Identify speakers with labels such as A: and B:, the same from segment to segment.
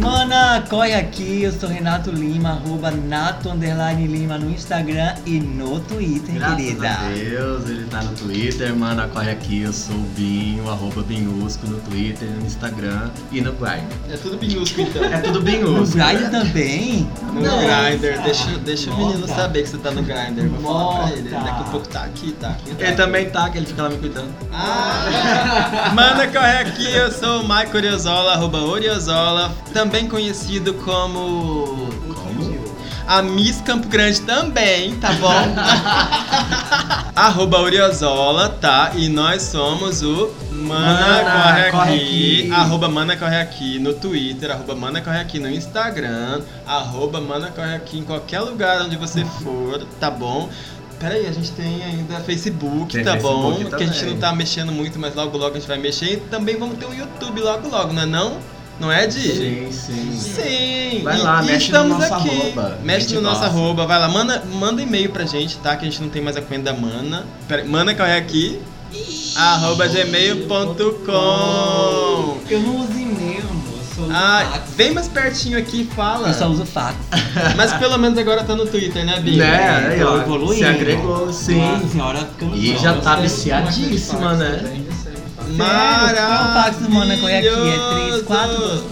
A: Mana, corre aqui, eu sou Renato Lima, arroba Nato Underline Lima no Instagram e no Twitter,
B: Graças
A: querida.
B: a Deus, ele tá no Twitter, mano, acorre aqui, eu sou o Binho, arroba Binhusco no Twitter, no Instagram e no Grindr.
C: É tudo binhusco então.
B: É tudo
A: No
B: Binhusco.
A: Grindr também?
C: No
B: Nossa.
C: grinder, deixa, deixa o menino
A: Nossa.
C: saber que você tá no grinder. Vou falar pra ele.
A: Nossa.
C: Daqui a pouco tá aqui, tá aqui. Tá.
B: Ele também tá, que ele fica lá me cuidando.
C: Ah! Manda corre aqui, eu sou o Mike Oriozola, arroba Oriozola, também conhecido como. A Miss Campo Grande também, tá bom? arroba Oriozola, tá? E nós somos o Mana,
A: Mana,
C: corre,
A: corre
C: aqui,
A: aqui.
C: Arroba Mana Corre Aqui no Twitter, arroba Mana Corre Aqui no Instagram, arroba Mana Corre Aqui em qualquer lugar onde você for, tá bom? Peraí, a gente tem ainda Facebook,
B: Tem
C: tá
B: Facebook
C: bom? Que a gente
B: também.
C: não tá mexendo muito, mas logo logo a gente vai mexer. E também vamos ter um YouTube logo logo, não é não? Não é, Di?
B: sim.
C: Sim.
B: Vai
C: e-
B: lá,
C: e
B: mexe no
C: estamos
B: nosso
C: aqui.
B: arroba. A
C: Mexe
B: gente
C: no nosso
B: gosta.
C: arroba, vai lá, manda, manda e-mail pra gente, tá? Que a gente não tem mais a conta da Mana. Pera, mana corre aqui. arroba gmail.com
A: Eu não uso e-mail, amor, eu só uso
C: ah,
A: fax.
C: vem mais pertinho aqui e fala.
A: Eu
B: é
A: só
B: um-
A: uso fax.
C: Mas pelo menos agora tá no Twitter, né, Bia?
B: Né, aí
A: Tô
B: ó,
A: evoluindo. assim,
B: se agregou, sim.
A: Nossa senhora, ficando
B: E
A: só.
B: já tá
A: Sério,
B: viciadíssima, né?
A: Qual o fax do Mana corre aqui? É 3, 4,
C: Maravilhoso!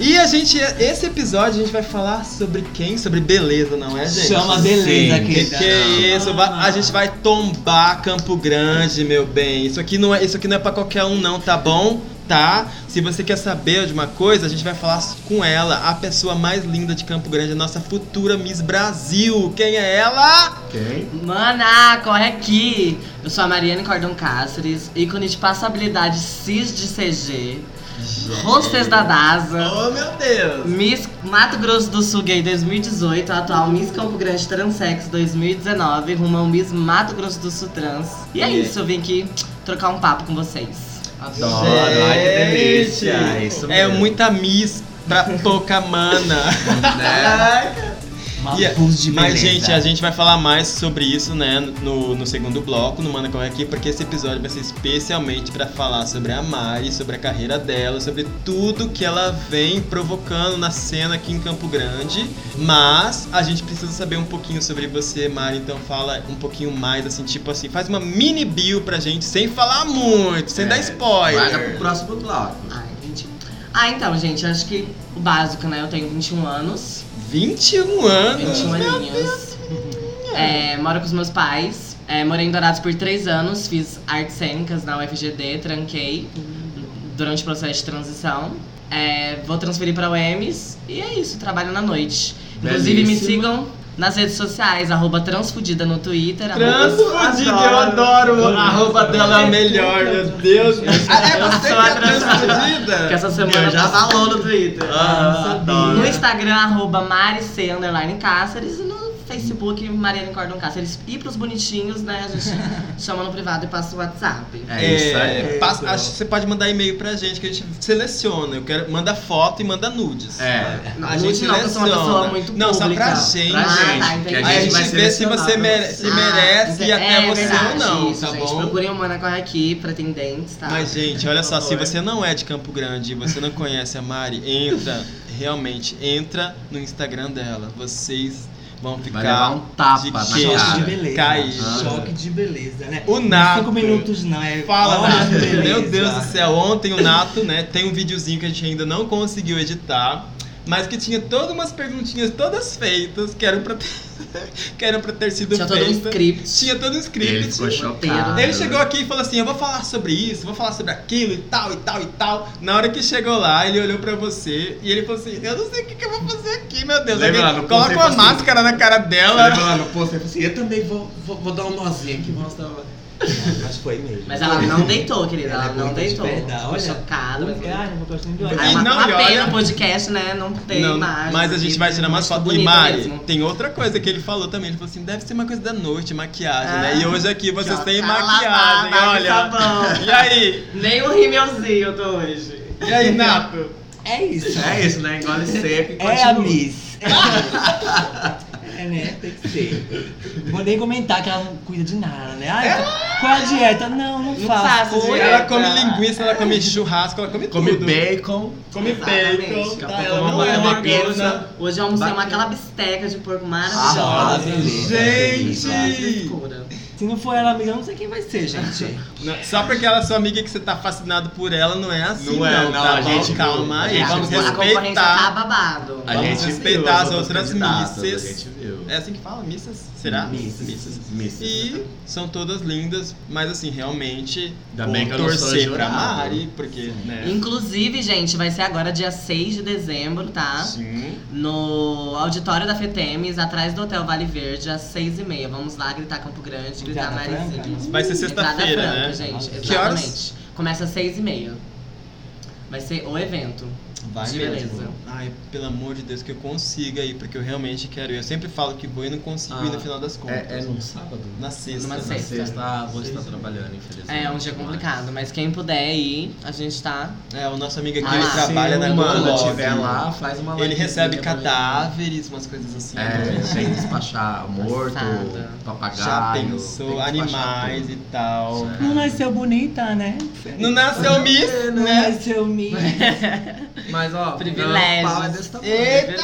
C: E a gente, esse episódio a gente vai falar sobre quem? Sobre beleza, não é, gente?
A: Chama a
B: Sim,
A: beleza,
C: Que
A: querida.
C: que é isso? Va- A gente vai tombar Campo Grande, meu bem. Isso aqui não é, isso aqui não é para qualquer um não, tá bom? Tá? Se você quer saber de uma coisa, a gente vai falar com ela, a pessoa mais linda de Campo Grande, a nossa futura Miss Brasil. Quem é ela?
B: Quem?
D: Mana, corre aqui! Eu sou a Mariane Cordon Cáceres, ícone de passabilidade cis de CG, hostess da DASA,
C: Oh, meu Deus.
D: Miss Mato Grosso do Sul Gay 2018, atual Miss Campo Grande Transex 2019, rumo ao Miss Mato Grosso do Sul Trans. E
C: E
D: é
C: aí?
D: isso, eu vim aqui trocar um papo com vocês.
B: Adoro, ai que delícia. É isso
C: É
B: mesmo.
C: muita Miss pra pouca mana.
A: Uma
C: E a-
A: luz de
C: Mas,
A: beleza.
C: gente, a gente vai falar mais sobre isso, né, no, no segundo bloco, no Mana Corre Aqui, porque esse episódio vai ser especialmente pra falar sobre a Mari, sobre a carreira dela, sobre tudo que ela vem provocando na cena aqui em Campo Grande. Mas a gente precisa saber um pouquinho sobre você, Mari, então fala um pouquinho mais, assim, tipo assim, faz uma mini bio pra gente, sem falar muito, sem
B: É,
C: dar spoiler.
B: Guarda pro próximo bloco.
D: Ai, gente. Ah, então, gente, acho que o básico, né? Eu tenho 21 anos.
C: 21 anos.
D: 21 aninhos. É, moro com os meus pais. É, morei em Dourados por três anos. Fiz artes cênicas na UFGD, tranquei durante o processo de transição. É, vou transferir pra UEMS. E é isso, trabalho na noite. Inclusive, me
B: Belíssima.
D: sigam nas redes sociais, arroba transfudida no Twitter. arroba-
C: Transfudida, eu adoro. A roupa dela é a melhor, meu Deus. Ah, é
D: Eu
C: você que
D: sou a
C: é transfudida?
D: Que essa semana
B: Eu já
D: falou no Twitter.
C: Ah, adoro.
B: É
D: no Instagram, arroba Maric, underline Cáceres. E no Facebook, Mariana Cordon Cáceres. E pros bonitinhos, né? A gente chama no privado e passa o WhatsApp.
B: É, isso
C: É,
B: aí.
C: passa- acho que você pode mandar e-mail pra gente que a gente seleciona. Eu quero manda foto e manda nudes.
B: É.
D: Não,
C: A
D: nude
C: gente
D: não, porque eu sou uma
C: seleciona.
D: pessoa muito
C: Não, só pra
D: pública.
C: gente. Ah,
B: Pra gente,
D: tá,
B: que
D: entendi.
C: Aí a gente,
B: vai
C: vê se você mere- se
D: Ah,
C: merece e
D: é
C: até você
D: verdade,
C: ou não,
D: isso,
C: tá
D: gente.
C: bom?
D: Procurem o Mana Corre aqui, pretendentes, tá?
C: Mas, gente, olha só, se
D: favor.
C: você não é de Campo Grande e você não conhece a Mari, entra, realmente, entra no Instagram dela. Vocês vão
B: Vai levar
C: ficar
B: um tapa
C: de
B: na
C: queijo.
A: Choque de
B: cara.
A: beleza.
C: Caída.
A: Choque de beleza, né?
C: O Nato.
A: Cinco minutos não, é
C: Fala,
A: horas
C: Nato.
A: de beleza.
C: Meu Deus do céu, ontem o Nato, né, tem um videozinho que a gente ainda não conseguiu editar, mas que tinha todas umas perguntinhas todas feitas que eram pra ter, que eram pra ter sido
D: Tinha todo um
C: feitas.
D: script.
C: Tinha todo um script.
B: Ele ficou né? chocado.
C: Ele chegou aqui e falou assim: Eu vou falar sobre isso, vou falar sobre aquilo e tal, e tal, e tal. Na hora que chegou lá, ele olhou pra você e ele falou assim: Eu não sei o que, que eu vou fazer aqui, meu Deus.
B: Lembra lá
C: Alguém,
B: no
C: coloca
B: conceito
C: uma
B: assim?
C: máscara na cara
B: Ela
C: dela. né?
B: vai lá no posto e fala assim, eu também vou, vou, vou dar um nozinho aqui, vou mostrar uma-
A: Mas foi mesmo.
D: Mas ela não deitou, querida.
A: Ela
D: Ela
A: é
D: não
A: bonita de
D: deitou.
A: verdade,
D: Ficou
A: olha.
D: chocada. mas-
A: Ai, não vou gostar de
C: E
D: Ah, é uma,
A: olhar.
C: não,
D: uma
C: e olha-
D: pena o podcast, né? Não tem
C: Não,
D: imagem.
C: mas a gente vai tirar umas
D: Ficou
C: fotos. E
D: bonito
C: Mari,
D: mesmo.
C: tem outra coisa que ele falou também. Ele falou assim: deve ser uma coisa da noite, maquiagem,
D: Ah,
C: né? E hoje aqui vocês
D: já
C: têm
D: tá
C: maquiagem,
D: lavada,
C: olha.
D: sabão.
C: E aí?
D: Nem o rímelzinho eu tô hoje.
C: E aí, Nato?
A: É isso.
B: É isso, né? Engole seco e
A: É
B: continua.
A: a Miss. É a Miss. É né? Tem que ser. Vou nem comentar que ela não cuida de nada, né? Ai, qual é a dieta? Não, não,
D: Não
A: faço.
D: faço
A: Oi,
D: dieta.
C: Ela come linguiça, ela come churrasco, ela come
B: Come
C: tudo.
B: bacon.
C: Come
D: Exatamente.
C: bacon.
B: Daqui a
C: Tá?
B: pouco
C: Ela
B: vamos
C: não é
B: bater uma
C: vegana.
B: pizza.
D: Hoje almoçamos
B: Bacana.
D: aquela bisteca de porco
A: Ah,
D: maravilhosa.
A: beleza.
C: Gente!
D: Frescura.
A: Se não for ela amiga, eu não sei quem vai ser, gente.
C: Não, Só porque ela é sua amiga que você tá fascinado por ela, não é assim.
B: Não é, não,
C: tá
B: a
C: bom?
B: gente-
C: Calma aí.
D: É, a
C: Vamos
D: concor- a concorrência tá
C: respeitar.
D: babado.
B: A
C: Vamos
B: gente viu
C: respeitar
B: as
C: as outras
B: candidatas,
C: misses.
B: A gente viu.
C: É assim que fala? Missas? Será?
A: Missas.
B: Misses.
C: E são todas lindas, mas assim, realmente
B: Ainda
C: vou
B: bem que eu não sou
C: torcer pra
B: jurado.
C: Mari, porque, né?
D: Inclusive, gente, vai ser agora dia 6 de dezembro, tá?
C: Sim.
D: No auditório da FETEMES, atrás do Hotel Vale Verde, às 6h30. Vamos lá gritar Campo Grande, gritar
A: Entrada
D: Marizinha.
A: franca?
C: né? Vai ser
D: Entrada
C: sexta-feira,
D: franca,
C: né?
D: gente.
A: Que
D: Exatamente.
C: horas?
D: Começa às 6h30. Vai ser o evento.
C: Vai
D: De beleza.
C: mesmo. Ai, pelo amor de Deus, que eu consiga ir, porque eu realmente quero ir. Eu sempre falo que vou e não consigo ir
B: Ah,
C: no final das contas.
B: É, é no sábado?
C: Na sexta.
D: Numa
C: né?
B: Na
D: sexta.
B: sexta, ah, vou estar trabalhando, infelizmente.
D: É um dia complicado, mas quem puder ir, a gente tá.
C: É, o nosso amigo aqui
D: Mas
C: ele
D: se
C: trabalha na
B: Se o Ah, mano
C: Globo.
B: estiver lá, faz uma
C: Ele
B: livezinha
C: recebe
B: pra mim.
C: cadáveres, umas coisas assim.
B: É, tem que despachar morto,
D: Passada.
B: papagaio.
C: Já
B: tem que
C: pensou,
B: despachar
C: animais
B: tudo.
C: e tal.
B: Certo.
A: Não nasceu bonita, né?
C: Não nasceu Miss,
A: Não
C: né?
A: nasceu minha.
B: É, Mas ó,
D: Privilégios.
B: meu pau é desse tamanho.
C: Eita!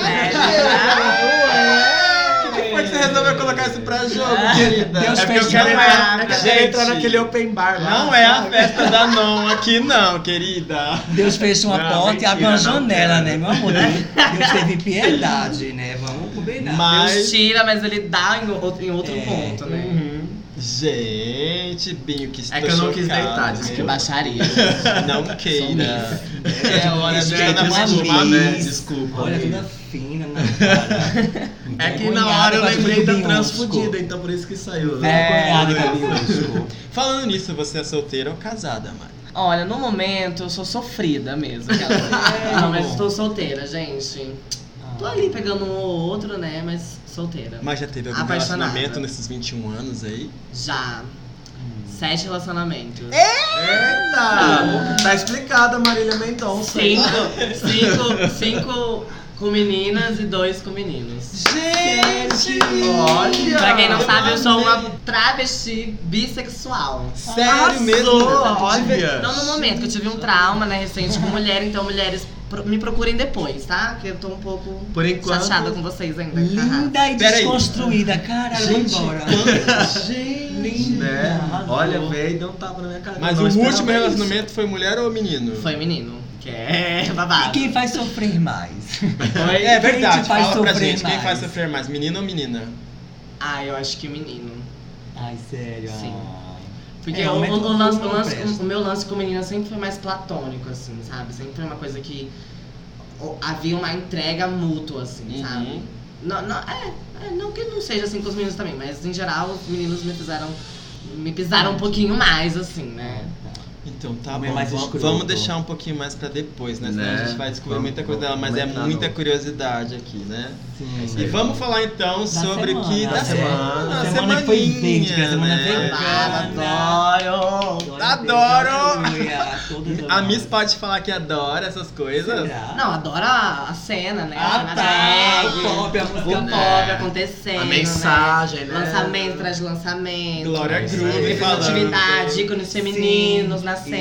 C: O que, que foi que você resolveu colocar isso pra jogo, querida?
A: Deus
C: é porque
A: fez
C: eu quero
A: de
C: entrar,
B: é que eu
C: gente,
B: quero entrar naquele open bar lá.
C: Não é a festa da não aqui não, querida.
A: Deus fechou uma
B: Não,
A: porta e abriu uma
B: mentira, não
A: janela,
B: quero.
A: né, meu amor? Deus teve piedade, né? Vamos combinar.
D: Deus
C: Mas...
D: tira, mas ele dá em outro, em outro
A: É.
D: ponto, né?
C: Uhum. Gente, Binho, que estou
B: É que eu não quis
C: chocado,
B: deitar,
C: meu.
D: Que baixaria.
B: um
C: Não queira. É hora de
A: Gente,
C: dar
A: uma
C: uma
B: desculpa,
A: vez.
B: né? Desculpa.
A: Olha,
B: amiga.
A: toda fina, né, cara?
B: É que na hora eu
A: Envergonhada
B: lembrei
A: com a
B: da
C: um
A: Biosco.
B: transfudida, então por isso que saiu. né?
C: É,
A: Envergonhada com a Biosco.
C: Falando nisso, você é solteira ou casada, Mari?
D: Olha, no momento eu sou sofrida mesmo. aquela- não, mas
C: É.
D: estou solteira, gente. Tô ali pegando um ou outro, né? Mas solteira.
C: Mas já teve algum
D: Apaixonada.
C: relacionamento nesses 21 anos aí?
D: Já. Sete relacionamentos.
B: Eita! Tá explicada, Marília Mendonça.
D: Cinco, cinco, cinco com meninas e dois com meninos.
C: Gente!
B: Olha!
D: Pra quem não
B: Eu
D: sabe, eu sou
C: amei.
D: uma travesti bissexual.
C: Sério
B: Arrasou,
C: mesmo?
B: olha.
D: Não no momento, que eu tive um trauma, né, recente com mulher, então mulheres pro- me procurem depois, tá? Que eu tô um pouco
B: Por enquanto.
D: chateada com vocês ainda.
A: Linda e
C: Peraí.
A: desconstruída, cara. Vou embora.
B: Gente, né? Olha, veio e deu um tapa na minha cara.
C: Mas
B: Não
C: o
B: esperava
C: último
B: isso.
C: relacionamento foi mulher ou menino?
D: tá? Foi menino, que é
A: E
D: babado.
A: quem faz sofrer mais?
D: Foi?
C: É
A: Quem te
C: verdade,
A: faz
C: fala pra
A: sofrer
C: gente quem
A: mais?
C: faz sofrer mais, menino ou menina?
D: Ah, eu acho que menino.
A: Ai, sério.
D: Sim.
A: ai.
D: Porque
A: É, né?
D: o,
A: homem
D: o-
A: todo
D: o lance-
A: mundo
D: o lance
A: presta.
D: com- o meu lance com menina sempre foi mais platônico, assim, sabe? Sempre foi uma coisa que o- havia uma entrega mútua, assim,
C: Uhum.
D: sabe? Não, não, é, é, não que não seja assim com os meninos também, mas em geral os meninos me fizeram. Me pisaram um pouquinho mais, assim, né?
C: Então tá
A: Homem é
C: bom,
A: mais
C: vamos,
A: escroto.
C: vamos deixar um pouquinho mais pra depois, né? Senão
B: Né?
C: a gente vai descobrir
B: Vamos-
C: muita coisa dela, mas
B: vamos
C: é
B: comentar,
C: muita
B: não.
C: curiosidade aqui, né?
A: Sim.
B: É,
C: E vamos falar então sobre
A: semana,
C: que.
A: da
C: Da
A: semana.
C: semana,
A: Semana que foi
C: semaninha,
A: verde, que a semana
C: né?
A: verde.
D: Ah,
A: Bacana.
D: adoro!
A: Glória a Deus,
C: Adoro!
A: aleluia, todas as
C: A Miss pode falar que adora essas coisas?
A: Será?
D: Não, adoro a a cena, né?
C: Ah,
D: a cena
C: tá.
D: drag,
A: O pop, a
D: o
A: música
D: pop
B: pop.
D: acontecendo.
B: A
D: né?
B: mensagem, né?
D: Lançamento traz lançamento.
C: Glória
B: Isso
C: Groove
B: aí.
C: falando.
D: Representatividade, ícones femininos
A: Sim.
D: na cena.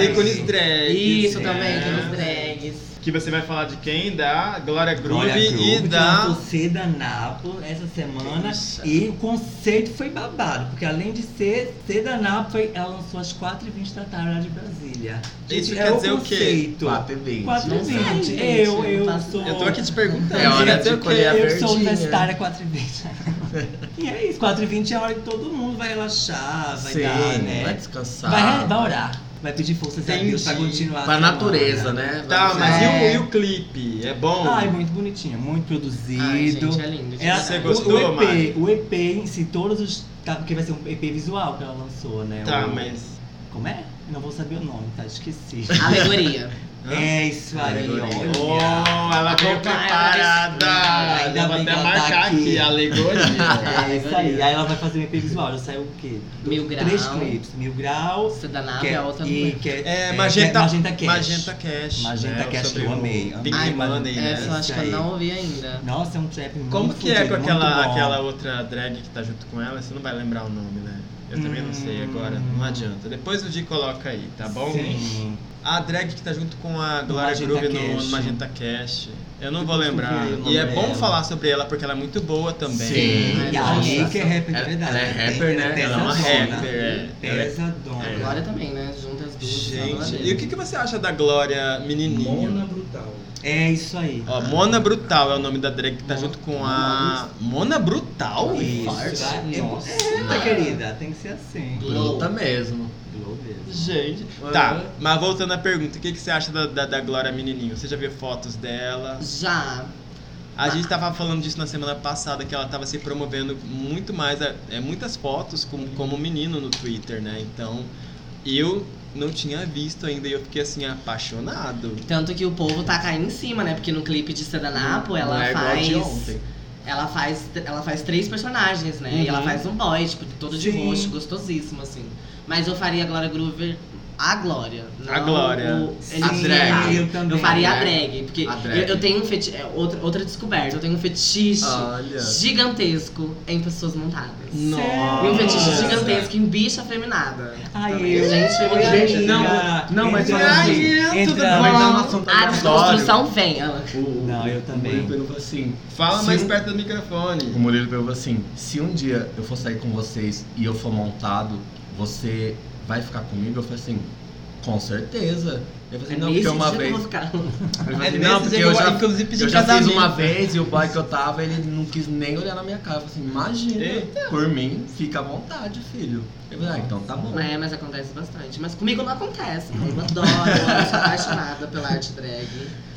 A: Isso.
C: Ícones drag.
D: Isso
A: Sim.
D: também,
C: né?
D: ícones
A: Sim.
D: drags.
C: É. Que você vai falar de quem? Da Glória Groove
A: Glória
C: e
A: Groove
C: da.
A: lançou Seda Napo essa semana.
C: Nossa.
A: E o conceito foi babado, porque além de ser Seda Napo, foi- ela lançou às 4h20 da tarde lá de Brasília.
C: Isso
A: Gente,
C: quer
A: é
C: dizer o quê?
A: conceito.
B: Quatro e vinte.
D: Não sei,
A: 4h20.
D: gente,
A: Eu,
D: eu
A: eu
D: faço-
A: sou.
C: Eu tô aqui te perguntando.
B: É hora
C: quer dizer
B: de
C: o quê?
B: colher a
A: Eu sou
B: verdinha.
A: universitária 4h20. e é isso, 4h20 é a hora que todo mundo vai relaxar, vai
B: Sim,
A: dar, né?
B: vai descansar.
A: Vai, vai orar. Vai pedir forças a Deus pra
C: Entendi.
A: continuar.
B: Pra
A: a
B: natureza,
A: semana.
B: né?
C: Tá,
B: Vai-
C: mas
D: É.
C: e, o, e o clipe? É bom?
A: Ai, muito bonitinho, muito produzido.
D: Ai, gente, é lindo.
A: Ela-
D: demais.
C: Você
A: o-
C: gostou,
A: o,
C: Mari?
A: EP, o EP em si, todos os. Tá, porque vai ser um EP visual que ela lançou, né?
C: Tá,
A: O-
C: mas.
A: Como é? Eu Não vou saber o nome, tá? Esqueci.
D: Alegoria.
A: É isso aí,
B: Alegoria.
C: Oh,
A: olha.
C: ela veio
D: Ela-
C: preparada!
A: Ainda
C: Eu vou
A: bem que
C: até
A: ela tá
C: marcar
A: aqui.
C: aqui, alegoria.
A: É isso aí. Aí ela vai fazer um EP visual. Já saiu o quê?
D: Mil grau.
A: Três clipes. Mil grau.
D: Você danava
A: que-
D: a outra não
A: e
D: foi.
A: que-
C: É,
A: que-
C: Magenta,
A: Magenta Cash.
C: Magenta Cash.
A: Magenta
C: né,
A: Cash,
C: sobre
A: eu
C: o
A: amei, amei.
C: Big
D: Ai,
C: Money, né?
D: Essa eu acho que eu
A: Isso aí.
D: não ouvi ainda.
A: Nossa, é um trap muito
C: Como que é com
A: fudido, muito
C: aquela,
A: bom.
C: aquela outra drag que tá junto com ela? Você não vai lembrar o nome, né? Eu também não sei agora, não adianta. Depois o Di coloca aí, tá bom?
A: Hum. Sim.
C: A drag que tá junto com a Glória
A: Magenta
C: Groove no,
A: Cash.
C: no Magenta Cash. Eu não vou
A: Eu
C: lembrar.
A: vi o nome
C: E é bom
A: dela.
C: falar sobre ela porque ela é muito boa também. né?
B: Sim.
A: E a
D: Nossa.
A: Lei que é rapper de
B: Ela-
A: verdade.
B: ela é
A: tem-
B: rapper, né?
A: tem
B: Ela é
A: essa
B: uma
A: zona.
C: rapper, é. Ela é-
A: Pesadona.
D: A Glória também, né? Juntas as duas.
C: Gente,
D: adorei.
C: e o que, que você acha da Glória
B: É.
C: Menininho?
E: Mona Brutal.
A: É isso aí.
C: Ó, Mona Brutal é o nome da drag que tá junto com a. Mona Brutal?
A: Isso.
C: Farsa?
A: vai- Nossa, Eita, querida, tem que ser assim.
B: Luta mesmo. Uhum.
A: Glow mesmo.
C: Gente. Tá, mas voltando à pergunta, o que, que você acha da, da, da Glória Menininho? Você já viu fotos dela?
D: Já.
C: A gente tava falando disso na semana passada, que ela tava se promovendo muito mais, é, é, muitas fotos com, como menino no Twitter, né? Então, eu não tinha visto ainda e eu fiquei assim, apaixonado.
D: Tanto que o povo tá caindo em cima, né? Porque no clipe de Sedanapo Ah, ela
B: não é igual
D: faz.
B: de ontem.
D: Ela faz, ela faz três personagens, né? E ela
A: Uhum.
D: faz um boy, tipo, todo de
A: Sim.
D: roxo, gostosíssimo, assim. Mas eu faria a Glória Groover a Glória.
C: A
D: não
C: Glória.
D: o-
A: Sim,
D: a drag.
A: eu também.
D: Eu faria a
B: né?
D: drag, porque
B: A drag.
D: Eu, eu tenho um fetiche. é, outra, outra descoberta, eu tenho um fetiche
B: Olha.
D: gigantesco em pessoas montadas. E
A: Nossa.
D: um fetiche
B: Nossa.
D: gigantesco em bicha afeminada.
A: Ai,
D: Também.
A: eu.
D: Gente,
B: Gente, não, não, mas
A: entra-
B: fala assim,
A: entra-
B: tudo bom? Mas dá um assunto
D: a
B: aleatório.
D: desconstrução Ah, vem. ela.
A: Não, eu também.
B: O Murilo pegou assim.
C: Fala
B: Se
C: mais
B: um-
C: perto do microfone.
B: O Murilo pegou assim: se um dia eu for sair com vocês e eu for montado, você vai ficar comigo? Eu falei assim: com certeza. Eu falei assim:
D: É
B: não, porque
D: nesse
B: uma
D: dia que eu
B: vez.
D: vou ficar.
B: Ele falou
C: É
B: assim,
C: nesse
B: não, porque
C: dia
B: eu
C: que eu-
B: já,
C: inclusive, pedi
B: eu já fiz
C: casamento.
B: uma vez e o boy que eu tava, ele não quis nem olhar na minha cara. Eu falei assim, imagina,
C: Eita.
B: por mim, fica à vontade, filho. Eu falei, ah, então tá bom.
D: É, mas acontece bastante. Mas comigo não acontece. Eu adoro, eu sou apaixonada pela arte drag.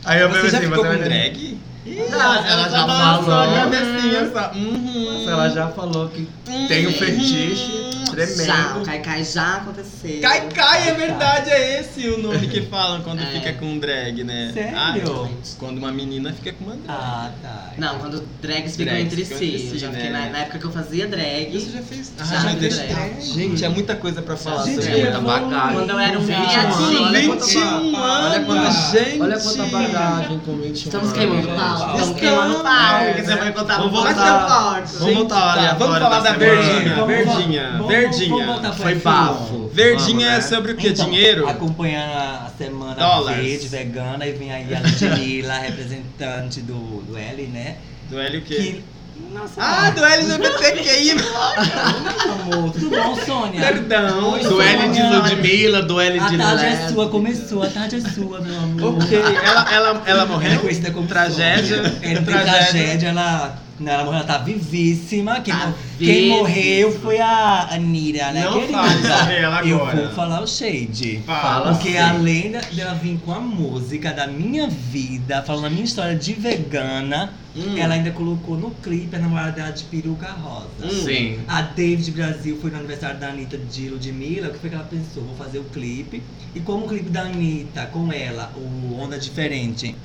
B: Aí eu falei
C: Você já
B: assim,
C: ficou com
B: vai
C: drag? Ih,
B: ela já
C: só
B: falou.
C: balançou a cabecinha, só, uhum.
B: Nossa, ela já falou que
C: Hum,
B: tem um fetiche tremendo.
D: Já, o Kaikai já aconteceu.
C: Cai, cai, é verdade, é esse o nome que falam quando
D: É.
C: fica com drag, né?
A: Sério?
C: quando uma menina fica com uma drag.
A: Ah, tá.
D: Não, quando drags ficam
C: Drags
D: entre
C: ficam
D: si.
C: entre si,
D: Eu já fiquei
C: né?
D: na, na época que eu fazia
C: Você
D: drag.
C: já fez? Ah,
D: Já
C: já
D: fiz
C: fez
D: drag.
C: drag. Gente, é muita coisa pra falar
A: Gente,
C: sobre
B: é
C: ela.
B: muita bagagem.
D: Quando eu era um
A: Gente,
D: viadinho.
C: Com
B: Olha quanta
C: 21
A: ba- olha
C: anos,
A: quanta-
C: gente!
B: Olha quanta bagagem com 21
D: Estamos
B: anos,
D: queimando
B: gente.
D: pau. Estamos
C: Estamos,
D: queimando pau.
C: né?
D: porque Você vai contar
B: Vamos voltar.
D: pra você, pode.
B: Vamos
C: Gente,
B: voltar,
C: tá,
B: olha,
C: vamos falar
B: semana.
C: da, verdinha,
A: Vamos-
C: verdinha,
A: vamos-
C: verdinha.
A: vamos voltar pra
B: Foi
A: Vamos-
B: bafo.
C: verdinha é
B: Vamos, né?
C: sobre o que?
A: Então,
C: Dinheiro?
A: Acompanhando a semana
C: Dólares.
A: verde, vegana, e vem aí a Ludmilla, representante do, do L, né?
C: Do L o quê?
A: Que. Nossa,
C: Ah, do LGBTQI!
A: meu amor. Tudo bom, Sônia?
C: Perdão!
A: Do L
B: Duelo
A: de
B: de Ludmilla, duelo
A: A
B: de
A: tarde é
B: Lé.
A: sua, começou. A tarde é sua, meu amor.
C: Ok, ela, ela, ela
A: Ela é
C: morreu?
A: conhecida como
C: né, Tragédia.
A: Sônia. Ela tem tragédia, ela. Não, ela morreu, ela tá vivíssima. Quem,
D: Tá
A: mor- quem
D: vivíssima.
A: morreu foi a Anira, né?
C: Não
A: querida?
C: fale sobre ela
A: Eu
C: agora.
A: vou falar o shade.
B: Fala. é
A: Porque
B: Sim.
A: além da- dela vir com a música da minha vida, falando a minha história de vegana,
C: Hum.
A: ela ainda colocou no clipe a namorada dela de peruca rosa.
B: Hum.
C: Hum.
B: Sim.
A: A David Brasil foi no aniversário da Anitta de Ludmilla. O que foi que ela pensou? Vou fazer o clipe. E como o clipe da Anitta com ela, o Onda Diferente,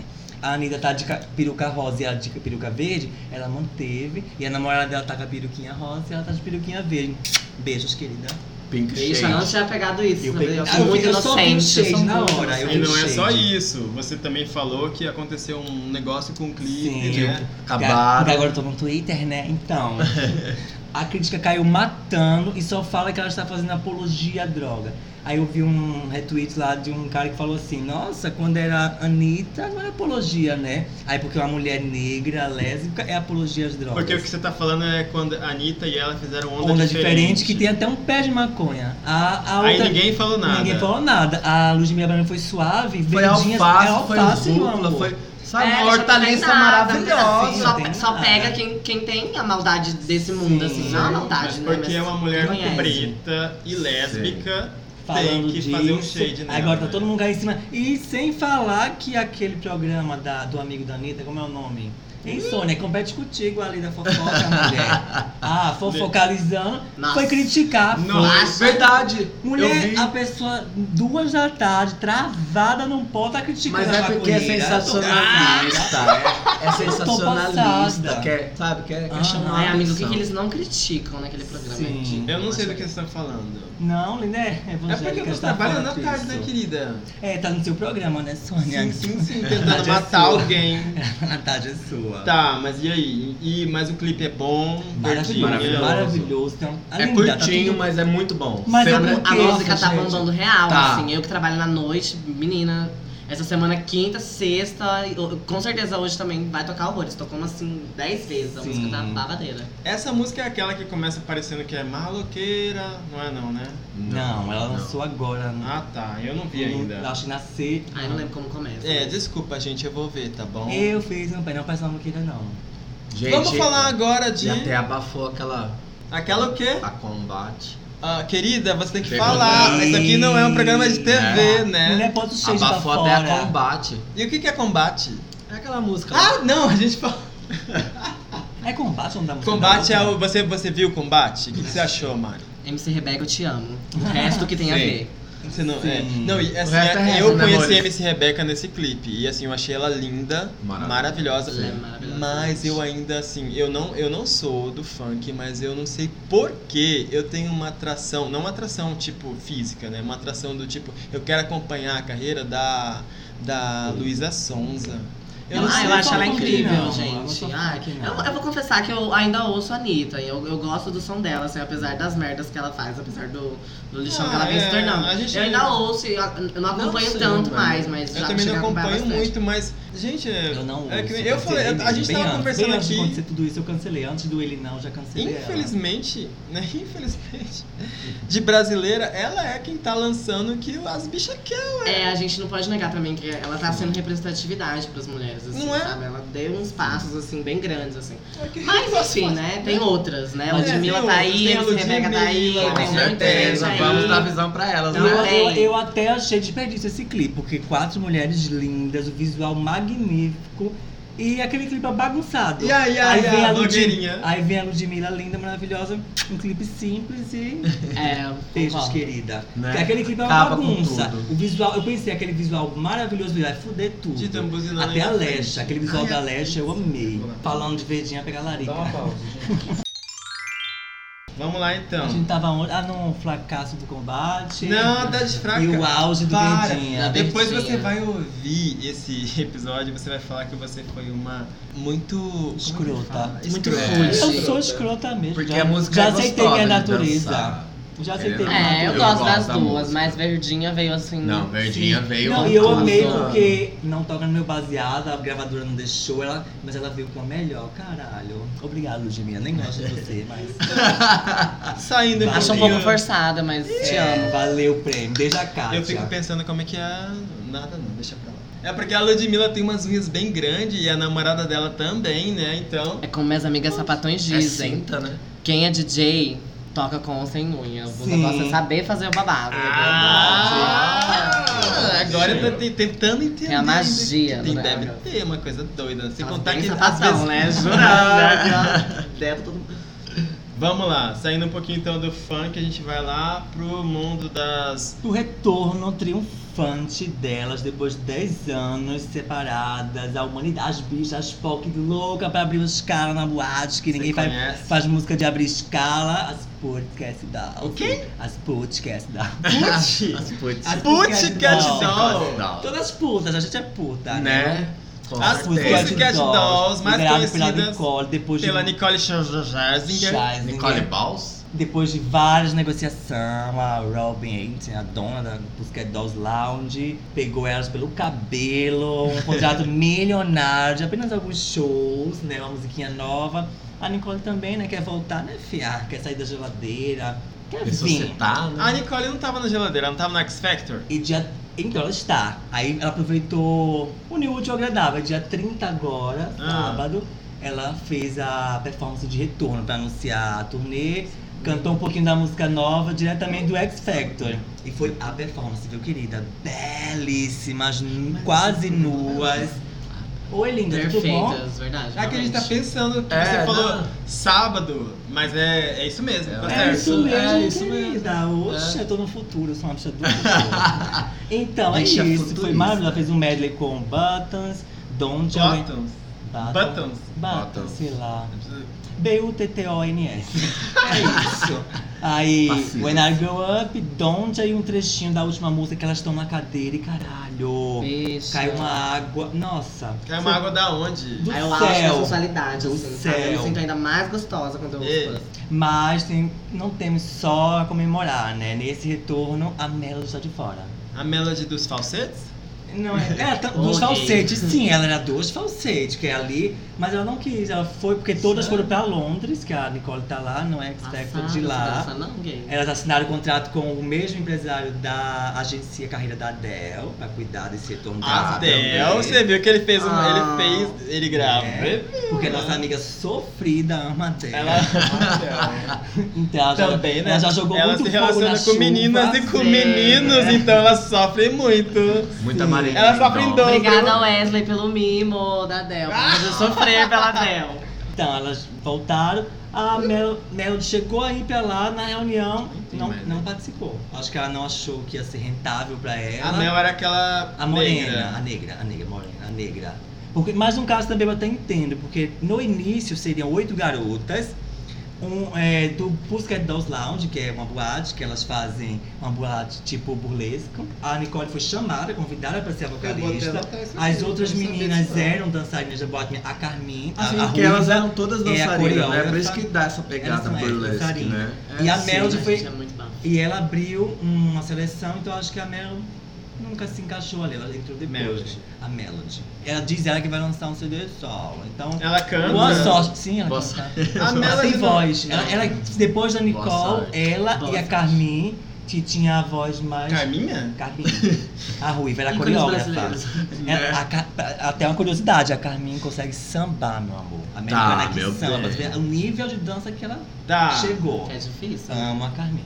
A: a Anitta tá de ca- peruca rosa e a de peruca verde, ela manteve. E a namorada dela tá com a peruquinha rosa e ela tá de peruquinha verde. Beijos, querida.
B: Pink
D: Bicho, eu não
B: Shade.
D: tinha pegado isso.
A: Eu
D: Eu,
A: peguei-
D: eu
A: Ah,
D: sou
A: eu
D: muito
A: vi- eu só vi o
D: inocente.
A: shade
D: né? eu sou
A: na
D: muito
A: hora, eu
C: E
A: vi.
D: inocente.
C: não é só
A: Shade.
C: isso, você também falou que aconteceu um negócio com o clipe,
A: Sim.
C: né?
A: Porque
B: Acabaram.
A: Agora eu tô no Twitter, né? Então. A crítica caiu matando e só fala que ela está fazendo apologia à droga. Aí eu vi um retweet lá de um cara que falou assim: Nossa, quando era Anitta, não era apologia, né? Aí porque uma mulher negra, lésbica, é apologia às drogas.
C: Porque o que você é tá falando é quando a Anitta e ela fizeram onda,
A: Onda, diferente, que tem até um pé de maconha. A, a
C: Aí
A: outra-
C: ninguém falou nada.
A: Ninguém falou nada. A Ludmilla Branco foi suave,
B: Foi
A: verdinha, é
B: alface, foi
A: meu
B: rúcula,
A: amor.
B: foi...
D: É,
B: Sabe, uma
D: já não tem
B: hortaliça
D: nada,
A: assim,
B: maravilhosa.
A: não tem
D: tá Só, só
A: nada.
D: pega quem, quem tem a maldade desse mundo,
A: Sim.
D: assim. Não a
C: Mas
D: maldade, né?
C: porque é uma mulher
D: conhece.
C: preta e
B: Sim.
C: lésbica,
A: falando
C: tem que
A: disso.
C: fazer um shade nela.
A: Agora tá
C: né?
A: todo mundo aí em cima. E sem falar que aquele programa da, do amigo da Anitta, como é o nome? Hein, Sônia, compete contigo ali da fofoca, mulher. Ah, fofocalizando.
D: Nossa.
A: Foi criticar.
B: Nossa,
D: Nossa.
B: verdade. eu vi.
A: Mulher, a pessoa, duas da tarde, travada, não pode estar criticando
B: Mas é
A: a
B: porque é
A: maconheira. Ah!
B: sensacionalista. é- É sensacionalista.
A: passada.
B: Quer, sabe, quer, quer
A: Ah,
B: chamar.
D: Ai,
B: a
D: é amigo, o que,
B: atenção.
D: que eles não criticam naquele programa?
A: Sim.
C: Eu não sei do que você tá falando.
A: Não, Linda, é
C: É porque
A: evangélica.
C: você
A: tá
C: trabalha na
A: falando
C: tarde,
A: disso.
C: né, querida?
A: É, tá no seu programa, né, Sônia?
C: Sim, sim, sim.
A: Verdade
C: Tentando
A: é
C: matar
A: sua.
C: alguém.
A: Na tarde é sua.
C: Tá, mas e aí? E, mas o clipe é bom,
A: Maravilhoso,
C: verdinho.
A: maravilhoso. Então, a
B: É
A: Linda, tá
B: curtinho,
A: tudo-
B: mas é muito bom.
A: Mas é
B: Sempre-
A: porque-
D: A música
C: assim,
B: Nossa,
D: tá
B: gente.
D: bombando real,
B: Tá.
D: assim. Eu que trabalho na noite, menina. Essa semana, quinta, sexta, e o- com certeza hoje também vai tocar horrores. Tocou assim 10 vezes. A
A: Sim.
D: música tá babadeira.
C: Essa música é aquela que começa parecendo que é maloqueira. Não é não, né?
A: Não, ela lançou agora. né?
C: Ah tá, eu não vi ainda.
A: Acho que nascer.
D: Ai, Ah, não lembro como começa.
C: É, desculpa, gente, eu vou ver, tá bom?
A: Eu fiz um pé, não faz não queira não.
B: Gente,
C: Vamos falar agora de.
B: E até abafou aquela.
C: Aquela o quê?
B: A combate.
C: Ah, querida, você tem que
B: Pergunta.
C: falar. Isso aqui não é um programa de TV, né?
A: Mulher, bota o shade é pra
B: Abafou até a
A: tá fora.
B: combate.
C: E o que que é combate?
B: É aquela música. lá.
C: Ah, não, a gente fala.
A: É combate ou não dá música?
C: Combate é
A: da
C: o.
A: outra?
C: Você, você viu o combate? O que, que você achou, Mari?
D: MC Rebeca, eu te amo. O resto que tem a
C: Sim.
D: ver.
C: Você não,
A: Sim.
C: é. não e, assim,
B: O resto é resto,
C: eu
B: né,
C: conheci
B: amores?
C: a MC Rebeca nesse clipe e assim eu achei ela linda,
B: Maravilhosa.
C: maravilhosa.
D: Ela é maravilhosa.
C: Mas eu ainda assim, eu não, eu não sou do funk, mas eu não sei por que eu tenho uma atração, não uma atração tipo física, né? Uma atração do tipo, eu quero acompanhar a carreira da da Luísa Sonza. Eu não
D: ah,
C: sei é
D: eu acho
A: como
D: ela
A: que
D: incrível,
A: não, eu não
D: gente.
A: sou
D: Ah,
A: fã que não.
D: eu, eu vou confessar que eu ainda ouço a Anitta. e Eu, eu gosto do som dela, assim, apesar das merdas que ela faz, apesar do, do lixão
C: Ah,
D: que ela vem
C: é,
D: se tornando.
C: a gente-
D: Eu ainda ouço, e eu eu não acompanho
B: sei,
D: tanto
B: mano.
D: mais, mas
C: Eu
D: já
C: também
D: cheguei
C: não
D: a acompanhar
C: acompanho
D: bastante.
C: muito, mas gente, é-
A: Eu não
C: é que nem-
A: ouço,
C: eu falei,
A: cancelei
C: a gente
A: mesmo. Bem
C: tava
A: antes,
C: conversando
A: bem antes de
C: aqui-
A: acontecer tudo isso, eu cancelei. Antes do ele não, já cancelei ela.
C: Infelizmente, né? Infelizmente, de brasileira, ela é quem tá lançando o que as bichas querem.
D: É, a gente não pode negar também que ela tá sendo representatividade pras mulheres, assim,
C: Não é?
D: sabe? Ela deu uns passos, assim, bem grandes, assim.
C: É que-
D: Mas, enfim, né? Tem outras, né?
C: É,
D: Ludmilla
C: tem
D: tá
C: outras,
D: aí,
C: tem a
D: MC Rebeca tá aí,
C: Ludmilla,
D: tem
B: Com
D: muita
B: certeza,
D: gente aí.
B: vamos dar visão pra elas,
A: Eu,
D: Não
B: né?
D: é?
A: eu,
D: Amém.
A: eu até achei desperdício esse clipe, porque quatro mulheres lindas, o visual magnífico e aquele clipe é bagunçado.
C: E aí, aí,
A: vem a
C: a
A: Ludmilla,
C: blogueirinha.
A: aí vem a Ludmilla linda, maravilhosa, um clipe simples e
D: É,
A: beijos,
D: concordo.
A: querida.
B: Né?
A: Porque Aquele clipe é uma
B: Acaba com
A: bagunça.
B: tudo.
A: O visual, eu pensei aquele visual maravilhoso vai fuder tudo.
C: De tambuzinando
A: Até
C: aí
A: a
C: na frente.
A: Lesha, aquele visual
C: Ai,
A: da
C: é-
A: Lesha eu amei.
C: Vou lá.
A: Falando de verdinha pegar larica.
C: Dá uma pausa, gente. Vamos lá então.
A: A gente tava onde? Ah, no fracasso do combate.
C: Não, tá de fraca.
A: E o auge do
C: Para.
A: verdinha.
C: Depois
D: Verdinha.
C: você vai ouvir esse episódio, você vai falar que você foi uma muito como é que
A: Escrota.
C: fala?
D: Muito
C: Escrota.
D: rude.
A: Eu
D: Sim.
A: sou escrota mesmo.
B: Ah, É. Porque
A: já,
B: a música
A: já
B: é
A: aceitei
B: gostosa
A: minha
B: de
A: natureza.
B: dançar.
A: Já aceitei
B: Querendo
A: minha
B: ou não.
D: É,
A: natureza.
D: eu,
B: Eu
D: gosto
B: gosto
D: das
B: da
D: duas,
B: música.
D: mas Verdinha veio assim.
B: Não, Verdinha
A: Sim.
B: veio.
A: Não, e eu
B: arrasando.
A: amei porque não toca no meu baseado, a gravadora não deixou, ela, mas ela veio com a melhor, caralho. Obrigado, Ludmilla, nem gosto de você, mas
C: Saindo um
D: Acho um
C: pouquinho-
D: pouco forçada, mas te amo.
A: é, valeu o prêmio, beija a Kátia.
C: Eu fico pensando como é que é. Nada não, deixa pra lá. É porque a Ludmilla tem umas unhas bem grandes e a namorada dela também, né? Então.
D: É como minhas amigas sapatões
B: É
D: dizem.
B: cinta, né?
D: Quem é DJ toca com ou sem unha. O
A: Sim.
D: negócio é saber fazer o babado.
C: Ah, agora eu tô te- tentando entender.
D: É a magia
C: Tem,
D: do
C: deve
D: negócio.
C: ter uma coisa doida. Sem
D: Nossa,
C: contar
D: bem
C: que
D: sapatão,
C: às vezes...
D: né?
C: Ah,
D: Jurada. Dentro todo mundo.
C: Vamos lá, saindo um pouquinho então do funk, a gente vai lá pro mundo das.
A: O retorno triunfante delas depois de 10 anos separadas, a humanidade, as bichas, as POC louca pra abrir uma escala na boate, que ninguém
C: Você
A: faz,
C: conhece?
A: faz música de abrir escala, as podcast da.
C: O quê?
A: As podcast da.
C: tá-
B: As putz.
A: As
C: Put Cat
A: Não.
C: Doll!
A: Todas as putas, a gente é puta, né?
B: Né? Com
C: As
A: Os
B: certeza.
C: Pussycat
A: Pussycat
C: Dolls,
A: Dolls,
C: mais
A: lideradas
C: conhecidas
A: pela Nicole, depois
C: Pela
A: de, um
C: Nicole Scherzinger.
A: Scherzinger.
B: Nicole Balls?
A: depois de várias negociações, a Robin Hating, a dona da Pussycat Dolls Lounge, pegou elas pelo cabelo, um contrato milionário de apenas alguns shows, né? Uma musiquinha nova. A Nicole também, né? Quer voltar, né, fiar? Quer sair da geladeira, quer vir.
B: Ressuscitar,
C: A
B: né?
C: Nicole não tava na geladeira, ela não tava no X Factor.
A: E dia. Então ela está. Aí ela aproveitou o New Útil ao Agradável. Dia 30 agora,
C: Ah.
A: sábado, ela fez a performance de retorno pra anunciar a turnê. Cantou um pouquinho da música nova diretamente do X Factor. E foi a performance, viu, querida? Belíssimas, nu- quase nuas. Oi, linda, tudo bom?
D: Perfeitas, verdade.
C: É que a gente tá
D: realmente.
C: pensando que
B: É,
C: você falou
B: não.
C: sábado, mas é, é isso mesmo,
B: É,
C: tá
B: é
A: É
C: certo.
A: isso mesmo,
B: é isso
A: querida. Oxe, eu tô no futuro, eu sou uma bicha do futuro. Então, é
B: Bicha
A: isso.
B: futurista.
A: Foi maravilhoso. Ela fez um medley com Buttons, Don't Join...
C: Buttons.
A: Buttons.
C: Buttons.
A: Buttons,
B: Buttons.
A: sei lá. B-U-T-T-O-N-S. É isso. Aí,
B: Passivas.
A: When I Grow Up, Don't, aí um trechinho da última música que elas estão na cadeira e caralho.
D: Isso.
A: Cai uma água. Nossa.
C: Cai uma água da onde?
A: Do
D: Aí eu acho a
A: céu.
D: sensualidade,
A: Do
D: assim, sabe? Eu
A: céu.
D: me sinto ainda mais gostosa quando eu
C: É.
D: ouço.
A: Mas tem- não temos só a comemorar, né? Nesse retorno, a Melo está de fora.
C: A melody dos falsetes?
A: Não é. é tá-
D: Olhei.
A: dos falsetes, sim, ela era dos falsetes, que é ali, mas ela não quis, ela foi porque todas
C: Sério?
A: foram pra Londres, que a Nicole tá lá, não é expected de lá.
D: Não, não, gay.
A: Elas assinaram o contrato com o mesmo empresário da agência Carreira da Adele, pra cuidar desse retorno dela
C: Adel,
A: Um também.
C: Ah, você viu que ele fez um.
D: Ah.
C: Ele fez. Ele grava.
A: É. Porque nossa amiga sofrida ama Adele.
C: Ela.
A: então, ela já-
C: Também, né?
A: Ela já jogou
C: ela
A: muito
C: se
A: fogo
C: relaciona
A: na
C: com meninas
A: chuva. É.
C: e com
D: Sim.
C: meninos, então ela sofre muito.
B: Muita
A: Sim.
B: Marília.
C: Ela sofre em dobro.
D: Obrigada, Wesley, pelo mimo da Del. Mas eu sofrer pela Del.
A: Então, elas voltaram. A Mel, Melody chegou aí pra lá na reunião,
B: Entendi,
A: não,
B: mas-
A: não participou. Acho que ela não achou que ia ser rentável pra ela.
C: A Mel era aquela.
A: A morena, a
C: negra.
A: negra, a negra, morena, a negra. Porque, mas um caso também eu até entendo, porque no início seriam oito garotas um, é, do Pussycat Dolls Lounge, que é uma boate, que elas fazem uma boate tipo burlesco. A Nicole foi chamada, convidada para ser a vocalista. As outras meninas eram dançarinas da boate, a Carmin, a, a
B: Ah, Porque
A: Ruiva.
B: elas eram todas
A: é a
B: dançarinas, né?
A: coreógrafa.
B: Por isso que dá essa
A: Elas
B: pegada
A: são, é,
B: burlesque,
A: dançarina.
B: né?
A: E a
B: sim.
A: Melody
D: Sim,
A: foi-
D: gente, É muito bom.
A: E ela abriu uma seleção, então acho que a Mel nunca se encaixou ali, ela entrou depois.
C: Melody.
A: A Melody. Ela diz ela que vai lançar um CD solo, então...
C: Ela é canta. né?
A: Boa sorte, sim, ela
B: Boa
A: canta.
C: A
A: Ela
C: Melody
A: tem
C: não-
A: voz. Ela, ela- depois da
B: Boa
A: Nicole,
B: sorte.
A: ela
D: Boa
A: e a
D: sorte.
A: Carmin, que tinha a voz mais...
C: Carminha?
A: Carmin. A Ruiva era a
D: Ícones
A: coreógrafa.
D: brasileiros.
A: Ela- a Ca- até uma curiosidade, a Carmin consegue sambar, meu amor. A americana que
B: meu
A: samba.
B: bem.
A: Você vê O nível de dança que ela
C: Tá.
A: chegou.
D: É difícil.
A: Amo a Carmin.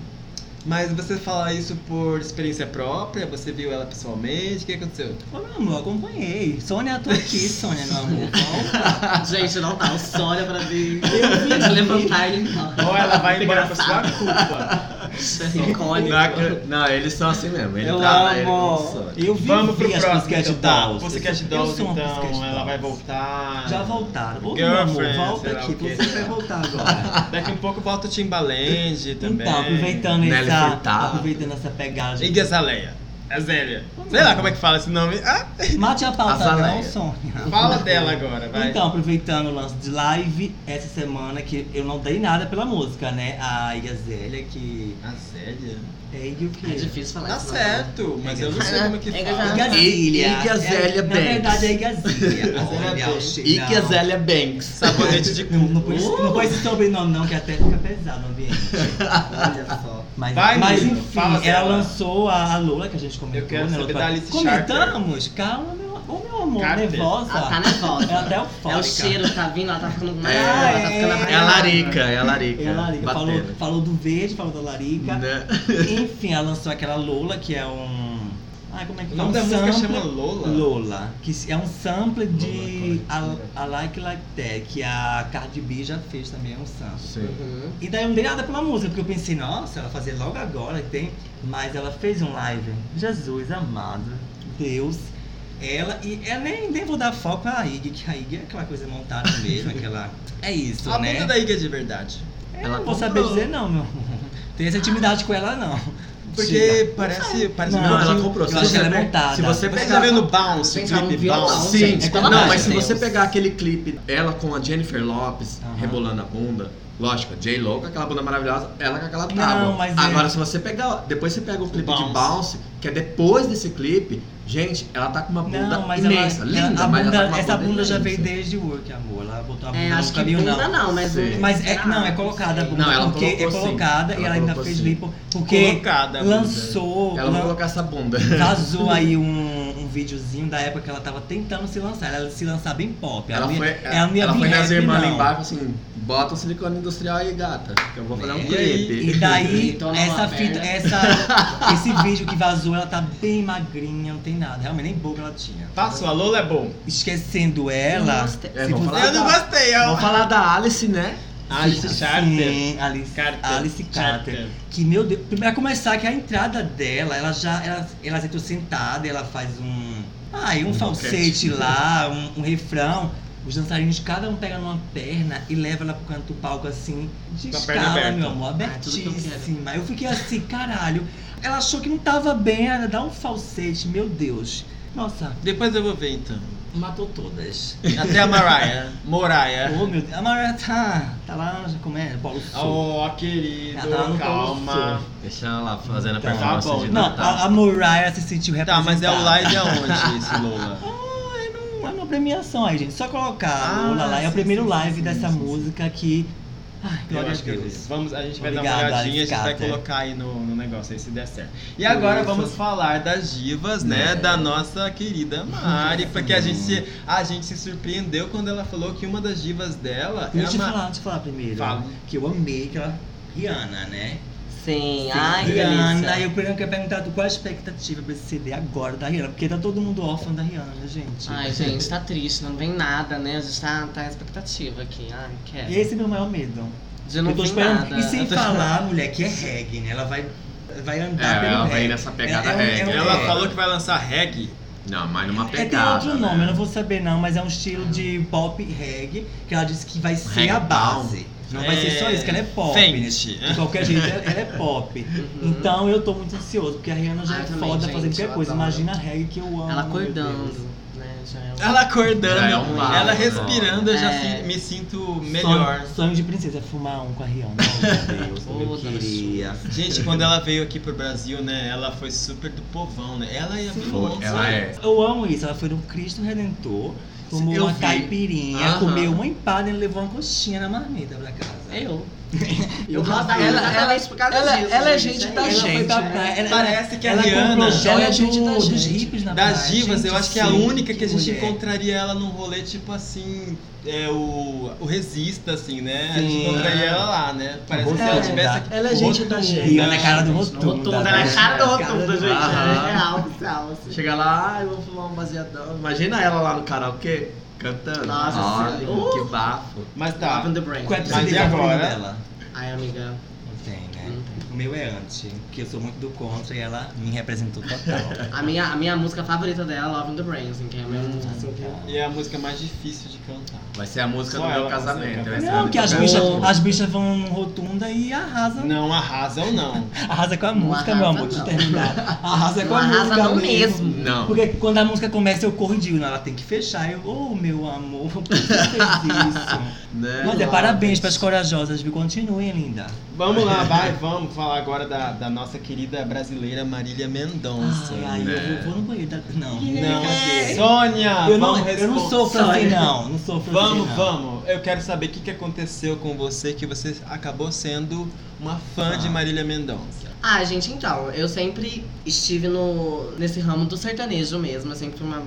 C: Mas você fala isso por experiência própria? Você viu ela pessoalmente? O que aconteceu?
A: Ô, meu amor, acompanhei. Sônia, tô aqui, Sônia, meu amor. Volta.
D: Gente, não dá. O sol olha pra mim.
A: Eu vi.
D: Se levantar e ir embora.
C: Ou ela vai embora com sua
D: Engraçado.
C: culpa?
D: Isso é icônico.
B: Na- Não, eles são assim mesmo. Ele
C: Eu
B: tá na ele
C: amo.
B: console.
A: Eu vi
C: Vamos pro
A: vi as
C: próximo.
A: Pussycat
C: então, tá.
A: Dolls.
C: Pussycat
A: Eu
C: Dolls,
A: sou uma
C: então,
A: Pussycat
C: ela vai
A: Dolls.
C: voltar.
A: Já voltaram. Ô, meu amor,
C: Girlfriend,
A: volta
C: sei lá
A: aqui,
C: o quê.
A: você vai voltar agora.
C: Daqui um pouco volta o Timbaland também.
A: Então, aproveitando
B: Nelly
A: essa,
B: Furtado.
A: aproveitando essa pegada.
C: Iggy Azalea. Azalea. Sei lá como é que fala esse nome. Ah,
A: Mate a pauta,
B: Azaleia.
A: não, Sônia.
C: fala dela agora, vai.
A: Então, aproveitando o lance de live, essa semana que eu não dei nada pela música, né? A Igazélia, que
C: Azalea?
A: é Iggy o quê?
D: É difícil falar
C: Tá
D: isso.
C: certo, mas eu não sei como é que
D: É
C: fala.
D: Igazalea.
A: Igazília.
B: Iggy Azalea
A: É, Na
B: Banks.
A: verdade, é Igazília.
C: Azalea Banks.
B: E que a Zélia Banks.
C: Sabonete de
A: Não,
C: cu.
A: não, põe, esse- não põe esse sobrenome não, que até fica pesado no ambiente.
D: Olha só.
A: Mas,
C: Vai,
A: mas
C: menino,
A: enfim,
C: fala
A: ela
C: dela.
A: lançou a, a Lola, que a gente comentou.
C: Eu quero
A: né,
C: saber
A: outra-
C: da Alice
A: Comentamos? Calma, meu, ô, meu amor,
C: Carter.
A: nervosa.
D: Ela tá nervosa.
A: Ela tá
D: É
A: eufórica.
D: o cheiro que tá vindo, ela tá ficando mais.
B: É.
D: ela tá ficando
B: É a larica, é a larica.
A: É a Larica. Falou,
B: Batendo.
A: falou do verde, falou da Larica.
B: Né?
A: Enfim, ela lançou aquela Lola, que é um... Ai, como é que
C: O
A: fala?
C: nome da
A: Um
C: música
A: sample-
C: chama Lola. é
A: Lola, que é um sample de
B: Lola,
A: a, a Like Like That, que a Cardi B já fez também, é um sample.
B: Sim.
D: Uhum.
A: E daí eu não dei nada pela música, porque eu pensei, nossa, ela fazer logo agora que tem. Mas ela fez um live. Jesus amado, Deus. Ela, e eu nem, nem vou dar foco à Ig, que a Ig é aquela coisa montada mesmo, aquela. É isso,
C: A
A: né?
C: bunda da Iggy é de verdade.
A: Eu
B: Ela
A: não vou saber
B: comprou.
A: dizer não, meu amor. Tem essa intimidade com ela, não.
C: Porque parece, parece
A: Não,
C: um
B: Não, ela
C: pouquinho-
B: comprou.
A: eu
B: Se
A: acho que
B: você
A: ela é
B: pe-
A: montada.
B: Se você
C: Você tá
B: pegar...
C: vendo Bounce, o
D: Gente, ela
C: clipe
D: não viu
C: Bounce?
D: Bounce.
A: é
B: Sim, tipo,
D: gente, pelo
B: não,
D: amor
B: mas
D: de
B: se
D: Deus.
B: você pegar aquele clipe, ela com a Jennifer Lopes
A: Aham.
B: rebolando a bunda, lógico, a J-Lo com aquela bunda maravilhosa, ela com aquela
A: Não,
B: tábua.
A: mas é-
B: Agora, se você pegar, depois você pega o clipe de
C: Bounce.
B: Bounce, que é depois desse clipe, gente, ela tá com uma bunda
A: Não, mas
B: imensa,
A: ela, é
B: linda,
A: a
B: mas ela tá com
A: bunda,
B: uma
A: essa
B: bunda
A: bunda já
B: imensa.
A: veio desde o work, amor. Ela botou a bunda
D: É,
A: no
D: acho que
A: caminho,
D: bunda
A: não.
D: não, mas.
B: Sei.
D: o-
A: Mas é, não, é colocada a bunda.
B: Não, ela
A: porque
B: colocou
A: é
B: sim.
A: colocada e
B: Ela
A: ela ainda
B: colocou
A: fez
B: sim.
A: lipo. Porque
C: Colocada a bunda.
A: lançou.
B: Ela vai
A: lan-
B: colocar essa bunda.
A: Vazou aí um, um videozinho da época que ela tava tentando se lançar. Ela se lançar bem pop. é
B: Ela
A: não ia-
B: foi,
A: ela não ia
B: ela
A: vir
B: foi nas
A: rap,
B: irmãs lá
A: não.
B: embaixo assim, bota o silicone industrial aí, gata, que eu vou fazer um
A: É,
B: clipe.
A: E daí,
D: Então, não,
A: essa
D: a
A: fita,
D: merda.
A: essa, esse vídeo que vazou passou, ela tá bem magrinha, não tem nada. Realmente, nem boca ela tinha.
C: Passou, a Lola é bom.
A: Esquecendo ela.
D: Nossa,
A: Se
B: É, Tá. vamos
A: você-
B: falar
C: Eu não gostei, ó.
B: Vamos falar da Alice, né?
C: Alice Charter.
A: Sim, Alice
C: Carter.
A: Alice Carter. Que, meu Deus, pra começar, que a entrada dela, ela já, ela, ela entrou sentada, ela faz um, ai, um,
B: Um
A: falsete lá, um, um refrão. Os dançarinos, cada um pega numa perna e leva ela pro canto do palco, assim, de
C: Com a perna
A: escala,
C: aberta.
A: meu amor,
D: Ah, tudo que eu quero.
A: abertíssima. Eu fiquei assim, caralho. Ela achou que não tava bem, ela dá um falsete, meu Deus. Nossa,
C: Depois eu vou ver então.
A: matou todas.
C: Até a Mariah.
A: Ô,
C: Moraia.
A: meu Deus, a Maria tá, tá lá, como é, Paulo Sul.
C: Ó, querido,
A: Ela tá no
C: calma.
A: Paulo
B: Deixa ela fazendo a
A: Tá
B: performance
C: bom.
B: de
A: Não,
B: Natal.
A: a, a Mariah se sentiu
C: Tá,
A: representada.
C: mas é o live aonde esse Lola?
A: É uma premiação aí, gente. Só colocar
C: Ah,
A: o Lola Live. É o
C: sim,
A: primeiro
C: sim,
A: live
C: sim,
A: dessa
C: sim, sim.
A: música que. Ai,
C: Eu
A: glória a
C: acho que é eu
A: Deus.
C: vi. vamos, a gente vai dar
A: Obrigado,
C: uma olhadinha, a gente
A: Alice
C: vai
A: Carter.
C: colocar aí no, no negócio aí se der certo. E agora
A: Isso.
C: vamos falar das divas, né?
B: É.
C: Da nossa querida Mari, porque a gente, se, a gente se surpreendeu quando ela falou que uma das divas dela é
A: Deixa eu
C: a
A: te
C: Mari.
A: falar, deixa eu falar primeiro.
C: Fala.
A: Que eu amei aquela Rihanna, né?
D: Sim, ai, que
A: Rihanna.
D: delícia.
A: Eu quero perguntar qual a expectativa pra esse CD agora da Rihanna, porque tá todo mundo órfão da Rihanna, né, gente?
D: Ai, gente, tá triste, não vem nada, né? A gente tá, tá na expectativa aqui. Ai, quero.
A: E esse é meu maior medo.
D: De não
A: eu tô
D: vir
A: esperando.
D: nada.
A: E sem
D: Eu tô
A: falar, mulher, que é reggae, né? Ela vai, vai
B: É,
A: andar pelo
B: ela vai
A: reggae.
B: nessa pegada
A: É, é um-
B: reggae.
A: é um-
C: Ela
A: É.
C: falou que vai lançar reggae.
B: Não, mas numa
A: É,
B: pegada.
A: tem outro nome,
B: né?
A: eu não vou saber não, mas é um estilo de pop reggae que ela disse que vai ser a
B: Reggaeton.
A: base. Não vai ser só
C: É,
A: isso, que ela é pop. né?
C: Fenty.
A: De qualquer jeito, ela, ela é pop.
D: Uhum.
A: Então eu tô muito ansioso, porque a Rihanna já
D: Ah,
A: é
D: eu também,
A: foda
D: gente,
A: fazendo
D: eu
A: qualquer coisa.
D: adoro.
A: Imagina a reggae que eu amo.
D: Ela
A: Oh, meu Deus.
D: acordando, né? Já é um-
C: Ela acordando,
B: Já é um lado,
C: ela
B: né?
C: respirando, eu já
D: É.
C: se- me sinto melhor.
A: Sonho, sonho de princesa, é fumar um com a Rihanna. Oh, meu Deus, como
D: Oh,
A: eu queria.
C: Gente, quando ela veio aqui pro Brasil, né? Ela foi super do povão, né? Ela e a Beyoncé.
B: Ela é.
A: Eu amo isso, ela foi no Cristo Redentor, tomou
B: Eu
A: uma
B: vi.
A: caipirinha,
B: Aham.
A: comeu uma empada e levou uma coxinha na marmita pra casa.
D: É Eu.
A: Eu
D: gosto
A: gosto
D: dela,
A: dela.
D: ela é por causa
C: Ela-
D: disso,
C: ela é gente da
A: Ela
D: Ela
A: foi
D: foi
A: pra
D: né?
A: praia. Ela,
C: Parece que a
A: ela
C: Rihanna-
A: comprou joia
D: ela é gente
A: do-
D: da
A: dos
D: gente.
A: hippies na
C: Das
A: praia.
C: divas, eu
A: Gente,
C: acho que é a
A: sim,
C: única que a gente
A: mulher.
C: encontraria ela num rolê, tipo assim, é o, o Resista, assim, né? A gente
A: Sim.
C: encontraria ela lá, né? Parece que se ela
A: Rotunda.
C: tivesse aqui.
D: Ela é gente da gente.
A: Rihanna é cara do
D: Rotunda,
A: Rotunda.
D: ela é cara do Rotunda, gente.
B: Aham.
D: É real, real. assim.
B: Chega lá, ah, eu vou fumar um baseadão. Imagina ela lá no karaokê cantando.
D: Nossa
B: Olha,
D: senhora.
B: que bafo.
C: Mas
D: Love
C: tá.
D: in the brain.
A: Qual é a
C: Mas e
A: CD favorita
C: agora?
A: dela?
D: Ai, amiga.
A: Não tem, né? O meu é anti, porque eu sou muito do contra e ela me representou total.
D: A minha, a minha música favorita dela é Love in the Brain, assim, que é a minha música assim, que eu-
C: E é a música mais difícil de cantar.
B: Vai ser a música
C: Só
D: é
B: do
C: ela
B: meu
C: vai ser
B: casamento.
C: o
B: vai ser a
A: Não, que as
B: música
A: bichas,
B: dela.
A: as bichas vão rotunda e arrasam.
C: Não arrasam, não.
A: Arrasa com a
D: Não
A: música, meu
D: arrasa,
A: amor, de
D: não.
A: terminar. Arrasa com
D: Não
A: a
D: arrasa
A: música
D: não
A: mesmo.
D: mesmo.
B: Não.
A: Porque quando a música começa, eu corro e digo, não, ela tem que fechar. Eu, oh, meu amor, por que você fez isso?
B: Né?
A: Mas é parabéns pras corajosas, viu? Continuem, linda.
C: Vamos lá, vai, vamos falar agora da, da nossa querida brasileira Marília Mendonça.
A: Ai, ai,
B: né?
C: é.
A: eu vou, vou no banheiro. da- Não,
C: Não,
D: É.
A: brincadeira.
C: Sônia,
A: Eu não,
C: Ah, vamos
A: eu não
C: responder.
A: sofro assim,
D: Sorry.
A: não. Não sofro
C: Vamos,
A: assim, não.
C: vamos. Eu quero saber o que, que aconteceu com você que você acabou sendo uma fã de Marília Mendonça.
D: Ah, gente, então, eu sempre estive no, nesse ramo do sertanejo mesmo. Eu sempre fui uma.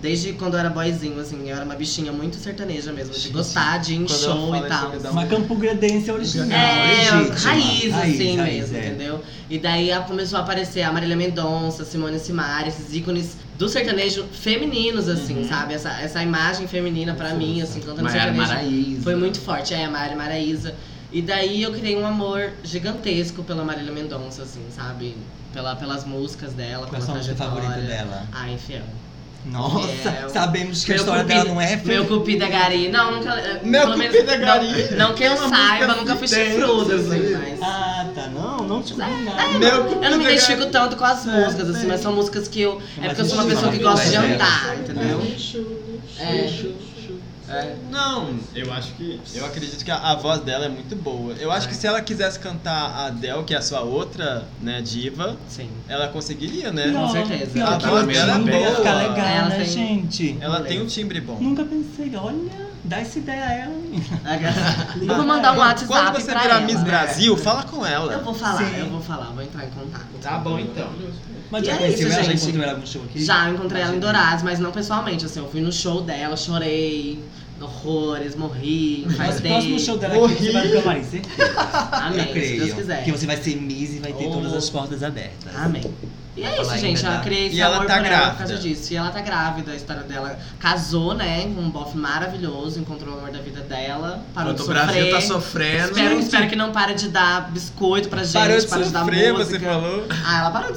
D: Desde quando eu era boyzinho, assim, eu era uma bichinha muito sertaneja mesmo, de
C: Gente,
D: gostar de ir em
C: quando
D: show
C: ela fala
D: e tal.
C: isso, eu
A: Uma campo gredense original,
D: É,
A: legítima.
D: raiz, assim
A: raiz,
D: mesmo,
A: é.
D: entendeu? E daí a- começou a aparecer a Marília Mendonça, Simone Simaria, esses ícones do sertanejo femininos, assim,
C: Uhum.
D: sabe? Essa, essa imagem feminina pra mim, assim, cantando
B: Maiara
D: sertanejo.
B: Maraíza.
D: Foi muito forte, é, a Mari Maraísa. E daí eu criei um amor gigantesco pela Marília Mendonça, assim, sabe? Pela, pelas músicas
A: Qual
D: dela,
A: é a
D: pela
A: sua música
D: trajetória.
A: favorita dela?
D: Ah, infiel.
A: Nossa,
D: É, eu-
A: sabemos que a
D: Meu
A: história
D: cupido-
A: dela não é
D: Meu
A: feliz.
D: Cupido é Gari. Não, nunca. eh,
C: Meu
D: pelo menos-
C: Cupido é Gari.
D: Não, não que eu
C: É uma
D: saiba,
C: música
D: nunca fui
C: intensa,
D: chifruda,
C: assim.
D: assim, mas.
A: Ah, tá, não, não te
D: É,
A: conheço nada.
C: Meu
D: Eu não me
C: cupido é
D: identifico
C: Gari.
D: tanto com as
C: É,
D: músicas, assim,
C: sei.
D: mas são músicas que eu. É
A: Mas
D: porque eu sou uma
A: isso
D: pessoa que
A: é
D: gosta de
A: mais
D: andar,
A: velha.
D: entendeu?
B: Uhum.
D: É.
C: É, não, eu acho que. Eu acredito que a, a voz dela é muito boa. Eu acho que se ela quisesse cantar a Adele, que é a sua outra, né, diva,
D: Sim.
C: ela conseguiria, né?
A: Pior,
D: é, certeza.
A: Pior que
C: A
A: o
C: voz dela é
A: timbre ia
C: boa.
A: ficar legal,
D: Ela
A: né,
D: tem-
A: gente?
C: Ela tem um timbre bom.
A: Nunca pensei, olha, dá essa ideia a ela. menina.
D: Eu vou mandar um WhatsApp
C: Quando você
D: pra
C: virar
D: ela. É.
C: Miss Brasil, fala com
D: Eu
C: ela.
D: vou falar,
A: Sim.
D: eu vou falar, vou entrar em contato.
C: Tá bom então.
A: Mas
D: E
A: já
D: é
A: conheceu
D: isso,
A: ela? Já
D: gente.
A: encontrou ela no show aqui?
D: Já, eu encontrei ela em Dourados, mas não pessoalmente, assim, eu fui no show dela, chorei, horrores, morri,
A: Mas
D: faz
A: o próximo show
D: tempo.
A: dela aqui, você vai no camarim, certeza.
D: Amém,
A: Eu
D: se Deus
A: creio.
D: quiser.
A: Que você vai ser Miss e vai ter
D: Oh.
C: tá assim.
A: todas as portas abertas.
D: Amém. E
A: Vai
D: é isso,
A: falar
D: gente.
A: ainda
D: Ela
A: dá.
D: criei esse
C: E ela
D: amor
C: tá
D: por ela por causa
C: grávida.
D: disso. E ela tá grávida, a história dela. Casou, né? Com um bofe maravilhoso, encontrou o amor da vida dela. Parou
B: Enquanto o
D: de sofrer.
B: Brasil tá sofrendo.
D: espero, espero que não pare de dar biscoito pra gente,
C: Parou de
D: para de dar
C: sofrer,
D: música.
C: você falou.
D: Ah, ela parou de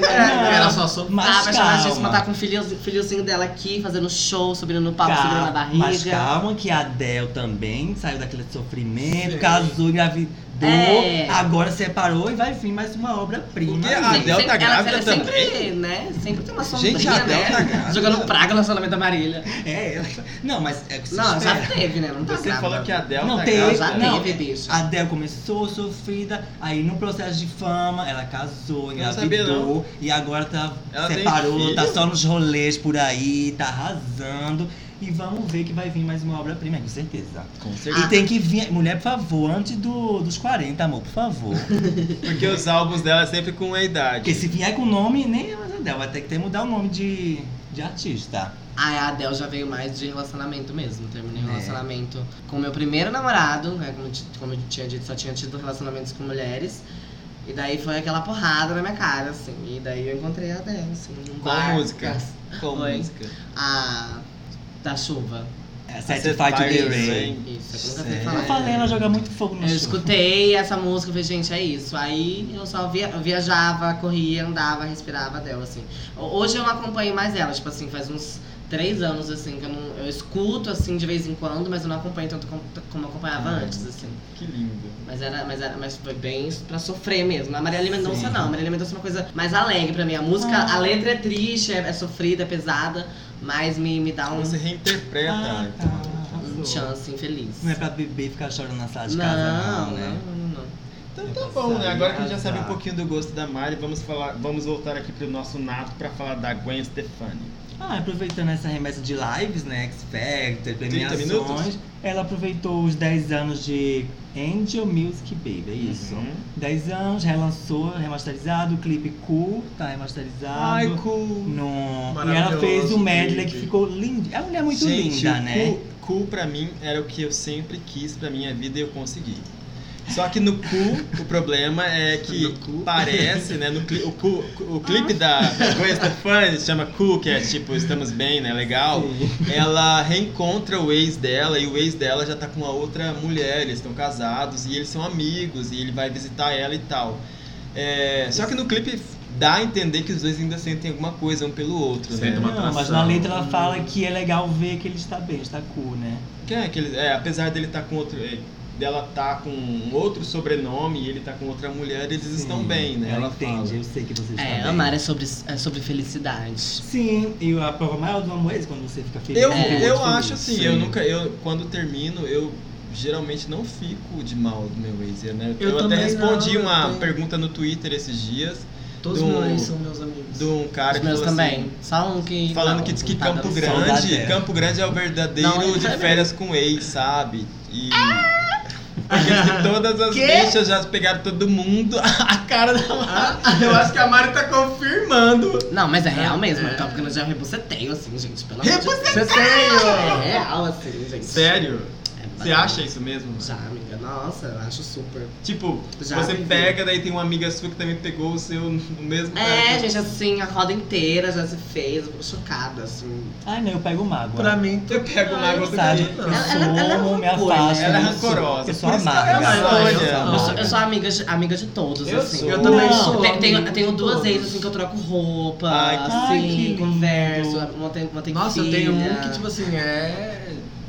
C: É.
D: né?
A: Não.
B: Ela só sofre.
A: Mas
D: Tava chamadíssima,
A: calma.
D: tá com o filho- filhozinho dela aqui, fazendo show, subindo no palco,
A: Cal-
D: segurando a
A: Mas
D: barriga.
A: calma que a Adele também saiu daquele sofrimento,
B: Sim.
A: casou, engravidou,
D: É.
A: agora separou e vai vir mais uma obra-prima.
C: Porque a
D: Sempre-
C: Adele tá
D: sempre- ela-
C: grávida
D: ela Sempre, né? Sempre tem uma sombrinha,
C: Gente, a Adele
D: né?
C: tá grávida.
D: Jogando praga no lançamento da Marília.
A: É, ela... Não, mas é o que se
D: Não, já
A: espera.
D: teve, né? Não tá
C: Você
D: grávida.
C: falou que a Adele
A: Não
C: tá
A: teve,
C: grávida.
D: Já
A: Não,
D: teve, bicho.
A: A Adele começou sofrida, aí no processo de fama, ela casou,
C: Não sabia,
A: engravidou e agora tá
C: Ela tem
A: separou,
C: filho?
A: tá só nos rolês por aí, tá arrasando. E vamos ver que vai vir mais uma obra-prima, com certeza.
C: é
B: Com certeza.
A: E tem que vir, mulher, por favor, antes do, dos 40, amor, por favor.
C: Porque os álbuns dela é sempre com a idade.
A: Porque se vier com nome, nem é mais Adele, vai ter que ter mudar o nome de, de artista.
D: Ah, a Adele já veio mais de relacionamento mesmo. Terminei um
A: É.
D: relacionamento com o meu primeiro namorado, né? Como, eu ti- como eu tinha dito, só tinha tido relacionamentos com mulheres. E daí foi aquela porrada na minha cara, assim. E daí eu encontrei a Adele, assim, num
C: Qual
D: bar.
C: música? Com
D: Oi.
C: música.
D: A. Da chuva.
A: É, Certified
C: Certified
A: to the
C: Rain. É,
A: Rain.
D: Isso, é eu nunca sei
C: Sério?
D: falar.
A: Eu falei, ela joga muito fogo no
D: Eu
A: chão.
D: escutei essa música e falei, gente, é isso. Aí eu só via- eu viajava, corria, andava, respirava dela, assim. Ho- Hoje eu não acompanho mais ela, tipo assim, faz uns três anos, assim, que eu não. Eu escuto, assim, de vez em quando, mas eu não acompanho tanto como, como eu acompanhava
C: Ah.
D: antes, assim.
C: Que lindo.
D: Mas era, mas era, mas foi bem pra sofrer mesmo. A Marília Mendonça
A: Sim.
D: não. A Marília Mendonça é uma coisa mais alegre pra mim. A música,
A: Ah.
D: a letra é triste, é, é sofrida, é pesada, mas me, me dá um,
C: Então Você reinterpreta.
A: Ah, tá.
C: então.
D: um chance infeliz.
A: Não é pra beber e ficar chorando na sala de
D: não,
A: casa, não, né?
D: não, não, não.
C: Então
A: Eu
C: tá
A: vou
C: bom, né?
A: sair,
C: Agora que a gente já
A: casar.
C: sabe um pouquinho do gosto da Mari, vamos, falar, vamos voltar aqui pro nosso nato pra falar da Gwen Stefani.
A: Ah, aproveitando essa remessa de lives, né? X Factor,
C: 30 minutos?
A: premiações. Ela aproveitou os 10 anos de Angel Music Baby, é isso.
C: Uhum.
A: 10 anos, relançou, remasterizado, o clipe cool, tá remasterizado.
C: Ai, cool.
A: No- E ela
B: Maravilhoso,
A: fez o medley que
B: baby.
A: ficou lindo. É uma mulher muito
C: Gente,
A: linda,
C: o
A: né?
C: Cool, cool pra mim era o que eu sempre quis pra minha vida e eu consegui. Só que no cu, o problema é que
B: No cu?
C: parece, né? No cli- o, cu- o clipe da Gwen Stefani se chama Cu, que é tipo, estamos bem, né? Legal. ela reencontra o ex dela e o ex dela já tá com uma outra mulher, eles estão casados e eles são amigos e ele vai visitar ela e tal. É, só que no clipe dá a entender que os dois ainda sentem alguma coisa um pelo outro,
B: Sentem
C: né?
B: uma
A: Não, mas
B: atração.
A: na letra ela fala que é legal ver que ele está bem, está cool, né?
C: Quem é aquele, é, apesar dele tá com outro, é, dela tá com um outro sobrenome e ele tá com outra mulher, eles estão
A: Sim,
C: bem, né?
A: Ela,
C: fala.
A: entende, eu sei que você está
D: É,
A: bem.
D: amar é sobre, é sobre felicidade.
A: Sim, e a prova maior do amor é esse, quando você fica feliz.
C: Eu,
A: com o
D: É,
C: eu
A: outro
C: acho
A: feliz.
C: assim, eu nunca, eu quando termino, eu geralmente não fico de mal do meu ex, né?
B: Eu
C: até
B: também não,
C: respondi
B: eu
C: uma
B: tenho.
C: pergunta no Twitter esses dias
B: Todos
C: Do-
B: meus são meus amigos.
C: de um cara
D: Os
C: que
D: meus
C: falou assim,
D: também. Só um que.
C: falando
D: não,
C: que diz
D: não
C: que
D: tá
C: Campo
D: dando
C: Grande,
D: certo.
A: Saudade é.
C: Campo Grande é o
D: Não,
C: verdadeiro
D: ele
C: de
D: também.
C: férias com ex, sabe? E porque se todas as
D: Quê?
C: bichas já pegaram todo mundo, a cara da Mari.
B: Eu acho que a Mari tá confirmando.
D: Não, mas é real mesmo. Campo Grande é rebuceteio, assim, gente. Pelo amor de Deus. É
B: Rebuceteio!
D: real, assim, gente.
C: Sério?
D: É,
C: Você acha isso mesmo?
D: Já, amiga. Nossa, eu acho super.
C: Tipo,
D: Já
C: você
D: vivi.
C: pega, daí tem uma amiga sua que também pegou o seu no mesmo
D: É,
C: cara.
D: gente, assim, a roda inteira já se fez. Eu fico chocada, assim.
A: Ai, não, eu pego mágoa.
B: Pra mim,
C: Eu pego uma
B: Ah,
C: água
B: eu
C: do
A: Sabe?
C: dia.
A: Eu
B: Ela-
D: ela- ela é
A: sou, me
D: rancor,
A: afasto.
D: né?
C: Ela é
A: eu sou-
C: rancorosa.
A: Eu sou
C: Por isso que ela é
A: amarga.
C: uma
A: Eu sou
C: sónia.
D: Eu sou,
A: amarga.
D: eu sou amiga, de, amiga de todos,
C: Eu
D: assim.
C: sou.
B: Eu também
A: Não.
B: sou.
D: Te- tenho,
B: amigo
D: eu
B: de
D: tenho duas
B: todos.
D: ex assim que eu troco roupa,
C: Ai,
A: que- Ai, que
D: assim,
A: lindo.
D: converso, uma tem, uma tem
B: Nossa, eu
D: filha.
B: tenho um que, tipo assim, é.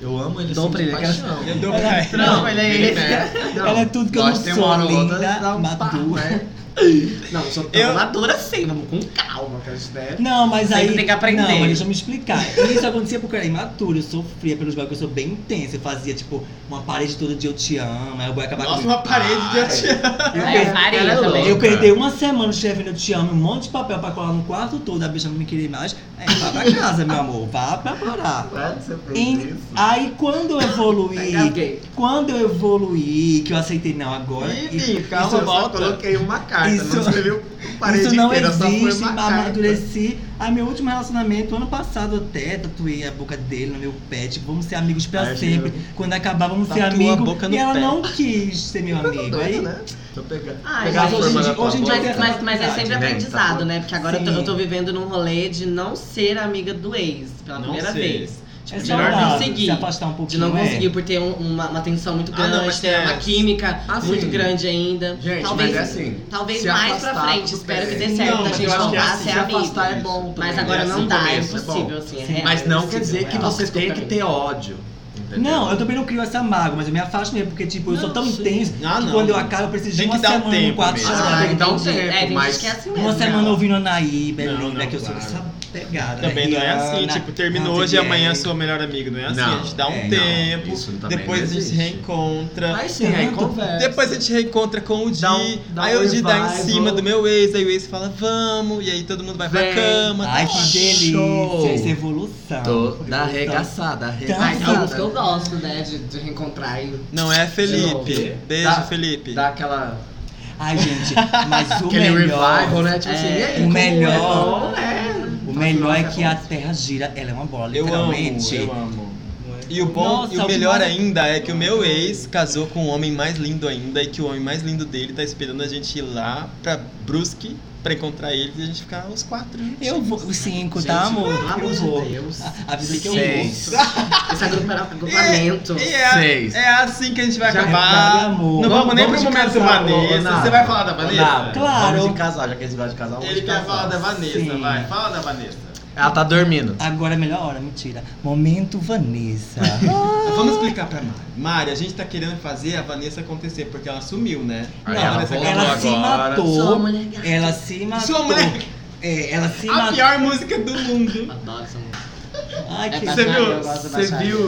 B: Eu amo ele
D: Dou
B: assim,
D: pra
B: de
D: ele, aquela-
B: paixão.
C: Eu dou pra ela.
D: Não, ele é esse.
B: Não.
A: Ela é tudo que eu
B: Nós
A: não
B: tem
A: sou,
B: uma hora ou outra,
A: linda,
B: dá um
A: madura.
B: papo, né?
D: Não, sou tão
C: Eu-
D: madura assim, vamos com calma, que a gente deve.
B: é
A: Não, mas
D: Sempre
A: aí.
D: tem que aprender.
A: Não, mas deixa eu me explicar. Isso acontecia porque eu era imaturo, eu sofria pelos bagulhos, eu sou bem intensa. Eu fazia, tipo, uma parede todo dia eu te amo, aí eu vou acabar
C: Nossa,
A: comigo.
C: uma parede de atirar.
A: Eu,
D: É,
A: perdi-
D: faria
B: ela é
D: também.
A: eu perdi uma semana escrevendo eu te amo, um monte de papel pra colar no quarto todo, a bicha não me queria mais. É, vá pra casa, meu amor, vá pra parar.
B: Claro que você fez
A: Em-
B: isso. é
A: aí quando eu evoluí,
D: Engasguei.
A: quando eu evoluí, que eu aceitei, não, agora.
C: Ih,
A: e-
C: Vim,
B: Calma,
C: calma,
B: eu só
C: volta.
B: coloquei uma carta,
A: Isso-
B: não escreveu parede
A: Isso não
B: inteira, só
A: existe,
B: foi uma carta.
A: amadureci. Ah, meu último relacionamento, ano passado até, tatuei a boca dele no meu pet. Vamos ser amigos pra
B: Ai,
A: sempre.
B: eu-
A: Quando acabar, vamos ser
C: Tatua a
A: amigos.
C: boca no
A: E ela
C: pé.
A: não quis ser meu amigo. aí-
B: Doido, né? Tô pegando.
D: Ai,
B: pegar a
D: gente,
B: forma
D: hoje em
B: da
A: dia-
B: tua
A: hoje em
B: boca.
A: dia-
D: Mas, mas, mas é
A: Verdade,
D: sempre
B: né?
D: aprendizado, né? Porque agora eu tô,
A: Sim.
D: eu tô vivendo num rolê de não ser amiga do ex pela
C: Não
D: primeira
C: ser.
D: vez. Tipo,
A: É
D: de
A: só
D: não
A: dar-
D: conseguir.
A: se afastar um pouquinho.
D: De não
A: é.
D: conseguir por ter um- uma, uma tensão muito
C: Ah,
D: grande,
C: não, mas
D: ter uma
C: tem-
D: química
B: Ah,
D: muito
B: sim.
D: grande ainda.
B: Gente,
D: talvez
B: mas é assim.
D: talvez
B: se
D: mais pra
B: afastar,
D: frente,
B: tudo
D: espero que
B: bem.
D: dê certo
B: Não,
D: a
B: mas
D: gente
B: eu acho que é
D: voltar a
B: assim,
D: ser
B: se
D: amigo.
B: afastar é bom também,
D: mas
B: é
D: agora
B: assim
D: não
B: o
D: dá, é
B: começo, é bom.
D: impossível, assim. é
A: Sim.
D: real,
B: Mas
D: é
B: não quer
D: impossível,
B: dizer
D: é
B: que
D: real.
B: você tem que ter ódio. entendeu?
A: Não, eu também não crio essa mágoa, mas eu me afasto mesmo, porque tipo, eu sou
C: Não,
A: tão
C: sim.
A: intenso
C: Ah,
A: que
C: não.
A: quando eu acabo, eu preciso de
C: Tem que
A: uma
C: dar um
A: semana no
C: tempo
A: quarto
C: mesmo.
A: chorando.
B: Ah, tem que dar um
D: entendi.
B: tempo,
D: É, tem
B: mas-
D: gente que é assim mesmo.
A: Uma semana
B: não.
A: ouvindo Anaí,
B: Não,
A: Belinda,
B: não,
A: que eu sou
B: claro.
A: essa pegada.
C: Também não é assim,
A: Rihanna,
C: tipo, terminou
A: Cardi
C: hoje e amanhã
A: B.
C: sou a melhor amiga, não é assim?
B: Não,
C: a gente dá um
A: é, não,
C: tempo,
B: isso também
C: depois
B: não
C: a gente se
B: existe.
C: reencontra.
B: Aí sim, aí
A: Tanto-
D: é,
B: conversa.
C: Depois a gente reencontra com o Di,
B: Dá um- dá
C: aí
B: um
C: o Di dá em
B: revival.
C: cima do meu ex, aí o ex fala, vamos, e aí todo mundo vai pra
D: Vem.
C: cama.
A: Ai, que
B: Show.
A: delícia, essa evolução.
B: Tô
A: Evolução.
B: da arregaçada,
D: Ai,
A: Nossa.
D: alguns é que
B: arregaçada.
D: eu gosto, né? De, de reencontrar e.
B: Tipo
C: Não é
D: De novo.
C: Felipe. Beijo,
B: Dá-
C: Felipe.
B: Dá aquela.
A: Ai, gente, mas o
B: Aquele
A: melhor.
B: revival, né? Tipo assim,
D: É,
B: e aí,
A: o
B: como
A: melhor-
B: É bom, né?
A: O melhor é que a Terra gira, ela é uma bola,
C: Eu amo,
A: literalmente.
C: eu amo. E o bom,
A: Nossa,
C: e o
A: o
C: melhor
A: mar-
C: ainda é que o meu ex casou com um homem mais lindo ainda e que o homem mais lindo dele tá esperando a gente ir lá pra Brusque pra encontrar eles e a gente ficar os quatro. juntos.
A: Eu vou, os cinco,
D: Gente,
A: tá, amor?
D: Pelo
A: Eu
D: amor
A: vou.
D: de Deus.
A: A vida que eu
B: Seis.
A: vou.
D: Esse agrupa- agrupamento.
C: E é,
B: Seis.
C: é assim que a gente vai
A: Já
C: acabar.
A: vai, amor.
C: Não vamos, nem pro
B: Vamos de
C: momento
B: casal, ô,
C: Vanessa.
B: Nada.
C: Você vai falar da
B: Nada.
C: Vanessa?
A: Claro.
B: Vamos de casal, já que eles gostam de casal, vamos
C: Ele
B: de
C: quer
B: casal.
C: falar da Vanessa,
A: Sim.
C: vai. Fala da Vanessa.
A: Ah.
B: Ela tá dormindo.
A: Agora é a melhor hora, mentira. Momento Vanessa.
C: Vamos explicar pra Mari. Mari, a gente tá querendo fazer a Vanessa acontecer, porque ela sumiu, né?
B: Aí
A: Não,
C: a
B: ela
C: Vanessa
B: voltou
A: ela se
B: agora.
D: Sou a
A: matou.
D: mulher gata.
A: Ela se matou.
C: Sua mulher-
A: É, ela se
C: A
A: matou.
C: pior música do mundo.
D: Adoro essa música.
A: Ai, que...
D: É
C: Você
D: Baixaria,
C: viu?
D: eu gosto de
C: Você
D: baixaria.
C: viu?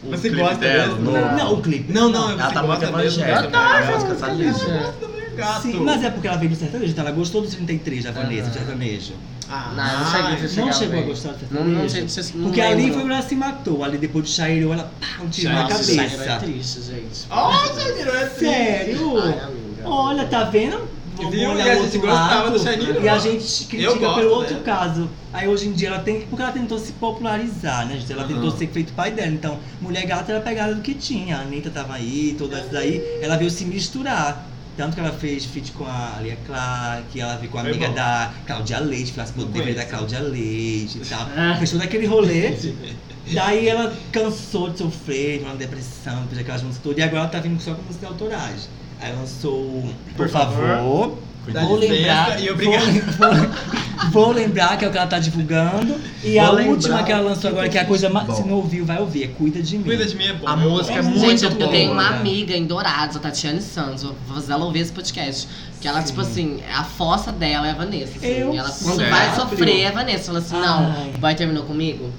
B: O
C: Você
B: clipe
C: gosta
B: dela,
C: mesmo?
B: novo.
A: Não, o clipe.
C: Não,
B: Ela
C: não, você
B: tá muito
C: gosta mesmo.
B: evangélica,
C: Ela
B: né? Ela gosta disso.
C: gosta do meu gato.
A: Sim, mas é porque ela veio do sertanejo, então ela gostou do 33 da Vanessa, do sertanejo.
C: Ah,
D: Não, não cheguei,
C: ai,
D: você
A: Não
D: chegava
A: chegou a
D: bem.
A: gostar do
D: Não,
A: sertanejo?
D: não sei se não
A: Porque ali
D: lembro.
A: foi onde ela se matou. Ali depois de Chairo, ela pá, um tiro na
C: Nossa,
A: cabeça.
D: Shakira é triste, gente.
C: Ó, Jairo, é
A: Sério?
D: Ai, amiga.
A: Olha, tá vendo?
C: Viu?
A: Vamos olhar
C: E a
A: o
C: gente
A: outro
C: gostava do Shakira.
A: E a gente critica
C: gosto né?
A: pelo outro
C: dela.
A: caso. Aí hoje em dia ela tem. Porque ela tentou se popularizar, né, gente? Ela tentou
B: Uhum.
A: ser feito pai dela. Então, mulher gata era a pegada do que tinha. A Anitta tava aí, toda essa daí. Ela veio se misturar. Tanto que ela fez feat com a Lia Clark, ela veio com a
C: Foi
A: amiga
C: bom.
A: da Cláudia Leite, fez o
C: Não
A: dever da
C: conheço.
A: Cláudia Leite e tal.
D: Ah.
A: Fez todo aquele rolê. Daí ela cansou de sofrer, de uma depressão, depois daquelas músicas todas. E agora ela tá vindo só com músicas autorais. Aí lançou o Por
C: Por Favor.
A: Favor.
B: Cuidado.
A: Vou lembrar,
C: e
A: vou,
C: obrigado.
A: vou- vou lembrar que é o que ela tá divulgando. E
B: Vou
A: a
B: lembrar.
A: última que ela lançou agora, que é a coisa mais.
B: Bom.
A: Se não ouviu, vai ouvir. É Cuida de mim.
C: Cuida de mim é bom.
B: A
C: eu
B: música é
C: gosto.
B: muito
D: Gente, eu, eu
B: boa,
D: tenho uma
A: né?
D: amiga em Dourados, a Tatiane Santos. Vou vou fazer ela ouvir esse podcast. Que ela,
A: Sim.
D: tipo assim, a fossa dela é a Vanessa. assim.
A: Eu
D: E ela, quando
B: sei.
D: vai sofrer, é a Vanessa. Fala assim:
A: Ai.
D: não, o boy terminou comigo?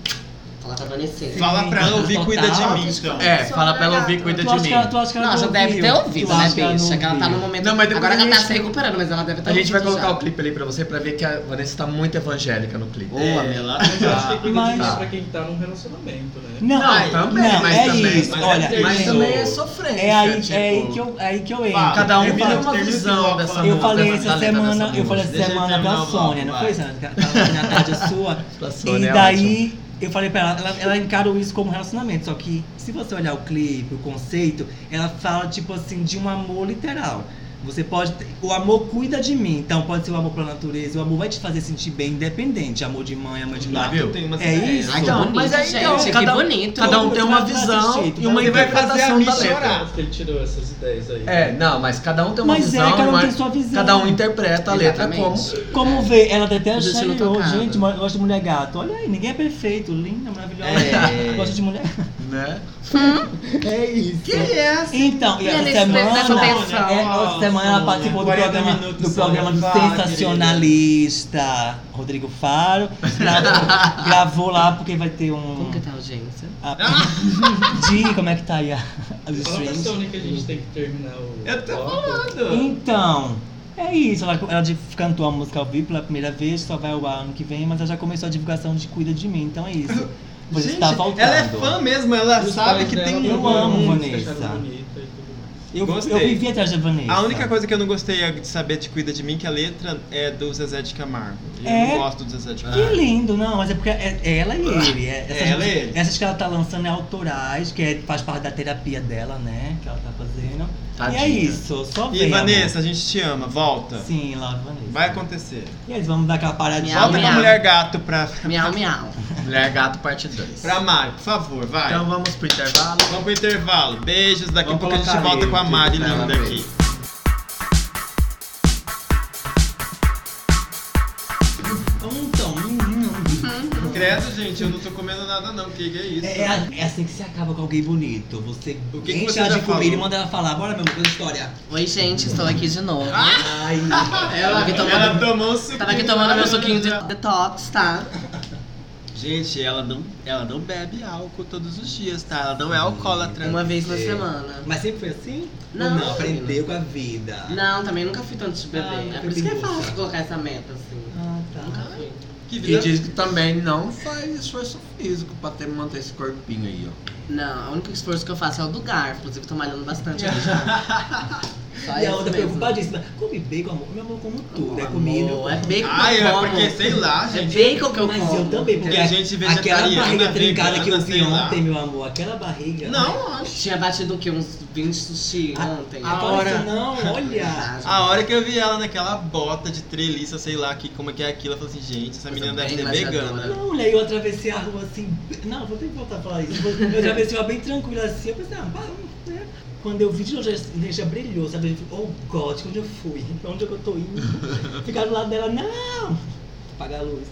D: Fala com a Vanessa.
C: Fala pra ela ouvir
A: Total.
C: Cuida de mim, então.
B: É, fala pra ela ouvir, cuida
A: Tu
B: de
A: acha
B: mim.
A: que ela, tu acha que ela
D: Não,
A: não
D: já deve
A: ouviu?
D: ter ouvido,
A: Tu
D: né,
A: acha que ela não
D: bicha? Que ela tá
A: ouviu?
D: no momento.
B: Não, mas depois
D: agora
B: a
D: ela tá
B: gente-
D: se recuperando, mas ela
A: Então
D: deve estar
B: A gente vai
D: ouvindo
B: colocar
D: já.
B: o clipe ali pra você pra ver que a Vanessa tá muito evangélica no clipe.
C: É, ela-
E: Mas eu acho que cuida
A: Mas-
E: de mim é pra quem tá num relacionamento, né?
A: Não,
B: Não, também,
A: não,
B: mas
A: é
B: também-
A: isso.
C: mas
A: Olha,
C: é
B: Mas
A: gente,
B: também é sofrência.
A: É aí,
B: tipo,
A: é aí que eu, é aí que eu entro.
C: Fala.
B: Cada um
A: eu
B: tem
A: falo- assim
B: uma
C: termina esse
B: visão
C: bloco,
B: dessa
C: fala.
B: música.
A: Eu falei
B: dessa
A: essa
B: letra, dessa
A: semana, eu
B: música.
A: falei assim, essa
C: Deixa ele
A: semana pra
C: terminar o
A: Sônia,
C: bloco,
A: não
C: vai.
A: foi, Sandra? Tava na tarde a sua.
B: Pra Sônia
A: E
B: é
A: daí eu falei pra ela, ela, ela encarou isso como relacionamento. Só que se você olhar o clipe, o conceito, ela fala tipo assim de um amor literal. Você pode. ter- O amor cuida de mim. Então pode ser o amor pela natureza. O amor vai te fazer sentir bem independente. Amor de mãe, amor de
C: Lá
A: pai.
B: viu?
C: tem umas
A: É
C: ideias.
A: isso.
D: Ai, que
B: Então,
D: bonito,
B: mas aí,
D: gente.
B: então,
D: que
B: cada um-
D: bonito.
B: Cada um tem uma
A: Você vai
B: visão
A: assistir,
B: e uma
C: você vai fazer a
B: interpretação da
C: Miss
B: letra.
C: chorar.
E: Acho que ele tirou essas ideias aí.
B: É, não, mas cada um tem uma
A: Mas é,
B: visão.
A: cada um
B: uma-
A: tem sua visão.
B: Cada um interpreta a letra como.
D: Exatamente.
A: Como vê, ela detesta
D: Deixa eu não
A: Xeriô,
D: tocar,
A: gente,
D: né?
A: eu gosto de mulher gato. Olha aí, ninguém é perfeito, linda, maravilhosa.
C: É.
A: Gosto de mulher.
B: Né? assim.
A: É isso.
C: é
A: Então, e essa
D: Ele expressa
A: semana,
D: atenção.
A: é, essa semana ela participou do
C: 40
A: programa,
C: minutos,
A: do, programa do
C: Sônia, vai, querida.
A: sensacionalista Rodrigo Faro. Gravou, gravou lá porque vai ter um.
D: Como que tá a audiência?
A: a- de como é que tá aí a, os
E: Fala pra
A: streams?
E: Sony que a gente tem que terminar o.
C: Eu tô
E: bloco.
C: falando.
A: Então, é isso. Ela, ela de- cantou a música ao vivo pela primeira vez, só vai ao ar ano que vem, mas ela já começou a divulgação de Cuida de Mim, então é isso. Você
C: Gente,
A: está voltando.
C: Ela é fã mesmo, ela
E: Os
C: sabe
E: pais
C: que
E: dela
C: tem
A: eu
E: também,
A: amo,
E: eles
A: Vanessa.
E: acharam bonita e tudo mais.
A: Eu,
C: Gostei.
A: eu vivi atrás da Vanessa.
C: A única coisa que eu não gostei é de saber de Cuida de Mim, que a letra é do Zezé de Camargo. E
A: É?
C: Eu não gosto do Zezé
A: Que
C: de Camargo.
A: lindo, não, mas é porque é, é ela e ele. É, essas,
C: Ah. ela e ele.
A: Essas que ela tá lançando é autorais, que é- faz parte da terapia dela, né? Que ela tá fazendo. E
B: Tadinha.
A: é isso, só
C: E
A: vendo.
C: Vanessa, a gente te ama, volta.
A: Sim, lá, Vanessa.
C: Vai acontecer.
A: E eles vamos dar aquela paradinha.
D: Miau,
C: volta com a
D: miau.
C: mulher gato pra,
D: Miau, miau.
B: Mulher é Gato Parte 2.
C: pra Mari, por favor, vai.
B: Então vamos pro intervalo.
C: Vamos pro intervalo. Beijos, daqui a
A: Vamos
C: pouco a gente
A: colocar
C: volta
A: ele, tá?
C: com a Mari
B: vai lá
C: linda
B: ver.
C: aqui.
A: Então, hum, hum, hum.
C: Credo, gente, eu não tô comendo nada não, que que é isso?
A: É, é a- é assim que se acaba com alguém bonito. Você
C: O que que
A: enche
C: você
A: ela
C: já
A: de comida e
C: falou?
A: manda ela falar, bora meu amor, história.
D: Oi, gente, estou aqui de novo.
A: Ai,
D: Tava aqui tomando-
C: Ela tomou um suquinho.
D: Tava aqui tomando meu suquinho de detox, tá?
C: Gente, ela não, ela não bebe álcool todos os dias, tá? Ela não é alcoólatra.
D: Uma vez na
A: É.
D: semana.
A: mas sempre foi assim?
D: Não,
A: Ou não, aprendeu com a vida.
D: Não, também nunca fui tanto de
A: Ah,
D: bebê.
A: nunca
D: É por isso que é
A: bebeu.
D: fácil colocar essa meta, assim.
A: Ah,
D: Nunca
A: tá.
D: fui.
C: Que
B: E
C: vida
B: diz que também não faz esforço físico pra ter, manter esse corpinho aí, ó.
D: Não, o único esforço que eu faço é o do garfo. Inclusive, tô malhando bastante aqui já. Só
A: E
D: isso
A: a outra
D: mesmo.
A: preocupadíssima. Come bacon, amor. Meu amor, como tudo. é
D: Amor,
A: comida.
D: É
A: eu como.
D: bacon
C: Ah,
D: que eu
C: é
D: como.
C: porque, sei lá,
D: É
C: gente.
D: bacon que eu
A: Mas
D: como.
A: eu também, porque
C: Tem gente
A: aquela
C: vegetariana,
A: barriga trincada que eu
C: vegana,
A: vi
C: sei lá.
A: ontem, meu amor. Aquela barriga.
C: Não, acho.
D: Tinha batido o quê? Uns 20 sushi
A: A-
D: ontem. É
A: a hora não, olha.
C: A hora que eu vi ela naquela bota de treliça, sei lá, que, como é que é aquilo, eu falei assim, gente, essa
D: Coisa
C: menina
D: bem
C: deve ser
D: gladiadora.
C: vegana.
A: Não, mulher, eu atravessei a rua assim. Não, vou ter que voltar a falar isso. Eu atravessei uma bem tranquila assim. Eu pensei, ah, pá, né? Quando eu vi de longe, a energia brilhou, sabe? Eu falei, oh God, onde eu fui? Pra onde é que eu tô indo? Ficar do lado dela, não! Apagar a luz.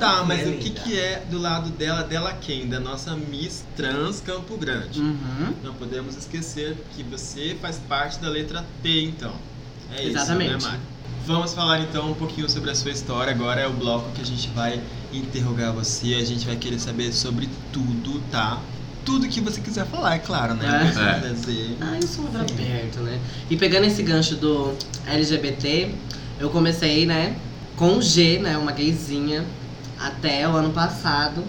C: Tá, mas o que, que é do lado dela, dela quem? Da nossa Miss Trans Campo Grande.
D: Uhum.
C: Não podemos esquecer que você faz parte da letra T, então. É
D: Exatamente.
C: isso, né, Mari? Vamos falar então um pouquinho sobre a sua história. Agora é o bloco que a gente vai interrogar você. A gente vai querer saber sobre tudo, tá? Tudo que você quiser falar, é claro, né?
D: É.
C: Você
B: É.
C: vai trazer.
D: Ah, eu sou um
A: Sim.
D: aberto, né? E pegando esse gancho do LGBT, eu comecei, né, com G, né, uma gayzinha, até o ano passado.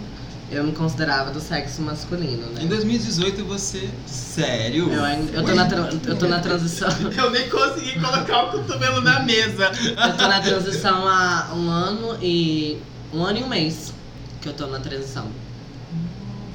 D: Eu me considerava do sexo masculino,
C: Em
D: né?
C: 2018 você. Sério?
D: Eu, ainda- eu, tô, na tra- eu tô na transição.
C: Eu nem consegui colocar o cotovelo na mesa.
D: Eu tô na transição há um ano e. um ano e um mês que eu tô na transição.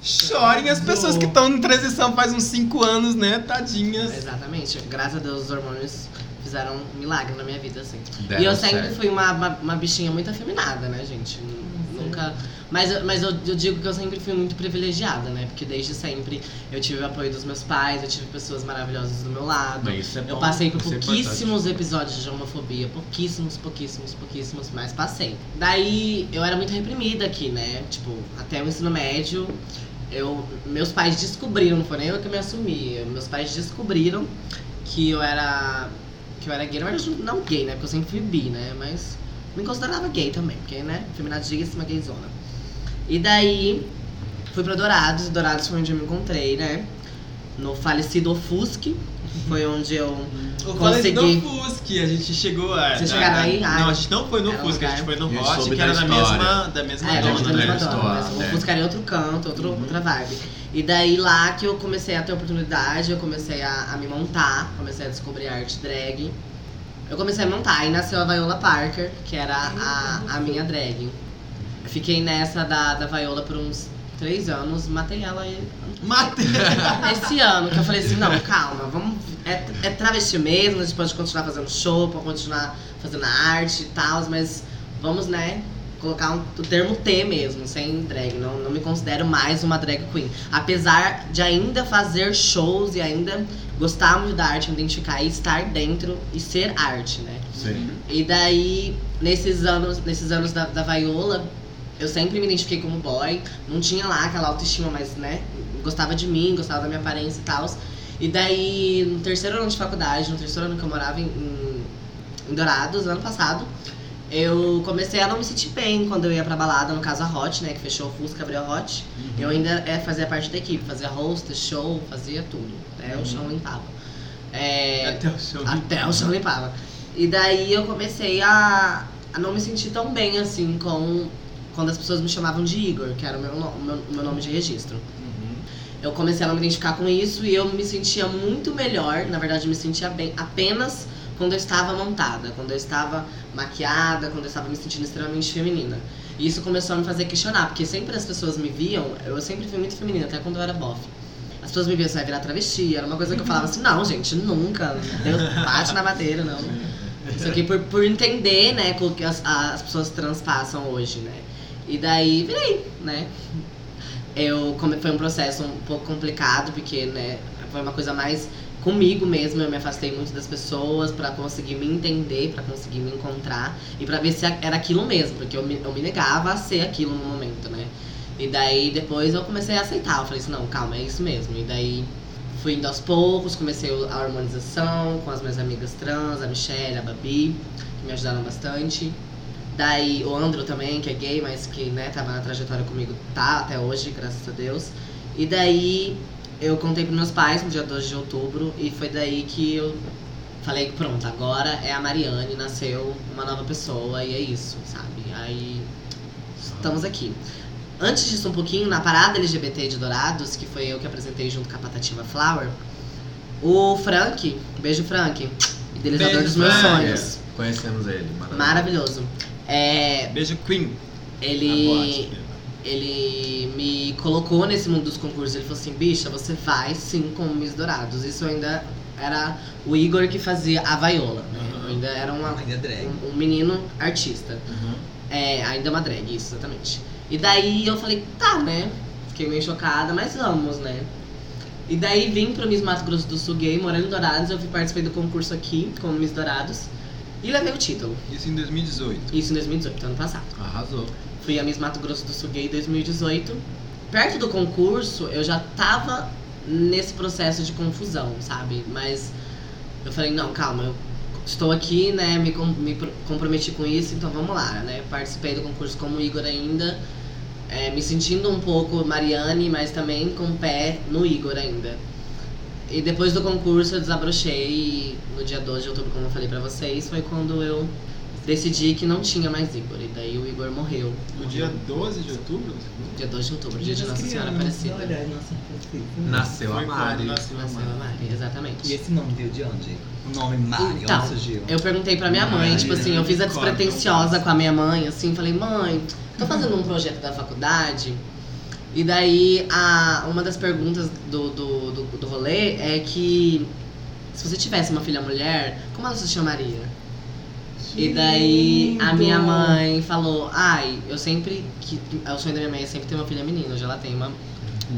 C: Chorem as pessoas que estão em transição faz uns 5 anos, né? Tadinhas.
D: Exatamente. Graças a Deus os hormônios fizeram um milagre na minha vida, assim. e eu sempre fui uma, uma, uma bichinha muito afeminada, né, gente? N- Nunca. Mas, eu- mas eu, eu digo que eu sempre fui muito privilegiada, né? Porque desde sempre eu tive o apoio dos meus pais, eu tive pessoas maravilhosas do meu lado.
B: Mas isso é
D: Eu
B: bom,
D: passei por
B: isso é
D: pouquíssimos episódios de homofobia, pouquíssimos, pouquíssimos, pouquíssimos, mas passei. Daí eu era muito reprimida aqui, né? Tipo, até o ensino médio, eu, meus pais descobriram, não foi nem eu que me assumi, meus pais descobriram que eu era que eu era gay, não era ju- não gay, né? Porque eu sempre fui bi, né? Mas me considerava gay também, porque, né? Feminadíssima, gayzona. E daí fui pra Dourados, Dourados foi onde eu me encontrei, né? No falecido Ofusque, foi onde eu
C: Eu falei
D: Consegui.
C: no Fusque, a gente chegou a.
D: Vocês
C: na-
D: chegaram
C: na-
D: aí?
C: Não, a gente não foi no
D: Era um
C: Fusque, a gente foi
D: lugar.
C: no
B: Eu
C: Roche,
B: soube
C: que
B: da
C: era da
B: história.
C: mesma, da mesma
D: É, era
C: dona.
D: de
B: né?
D: Dona
B: Estou
D: Madonna, mas
B: lá,
D: eu
B: né?
D: buscaria outro canto, outro, outra vibe. E daí lá que eu comecei a ter oportunidade, eu comecei a, a me montar, comecei a descobrir a arte drag. Eu comecei a montar e nasceu a Viola Parker, que era a, a minha drag. Fiquei nessa da, da Viola por uns três anos, matei ela e-
C: Mate...
D: esse ano, que eu falei assim, não, calma, vamos. É, é travesti mesmo, a gente pode continuar fazendo show, pode continuar fazendo arte e tal, mas vamos, né, colocar um- o termo T mesmo, sem drag. Não, não me considero mais uma drag queen. Apesar de ainda fazer shows e ainda gostar muito da arte, me identificar e estar dentro e ser arte, né?
B: Sim.
D: E daí, nesses anos, nesses anos da, da vaiola, eu sempre me identifiquei como boy. Não tinha lá aquela autoestima, mas, né? Gostava de mim, gostava da minha aparência e tal. E daí, no terceiro ano de faculdade, no terceiro ano que eu morava em, em, em Dourados, ano passado, eu comecei a não me sentir bem quando eu ia pra balada, no caso a Hot, né? Que fechou o Fusca, abriu a Hot. Eu ainda é, fazia parte da equipe, fazia host, show, fazia tudo. Né? O chão limpava. É,
C: Até o show.
D: até o chão limpava. E daí eu comecei a, a não me sentir tão bem assim com quando as pessoas me chamavam de Igor, que era o meu, no- o meu, o meu nome de registro. Eu comecei a não me identificar com isso e eu me sentia muito melhor, na verdade, eu me sentia bem apenas quando eu estava montada, quando eu estava maquiada, quando eu estava me sentindo extremamente feminina. E isso começou a me fazer questionar, porque sempre as pessoas me viam, eu sempre fui muito feminina, até quando eu era bofe. As pessoas me viam, você vai virar travesti, era uma coisa que eu falava assim, não, gente, nunca, Deus bate na madeira, não. Isso aqui por, por entender, né, o que as, as pessoas trans passam hoje, né. E daí, virei, né. Eu, come- foi um processo um pouco complicado, porque, né, foi uma coisa mais comigo mesmo, eu me afastei muito das pessoas pra conseguir me entender, pra conseguir me encontrar e pra ver se era aquilo mesmo, porque eu me, eu me negava a ser aquilo no momento, né? E daí depois eu comecei a aceitar, eu falei assim, não, calma, é isso mesmo. E daí fui indo aos poucos, comecei a harmonização com as minhas amigas trans, a Michelle, a Babi, que me ajudaram bastante. Daí o Andro também, que é gay, mas que né, tava na trajetória comigo, tá até hoje, graças a Deus. E daí eu contei pros meus pais no dia 12 de outubro e foi daí que eu falei, pronto, agora é a Mariane, nasceu uma nova pessoa e é isso, sabe? Aí estamos aqui. Antes disso um pouquinho, na parada LGBT de Dourados, que foi eu que apresentei junto com a Patativa Flower, o Frank, beijo Frank, idealizador
C: Beijo,
D: dos meus
C: Frank.
D: sonhos.
B: É, Conhecemos ele, maravilhoso.
D: Maravilhoso. É,
C: Beijo, Queen. Tá
D: ele, ele me colocou nesse mundo dos concursos. Ele falou assim, bicha, você vai sim como Miss Dourados. Isso ainda era o Igor que fazia a vaiola. Né? Eu Ainda era uma,
A: Ainda é drag.
D: um, um menino artista.
C: Uhum.
D: É, ainda é uma drag, isso, exatamente. E daí eu falei, tá, né? Fiquei meio chocada, mas vamos, né? E daí vim pro Miss Mato Grosso do Sul gay, morando em Dourados. Eu fui- participei do concurso aqui, como Miss Dourados. E levei o título.
C: Isso em 2018.
D: Isso em 2018, ano passado.
B: Arrasou.
D: Fui a Miss Mato Grosso do Sul Gay 2018. Perto do concurso, eu já tava nesse processo de confusão, sabe? Mas eu falei, não, calma, eu estou aqui, né? Me, com- me pro- comprometi com isso, então vamos lá, né? Participei do concurso como Igor ainda, é, me sentindo um pouco Mariane, mas também com o pé no Igor ainda. E depois do concurso eu desabrochei e no dia 12 de outubro, como eu falei pra vocês, foi quando eu decidi que não tinha mais Igor. E daí o Igor morreu.
C: No
D: Morreu
C: dia 12 de outubro?
D: Dia 2 de outubro, dia de Nossa Senhora Aparecida.
A: Olha, Nossa Aparecida.
B: Nasceu a
C: Foi
B: Mari.
C: quando nasceu a
D: Nasceu a
C: Mari.
D: Mari,
A: E
D: exatamente.
A: esse nome veio de onde? O nome Mari,
D: Então,
A: onde surgiu?
D: Eu perguntei pra minha mãe,
C: Mari,
D: tipo assim, eu fiz a
C: concordo.
D: despretensiosa com a minha mãe, assim, falei, mãe, tô fazendo um projeto da faculdade. E daí, a, uma das perguntas do, do, do, do rolê é que se você tivesse uma filha mulher, como ela se chamaria? E daí a minha mãe falou, ai, eu sempre. Que, o sonho da minha mãe é sempre ter uma filha menina, hoje ela tem uma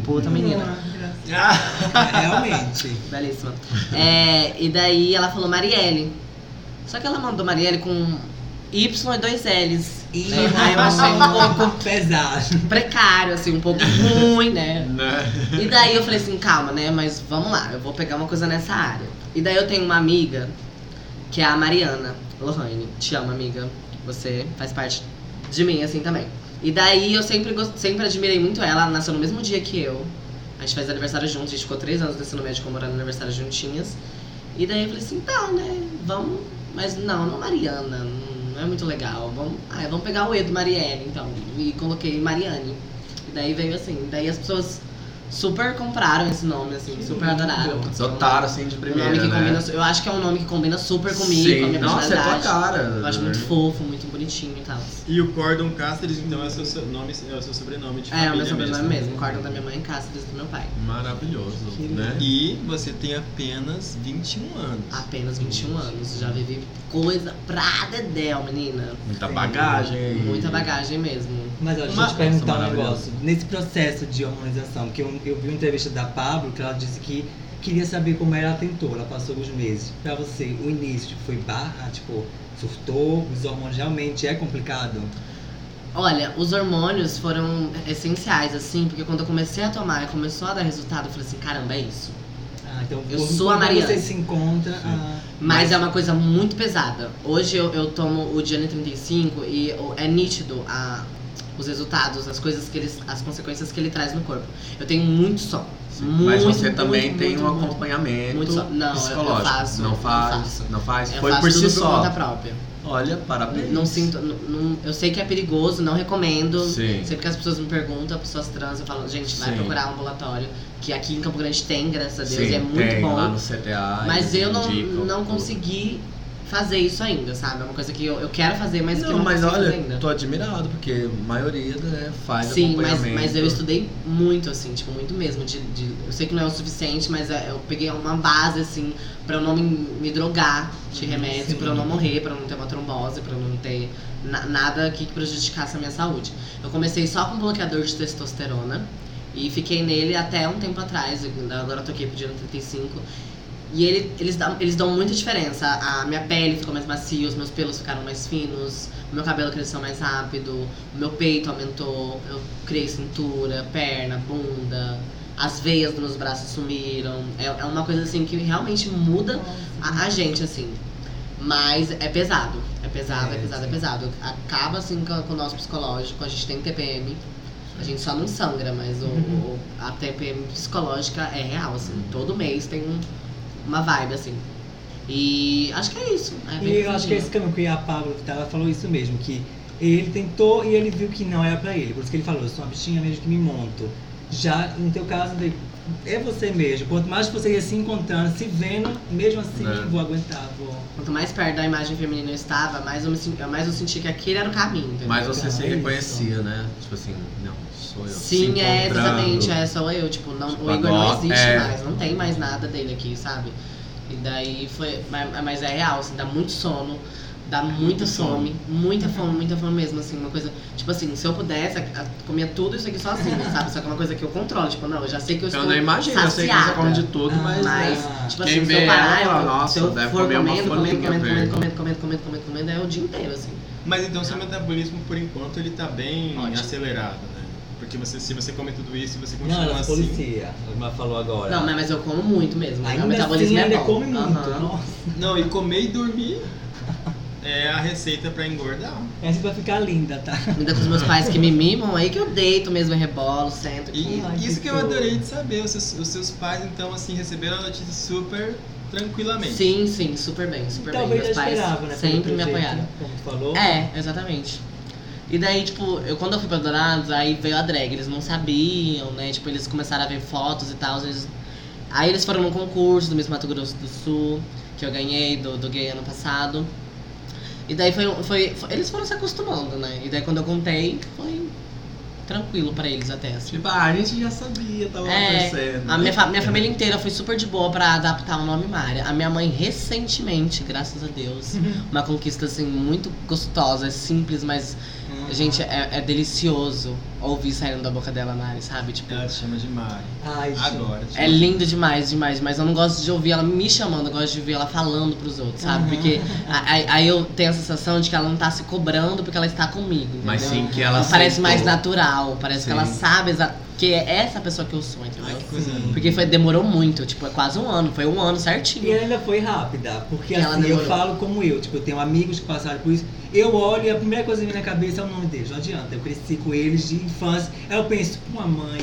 D: puta menina.
A: É, Realmente.
D: Belíssima. É, e daí ela falou Marielle. Só que ela mandou Marielle com Y e dois L's.
A: E
D: Né? Aí eu achei um pouco
A: pesado.
D: precário, assim, um pouco ruim, né?
B: Né?
D: E daí eu falei assim, calma, né? Mas vamos lá, eu vou pegar uma coisa nessa área. E daí eu tenho uma amiga, que é a Mariana Lohane. Te amo, amiga. Você faz parte de mim, assim, também. E daí eu sempre, gos- sempre admirei muito ela. Ela nasceu no mesmo dia que eu. A gente faz aniversário juntos, a gente ficou três anos no ensino médio comemorando aniversário juntinhas. E daí eu falei assim, tá, né? Vamos. Mas não, não Mariana. Não é muito legal. Vamos, ah, vamos pegar o E do Marielle, então. E coloquei Mariane. E daí veio assim. Daí as pessoas super compraram esse nome, assim, super adoraram.
B: Soltaram assim de
D: Um nome
B: primeira,
D: que
B: né?
D: combina, eu acho que é um nome que combina super comigo, com a
B: Sim,
D: minha
B: nossa, é tua
D: personalidade.
B: cara. né? Tipo
D: Eu acho muito fofo, muito bonitinho e tal.
C: E o Cordon Cáceres, então, é o seu, so- nome, é o seu sobrenome de
D: É,
C: família
D: o meu sobrenome
B: né?
C: mesmo.
D: mesmo. Cordão da minha mãe, Cáceres do meu pai.
B: Maravilhoso, né?
C: E você tem apenas 21 anos.
D: Apenas 21 anos, já vivi coisa pra dedéu, menina.
B: Muita bagagem.
D: Muita bagagem mesmo.
A: Mas olha, deixa
C: Uma-
A: eu te perguntar
B: Nossa,
A: um negócio. Nesse processo de harmonização, que eu, eu vi uma entrevista da Pablo, que ela disse que queria saber como era a tentou, ela passou os meses. Pra você, o início foi barra, tipo, surtou, os hormônios realmente é complicado?
D: Olha, os hormônios foram essenciais, assim, porque quando eu comecei a tomar e começou a dar resultado, eu falei assim, caramba, é isso.
A: Ah, então
D: Eu
A: quando-
D: sou a
A: quando
D: Mariana.
A: Você se encontra. ah,
D: Mas é uma coisa muito pesada. Hoje eu, eu tomo o Diane 35 e o- é nítido a- os resultados, as coisas que ele, as consequências que ele traz no corpo. Eu tenho muito sono. Muito,
B: Mas você
D: muito,
B: também
D: muito,
B: tem um
D: muito,
B: acompanhamento
D: muito só- não, eu- eu
B: psicológico.
D: faço,
B: não
D: eu
B: faz,
D: faço.
B: não faz.
D: Eu
B: Foi
D: faço
B: por si
D: tudo por
B: só.
D: conta própria.
B: Olha, parabéns.
D: Não sinto. não- não- eu sei que é perigoso, não recomendo.
B: Sim.
D: Sempre que as pessoas me perguntam, pessoas trans, eu falo, gente, vai
B: Sim.
D: procurar um ambulatório. Que aqui em Campo Grande tem, graças a Deus,
B: Sim,
D: e é muito
B: tem,
D: bom.
B: Lá no CTA,
D: Mas
B: eles
D: eu não,
B: indicam
D: não
B: tudo.
D: consegui fazer isso ainda, sabe? É uma coisa que eu, eu quero fazer, mas que eu
B: Não,
D: não
B: mas
D: consigo
B: olha,
D: fazer ainda.
B: tô admirado, porque a maioria né, faz
D: Sim, mas,
B: acompanhamento.
D: mas eu estudei muito, assim, tipo, muito mesmo. De, de- eu sei que não é o suficiente, mas é- eu peguei uma base, assim, pra eu não me, me drogar
B: Uhum,
D: de remédio,
A: sim.
D: pra eu não morrer, pra eu não ter uma trombose, pra eu não ter na- nada que prejudicasse a minha saúde. Eu comecei só com bloqueador de testosterona e fiquei nele até um tempo atrás, ainda- agora eu tô aqui pedindo 35. E ele, eles, dão, eles dão muita diferença. A minha pele ficou mais macia, os meus pelos ficaram mais finos, o meu cabelo cresceu mais rápido, o meu peito aumentou, eu criei cintura, perna, bunda, as veias dos meus braços sumiram. É, é uma coisa assim que realmente muda a, a gente, assim. Mas é pesado. É pesado, é,
A: É,
D: pesado, é
A: sim.
D: pesado. Acaba assim com, com o nosso psicológico, a gente tem TPM. A gente só não sangra, mas
A: Uhum.
D: o, o- a TPM psicológica é real, assim. Todo mês tem um- uma vibe, assim. E acho que é isso. É bem
A: E eu acho que é
D: pesadinho.
A: esse caminho que a Pablo que tava falou isso mesmo, que ele tentou e ele viu que não era pra ele. Por isso que ele falou, eu sou uma bichinha mesmo que me monto. Já no teu caso, Andrei, é você mesmo. Quanto mais você ia se encontrando, se vendo, mesmo assim,
D: É.
B: Né.
A: vou aguentar, vou.
D: Quanto mais perto da imagem feminina eu estava, mais eu, me, sen- mais eu senti que aquele era o caminho. entendeu?
B: Mas você
A: Cara,
B: se
A: é isso.
B: reconhecia, né? Tipo assim, não, sou eu.
D: Sim,
B: Se
D: é,
B: encontrando.
D: exatamente, é só eu. Tipo, não,
B: Tipo,
D: o Igor
B: agora-
D: não existe
B: é.
D: mais, não tem mais nada dele aqui, sabe? E daí foi. Mas, mas é real, assim, dá muito sono, dá muita fome, muita
B: Uhum.
D: fome, muita fome mesmo, assim, uma coisa. Tipo assim, se eu pudesse, a- a- comia tudo isso aqui sozinha, sabe? Só que é uma coisa que eu controlo, tipo, não, eu já sei que eu estou.
B: Então, Eu não imagino, eu sei que você
D: saciada.
B: come de tudo,
A: Ah,
B: mas.
D: Mas,
A: né?
D: tipo
B: Quem
D: assim, se
B: vê
D: eu parar,
B: ela,
D: eu,
B: nossa,
D: se eu
B: deve
D: for
B: comer uma
D: comendo, comendo,
B: folhinha
D: comendo, comendo,
B: verde.
D: comendo, comendo, comendo, comendo, comendo, é o dia inteiro, assim.
C: Mas então seu metabolismo, por enquanto, ele tá bem
D: Ótimo.
C: acelerado, né? Porque você, se você come tudo isso e você
A: Não,
C: continua
A: ela é
C: assim.
A: policia. Ela falou agora.
D: Não, mas mas eu como muito mesmo.
A: Ainda
D: o metabolismo
A: assim,
D: é
A: ainda
D: bom.
A: come muito.
D: Aham.
A: Nossa.
C: Não, e comer e dormir é a receita pra engordar.
A: Essa vai ficar linda, tá?
D: Ainda com os meus pais que me mimam, aí que eu deito mesmo, eu rebolo, sento
C: E
D: aqui.
A: Ai,
C: isso
A: que
C: que eu
A: tudo.
C: adorei de saber. Os seus, os seus pais, então, assim, receberam a notícia super tranquilamente.
D: Sim, sim, super bem, super
A: Talvez
D: bem.
A: Então, eu
D: Meus pais
A: esperava, né? pelo
D: sempre me
A: teu jeito,
D: apoiaram.
A: Como tu falou.
D: É, exatamente. E daí, tipo, eu, quando eu fui pra Dourados, aí veio a drag. Eles não sabiam, né? Tipo, eles começaram a ver fotos e tal. Eles... Aí eles foram num concurso do Miss Mato Grosso do Sul, que eu ganhei do, do gay ano passado. E daí foi, um- foi, foi- Eles foram se acostumando, né? E daí quando eu contei, foi tranquilo pra eles até, assim.
B: Tipo, ah, a gente já sabia, tava
D: É,
B: acontecendo. né?
D: A minha, fa- minha família inteira foi super de boa pra adaptar o nome Mária. A minha mãe, recentemente, graças a Deus, uma conquista assim muito gostosa, simples, mas, gente, é, é delicioso ouvir saindo da boca dela, Mari, sabe? Tipo,
C: Ela te chama de Mari.
A: Ai, gente.
C: Agora. te
D: é
C: chama-
D: lindo demais, demais, demais. Eu não gosto de ouvir ela me chamando, eu gosto de ouvir ela falando pros outros, sabe?
A: Aham.
D: Porque a- aí aí eu tenho a sensação de que ela não tá se cobrando porque ela está comigo.
B: Mas
D: entendeu?
B: sim que ela
D: Parece
B: aceitou.
D: mais natural, parece que
B: Sim.
D: ela sabe exa- que é essa pessoa que eu sou, entendeu?
C: Ai, que coisa
A: Sim.
C: linda.
D: Porque foi, demorou muito, tipo, é quase um ano, foi um ano certinho.
A: E ela ainda foi rápida, porque
D: E ela
A: assim, eu
D: demorou.
A: falo como eu, tipo, eu tenho amigos que passaram por isso. Eu olho e a primeira coisa que vem na cabeça é o nome deles, não adianta. Eu cresci com eles de infância. Aí eu penso, pô, a mãe.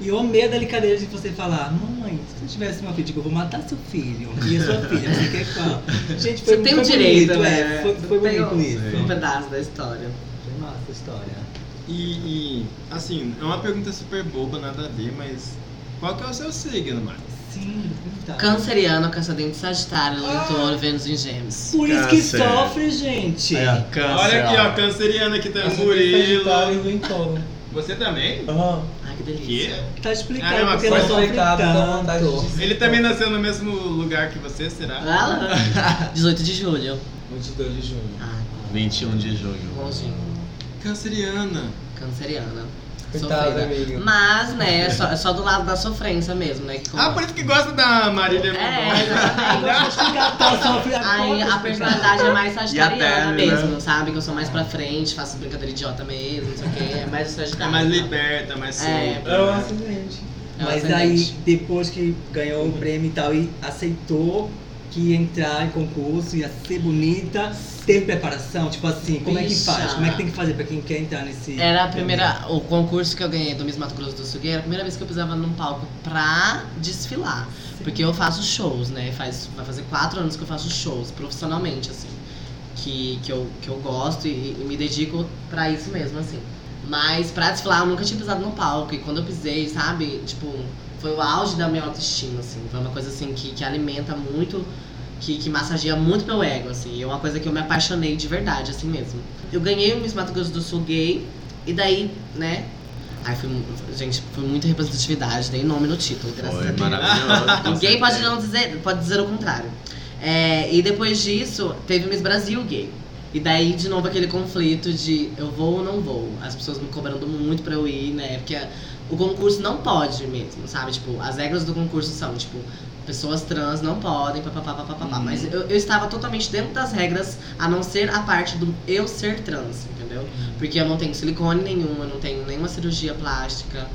A: E eu amei a delicadeza de você falar, mamãe, se você tivesse uma filha, digo, eu vou matar seu filho. E a sua filha, você quer qual? Gente, foi,
D: Você tem o
A: foi
D: direito,
A: bonito,
D: né?
A: é. Foi, foi
D: Você tem
A: bonito
D: o-
A: isso.
D: Um pedaço da história.
A: Foi massa a história.
C: E, e, assim, é uma pergunta super boba, nada a ver, mas qual que é o seu signo, Mari?
A: Sim, então.
D: Canceriano, caçadente sagitário, leitor, Vênus em gêmeos.
A: Por isso que
B: Câncer.
A: sofre, gente.
B: Aí, ó, É, câncer,
C: Olha aqui, ó, canceriana aqui tá Murilo. Você também?
D: Ai, que
C: Que?
D: delícia.
A: Tá explicado
C: É a mesma
A: porque ela
C: coisa.
A: sofre
E: Complicado, dá vontade
A: tanto.
E: de
C: Ele também nasceu no mesmo lugar que você, será?
D: Ah, lá. 18 de julho.
E: 22 de junho.
D: Ah,
B: 21 de junho.
D: longinho.
C: Canceriana.
D: Canceriana.
E: Coitado,
D: Sofrida.
E: amigo.
D: Mas, né, é só, é só do lado da sofrência mesmo, né? Que como-
C: Ah, por isso que gosta da Marília
D: É,
C: Mendonça.
A: Agora
D: exatamente.
A: você tá sofrendo
D: Aí a personalidade é mais
B: E a dela,
D: sagitariana mesmo, sabe? Que eu sou mais pra frente, faço brincadeira idiota mesmo, não sei o quê. É mais
C: É
D: sagitário.
C: mais
D: sabe?
C: liberta, mais solta.
D: É.
E: É um
C: né?
E: acidente.
D: É um
A: Mas aí,
D: ascendente.
A: depois que ganhou o prêmio e tal, e aceitou que ia entrar em concurso, ia ser bonita, teve preparação? Tipo assim, como é que
D: Bicha.
A: faz? Como é que tem que fazer pra quem quer entrar nesse.
D: Era a primeira. O concurso que eu ganhei do Miss Mato Grosso do Sul gay era a primeira vez que eu pisava num palco pra desfilar. Porque eu faço shows, né? Faz, vai fazer quatro anos que eu faço shows profissionalmente, assim. que, que, eu, que eu gosto e, e me dedico pra isso mesmo, assim. Mas pra desfilar, eu nunca tinha pisado no palco. E quando eu pisei, sabe, tipo, foi o auge da minha autoestima, assim. Foi uma coisa, assim, que, que alimenta muito, que, que massageia muito meu ego, assim. E é uma coisa que eu me apaixonei de verdade, assim mesmo. Eu ganhei o Miss Mato Grosso do Sul gay. E daí, né... Ai, foi, mu- gente, foi muita representatividade. Dei nome no título, graças a
B: Foi
D: Deus.
B: maravilhoso. com
D: Gay pode
B: certeza.
D: não dizer, pode dizer o contrário. É, e depois disso, teve o Miss Brasil gay. E daí, de novo, aquele conflito de eu vou ou não vou. As pessoas me cobrando muito pra eu ir, né? Porque a- o concurso não pode mesmo, sabe? Tipo, as regras do concurso são, tipo, pessoas trans não podem, papapá, papapá.
A: Uhum.
D: Mas eu, eu estava totalmente dentro das regras, a não ser a parte do eu ser trans, entendeu? Porque eu não tenho silicone nenhuma, não tenho nenhuma cirurgia plástica.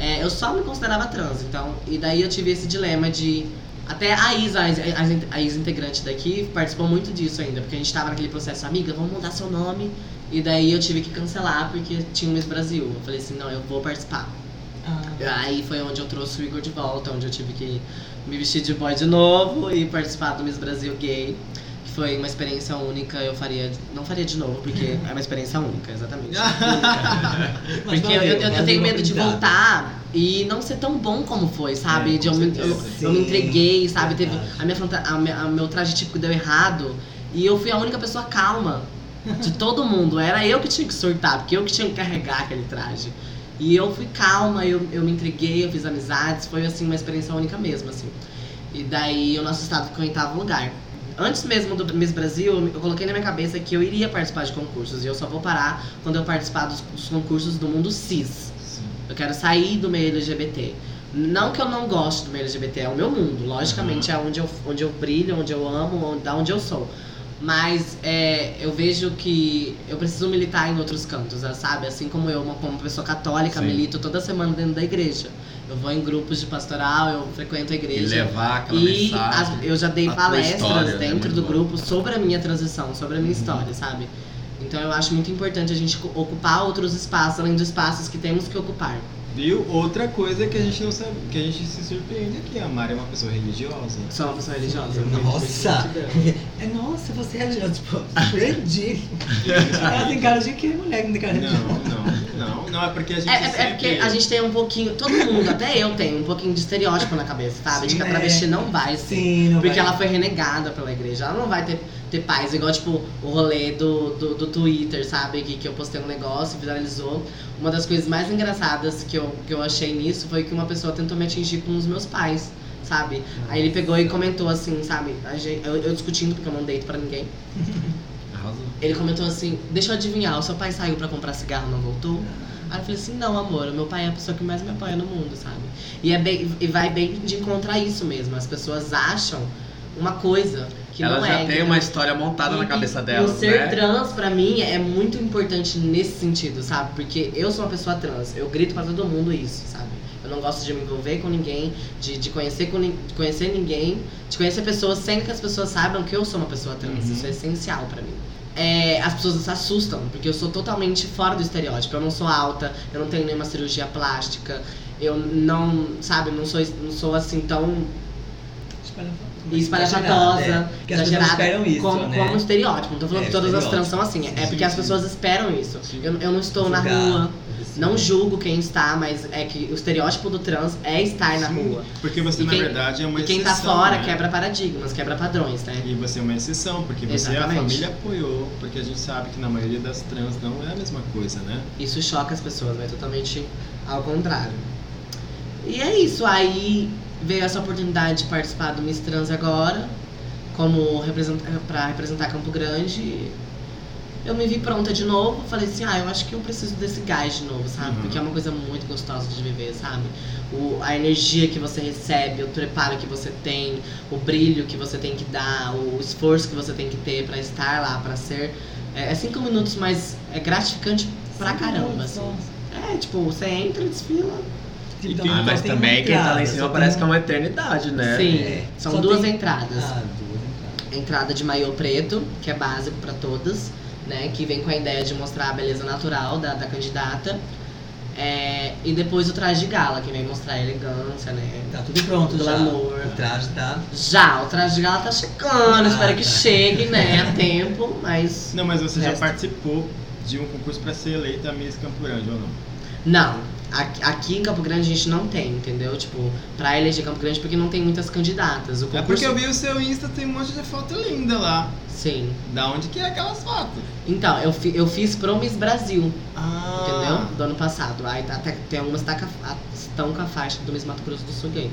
D: É, eu só me considerava trans, então. E daí eu tive esse dilema de. Até a Isa, a Isa- a Isa- a Isa integrante daqui, participou muito disso ainda, porque a gente tava naquele processo, amiga, vamos mudar seu nome. E daí eu tive que cancelar porque tinha o Miss Brasil. Eu falei assim, não, eu vou participar. Aí foi onde eu trouxe o Igor de volta, onde eu tive que me vestir de boy de novo e participar do Miss Brasil Gay. que Foi uma experiência única, eu faria. Não faria de novo, porque é uma experiência única, exatamente.
A: Mas
D: Porque eu,
A: valeu,
D: eu- eu
A: valeu
D: tenho
A: a
D: medo de
A: oportunidade.
D: voltar e não ser tão bom como foi, sabe?
E: É,
D: de
E: com
D: eu, me, eu,
E: certeza.
D: eu me
A: Sim,
D: entreguei, sabe? Teve
A: verdade.
D: a minha, fanta- a minha- a meu traje típico deu errado e eu fui a única pessoa calma de todo mundo. Era eu que tinha que surtar, porque eu que tinha que carregar aquele traje. E eu fui calma, eu, eu me entreguei, eu fiz amizades, foi assim uma experiência única mesmo, assim. E daí o nosso estado ficou em oitavo lugar. Antes mesmo do Miss Brasil, eu coloquei na minha cabeça que eu iria participar de concursos. E eu só vou parar quando eu participar dos, dos concursos do mundo cis. Eu quero sair do meio LGBT. Não que eu não goste do meio LGBT, é o meu mundo. Logicamente,
B: Uhum.
D: é onde eu, onde eu brilho, onde eu amo, onde, da onde eu sou. Mas é, eu vejo que eu preciso militar em outros cantos, sabe? Assim como eu, uma, como pessoa católica,
B: Sim.
D: milito toda semana dentro da igreja. Eu vou em grupos de pastoral, eu frequento a
B: E
D: igreja.
B: levar aquela
D: E
B: mensagem.
D: as- eu já dei
B: a tua
D: palestras
B: história, né?
D: dentro
B: Muito
D: do
B: bom. Uhum.
D: grupo sobre a minha transição, sobre a minha história, sabe? Então eu acho muito importante a gente co- ocupar outros espaços, além dos espaços que temos que ocupar.
C: Viu? Outra coisa que a gente não sabe, que a gente se surpreende é que a Mari é uma pessoa religiosa.
D: Sou uma pessoa religiosa.
A: Nossa! É, nossa, você é religiosa. Tipo, surpreendi. Ela tem cara de quê, mulher? que Não tem cara de
C: Não, não, não. Não, é porque a gente
D: É, é- é
C: sempre...
D: porque a gente tem um pouquinho, todo mundo, até eu tenho, um pouquinho de estereótipo na cabeça, sabe? de
A: Sim,
D: que a
A: né?
B: é.
D: travesti não vai ser.
A: Sim, não
D: Porque
A: vai-
D: ela foi renegada pela igreja. Ela não vai ter, ter paz. Igual, tipo, o rolê do, do, do Twitter, sabe? Que, que eu postei um negócio, viralizou. Uma das coisas mais engraçadas que eu, que eu achei nisso foi que uma pessoa tentou me atingir com os meus pais, sabe? Aí ele pegou e comentou assim, sabe? A gente- eu, eu discutindo porque eu não deito pra ninguém.
B: Arrasou.
D: Ele comentou assim: Deixa eu adivinhar, o seu pai saiu pra comprar cigarro e não voltou? Aí eu falei assim: Não, amor, o meu pai é a pessoa que mais me apoia no mundo, sabe? E, é bem, e vai bem de encontrar isso mesmo. As pessoas acham uma coisa que
B: Ela
D: não
B: já
D: é.
B: tem
D: entendeu?
B: uma história montada
D: E-
B: na cabeça
D: e
B: dela,
D: O ser
B: né?
D: trans, pra mim, é muito importante nesse sentido, sabe? Porque eu sou uma pessoa trans, eu grito pra todo mundo isso, sabe? Eu não gosto de me envolver com ninguém, de, de, conhecer, com, nin- de conhecer ninguém, de conhecer pessoas sem que as pessoas saibam que eu sou uma pessoa trans.
A: Uhum.
D: Isso é essencial pra mim. É, as pessoas se assustam, porque eu sou totalmente fora do estereótipo. Eu não sou alta, eu não tenho nenhuma cirurgia plástica, eu não, sabe, não sou, não sou assim tão e espalhafatosa,
A: É, que as pessoas esperam isso,
D: como,
A: né?
D: como estereótipo. Não tô falando
A: É,
D: que todas as
A: estereótipo.
D: trans são assim, é
C: Sim,
D: porque as
C: sim.
D: pessoas esperam isso.
C: Sim.
D: Eu, eu não estou na
A: Julgar.
D: rua, não julgo quem está, mas é que o estereótipo do trans é estar na
C: Sim.
D: rua.
C: Porque você,
D: E
C: na
D: quem-
C: verdade, é uma
D: E quem tá
C: exceção,
D: fora
C: né?
D: quebra paradigmas, quebra padrões, né?
C: E você é uma exceção, porque você
D: Exatamente.
C: a família apoiou, porque a gente sabe que na maioria das trans não é a mesma coisa, né?
D: Isso choca as pessoas, mas é totalmente ao contrário. E é isso, aí veio essa oportunidade de participar do Miss Trans agora, como representar, para representar Campo Grande. Eu me vi pronta de novo, falei assim, ah, eu acho que eu preciso desse gás de novo, sabe?
C: Uhum.
D: Porque é uma coisa muito gostosa de viver, sabe? O, a energia que você recebe, o preparo que você tem, o brilho que você tem que dar, o esforço que você tem que ter pra estar lá, pra ser. É, é cinco minutos, mas é gratificante pra caramba, assim. É, tipo, você entra, desfila.
A: Então,
C: Ah,
A: só
B: mas
A: tem
B: também
A: uma
B: quem tá lá em
A: entrada,
B: cima
A: só
B: parece é que
A: tem
B: é
A: uma-
B: uma eternidade, né?
D: Sim,
A: É.
D: são
A: Só
D: duas
A: tem-
D: entradas.
A: Ah,
B: um
A: duas entradas.
D: Entrada de maiô preto, que é básico pra todas, né? Que vem com a ideia de mostrar a beleza natural da, da candidata. É, e depois o traje de gala, que vem mostrar a elegância, né?
A: Tá tudo pronto já.
D: Glamour.
A: O traje tá.
D: Já, o traje de gala tá chegando,
A: Ah,
D: espero que
A: tá.
D: chegue, né? A tempo, mas.
C: Não, mas você já
D: Resta.
C: participou de um concurso pra ser eleita Miss Campo Grande, ou não?
D: Não. Aqui, aqui em Campo Grande a gente não tem, entendeu? Tipo, pra eleger Campo Grande porque não tem muitas candidatas. O concurso...
C: É porque eu vi o seu Insta, tem um monte de foto linda lá.
D: Sim.
C: Da onde que é aquelas fotos?
D: Então, eu, fi- eu fiz pro Miss Brasil,
C: Ah,
D: entendeu? Do ano passado. Aí tá- até tem algumas tá com a- estão com a faixa do Miss Mato Grosso do Sul gay.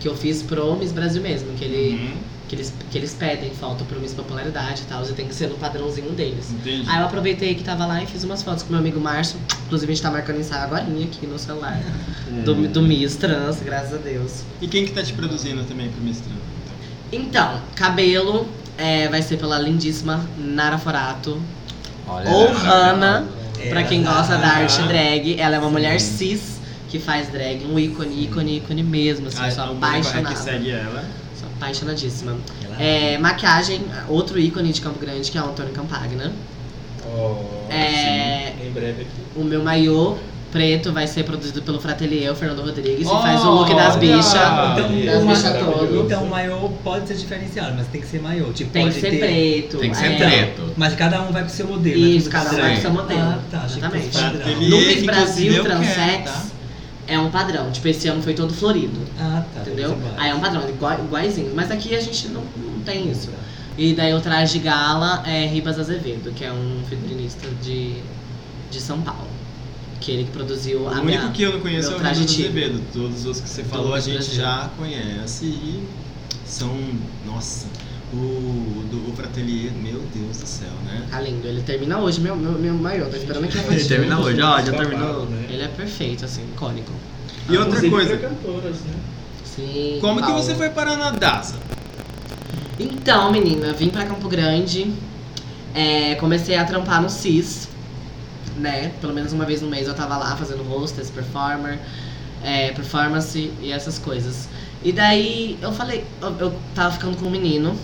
D: Que eu fiz pro Miss Brasil mesmo, que, ele,
C: Uhum,
D: que, eles, que eles pedem foto pro Miss Popularidade e tal, e tem que ser no padrãozinho deles.
C: entendi.
D: Aí eu aproveitei que tava lá e fiz umas fotos com meu amigo Márcio. Inclusive, a gente tá marcando ensaio agora aqui no celular.
C: Uhum.
D: Do,
B: Hum.
D: do Miss Trans, graças a Deus.
C: E quem que tá te produzindo também pro Miss Trans?
D: Então, cabelo é, vai ser pela lindíssima Nara Forato.
B: Olha,
D: Ou
B: ela tá
D: Hannah.
B: falando.
D: pra quem gosta da arte drag, ela é uma
B: Sim.
D: mulher cis que faz drag, um ícone, ícone, ícone mesmo. Assim, eu sou
C: a única é que
D: apaixonada.
C: segue ela.
D: Sou apaixonadíssima.
A: Ela-
D: É, maquiagem, outro ícone de Campo Grande, que é o Antônio Campagna.
E: Oh,
D: É,
E: sim. Em breve aqui.
D: O meu maiô preto vai ser produzido pelo Fratelier, o Fernando Rodrigues, que
C: Olha!
D: faz o look das bichas.
A: Então,
E: Deus,
A: uma-
B: é
D: bicha todo.
A: então o maiô pode ser diferenciado, mas tem que ser maiô. Tipo,
D: Tem
A: pode
D: que ser
A: ter...
D: preto.
B: Tem que ser
D: é.
B: preto.
A: Mas cada um vai com o seu modelo. né?
D: Isso,
A: Tudo
D: cada um
A: certo.
D: vai com seu modelo.
A: Ah, tá, achei que fosse
D: Exatamente.
A: padrão.
C: Ele-
D: No
C: inclusive, eu
D: Miss Brasil,
C: quero,
D: transex
C: tá?
D: é um padrão. Tipo, esse ano foi todo florido,
A: Ah, tá.
D: entendeu?
A: beleza, vai.
D: Aí é um padrão, igua- iguaizinho. Mas aqui a gente não, não tem isso.
A: Tá.
D: E daí o traje de gala é Ribas Azevedo, que é um figurinista de, de São Paulo. Que ele que produziu a
C: o
D: minha...
C: único que eu não conheço é o
D: meu
C: Renan
D: traje típico.
C: Azevedo. Todos os outros que você falou a
D: Todos
C: gente
D: brasileiros.
C: já conhece e são. Nossa, o do o Fratelier, meu Deus do céu, né?
D: Tá lindo. Ele termina hoje, meu, meu, meu maior. Tá esperando aqui na
C: é.
B: Ele
D: frente.
B: termina hoje, ó, já terminou.
E: Babado, né?
D: Ele é perfeito, assim, icônico.
C: E outra
E: Inclusive
C: coisa,
E: pra cantoras, né?
D: Sim.
C: como que
D: Paulo.
C: você foi parar na DASA?
D: Então, menina, vim pra Campo Grande, é, comecei a trampar no CIS, né? Pelo menos uma vez no mês eu tava lá fazendo hostess, performer, é, performance e essas coisas. E daí eu falei, eu, eu tava ficando com um menino,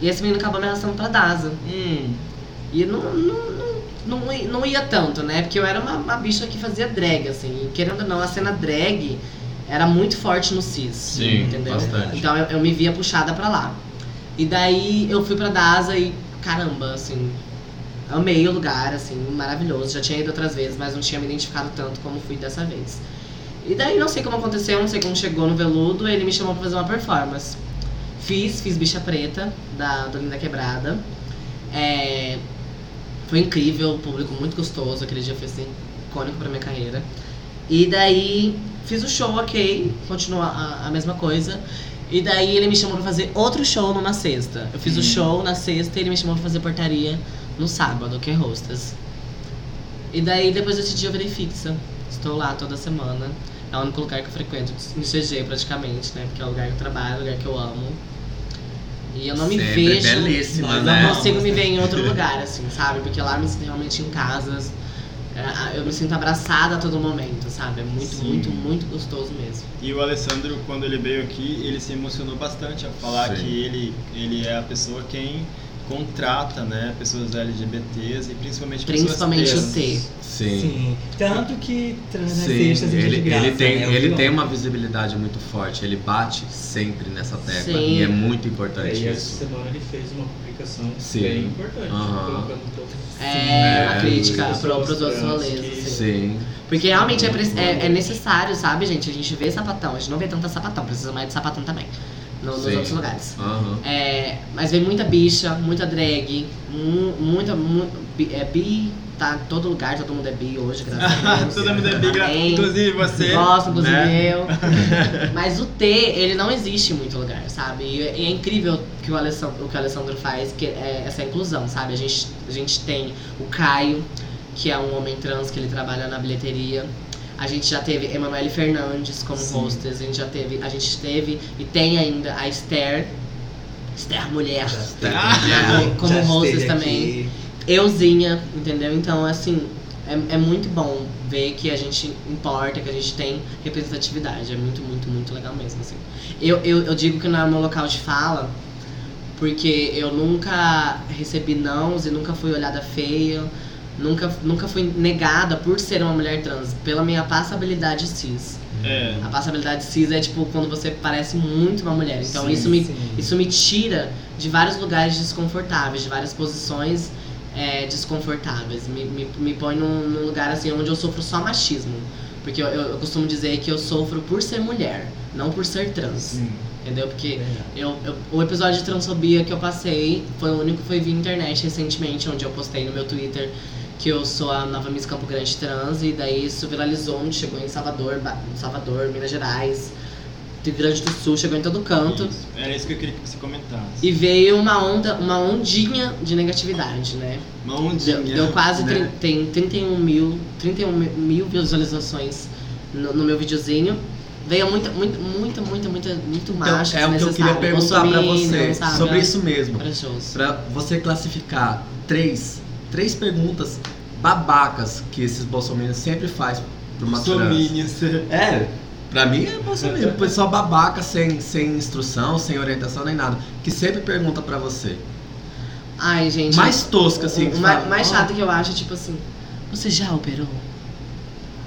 D: e esse menino acabou me arrastando pra DASA. E não, não, não, não i- não ia tanto, né? Porque eu era uma, uma bicha que fazia drag, assim. E querendo ou não, a cena drag era muito forte no CIS.
B: Sim,
D: entendeu?
B: bastante.
D: Então eu, eu me via puxada pra lá. E daí eu fui pra DASA e, caramba, assim, amei o lugar, assim, maravilhoso. Já tinha ido outras vezes, mas não tinha me identificado tanto como fui dessa vez. E daí não sei como aconteceu, não sei como chegou no veludo, ele me chamou pra fazer uma performance. Fiz, fiz Bicha Preta, da do Linda Quebrada. É, foi incrível, o público muito gostoso, aquele dia foi assim, icônico pra minha carreira. E daí fiz o show, ok, continua a, a mesma coisa. E daí ele me chamou pra fazer outro show numa sexta. Eu fiz o show na sexta e ele me chamou pra fazer portaria no sábado, que é hostas. E daí depois desse dia eu virei fixa. Estou lá toda semana. É o único lugar que eu frequento, no CG praticamente, né? Porque é o lugar que eu trabalho, é o lugar que eu amo. E eu não me
B: Sempre
D: vejo.
B: belíssima,
D: Eu
B: né?
D: não consigo me ver em outro lugar, assim, sabe? Porque lá eu me sinto realmente em casa. é, Eu me sinto abraçada a todo momento, sabe? É muito,
C: Sim.
D: muito, muito gostoso mesmo.
C: E o Alessandro, quando ele veio aqui, ele se emocionou bastante ao falar
B: Sim.
C: que ele, ele é a pessoa quem contrata, né, pessoas LGBTs e
B: Tipo,
C: principalmente,
D: Principalmente
C: pessoas
D: o
C: trans.
D: T.
B: Sim.
A: Sim. Tanto que
B: Sim,
A: transextas e
B: ele,
A: de graça,
B: ele, tem,
A: né? Eu
B: ele
A: vi
B: tem uma visibilidade muito forte, ele bate sempre nessa tecla
D: Sim.
B: e é muito
E: E
B: importante
E: aí, essa
B: isso.
E: semana ele fez uma publicação
B: Sim.
E: bem importante,
B: Aham.
E: colocando todos os
D: É,
B: É,
D: uma crítica
E: pessoas
D: pro, pros outros
E: trans
D: rolês.
E: que-
D: assim.
B: Sim,
D: Porque realmente é, pre- é- é necessário, sabe, gente? A gente vê sapatão, a gente não vê tanta sapatão, precisa mais de sapatão também. no- nos
B: Sim.
D: outros lugares.
B: aham.
D: É, mas vem muita bicha, muita drag, mu- muita. mu- bi- é bi, tá em todo lugar, todo mundo é bi hoje, graças a Deus.
C: Todo mundo é bigra,
D: Amém.
C: inclusive você.
D: Gosto, inclusive
C: né?
D: eu. Mas o T, ele não existe em muito lugar, sabe? E é e é incrível que o Alessandro, o que o Alessandro faz, que é essa inclusão, sabe? A gente, a gente tem o Caio, que é um homem trans que ele trabalha na bilheteria. A gente já teve Emanuele Fernandes como
C: Sim.
D: hostess, a gente já teve, a gente teve e tem ainda a Esther, Esther Mulher,
A: Já esteve-
C: Ah,
A: já
D: como
A: esteve
D: rosas
A: aqui.
D: também. euzinha, entendeu? Então, assim, é, é muito bom ver que a gente importa, que a gente tem representatividade. É muito, muito, muito legal mesmo, assim. Eu, eu, eu digo que não é o meu local de fala, porque eu nunca recebi nãos e nunca fui olhada feia. Nunca, nunca fui negada por ser uma mulher trans, pela minha passabilidade cis.
C: É.
D: A passabilidade cis é tipo quando você parece muito uma mulher. Então
A: Sim,
D: isso, me,
A: sim.
D: isso me tira de vários lugares desconfortáveis, de várias posições é, desconfortáveis. Me, me, me põe num, num lugar assim onde eu sofro só machismo. Porque eu, eu, eu costumo dizer que eu sofro por ser mulher, não por ser trans.
A: Sim,
D: Entendeu? Porque
A: verdade.
D: eu, eu- o episódio de transfobia que eu passei foi o único que foi via internet recentemente, onde eu postei no meu Twitter que eu sou a nova Miss Campo Grande trans, e daí isso viralizou, onde chegou em Salvador, Ba- Salvador, Minas Gerais, Rio Grande do Sul, chegou em todo canto.
C: Isso. Era isso que eu queria que você comentasse.
D: E veio uma onda, uma ondinha de negatividade, né?
C: Uma
D: Deu,
C: ondinha.
D: deu quase
B: né?
D: trin- tem 31 mil, 31 mi- mil visualizações no, no meu videozinho. Veio muita, muita, muita, muita, muita, muito
B: Então,
D: macho.
B: é o que eu queria
D: desnecessário,
B: perguntar pra
D: bolsominion,
B: você
D: tá sabe?
B: sobre isso mesmo.
D: Corajoso.
B: Pra você classificar três, três perguntas babacas que esses bolsominions sempre faz pra uma trans.
C: Sominias.
B: É, pra mim é bolsominion. Pessoal babaca, sem, sem instrução, sem orientação, nem nada. Que sempre pergunta pra você.
D: Ai, gente.
B: Mais tosca, assim. que
D: o, o ma-
B: fala,
D: mais
B: "Ó,
D: chato que eu acho é tipo assim: Você já operou?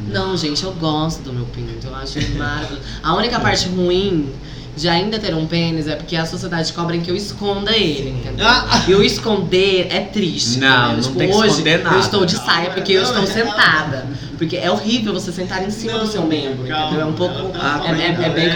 D: Não, gente, eu gosto do meu pinto. Eu acho maravilhoso. A única parte ruim de ainda ter um pênis é porque a sociedade cobra que eu esconda ele, entendeu?
C: Ah!
D: E eu esconder é triste.
B: Não,
D: entendeu?
B: não
D: tipo,
B: tem que
D: hoje
B: esconder nada.
D: Eu estou de
C: Não,
D: saia porque eu
C: não,
D: estou
C: não.
D: sentada. Porque é horrível você sentar em cima
C: Não,
D: do seu membro,
C: calma,
D: entendeu? É um
C: ela
D: pouco.
C: tá
B: Ah,
D: é,
C: falando,
D: é- é bem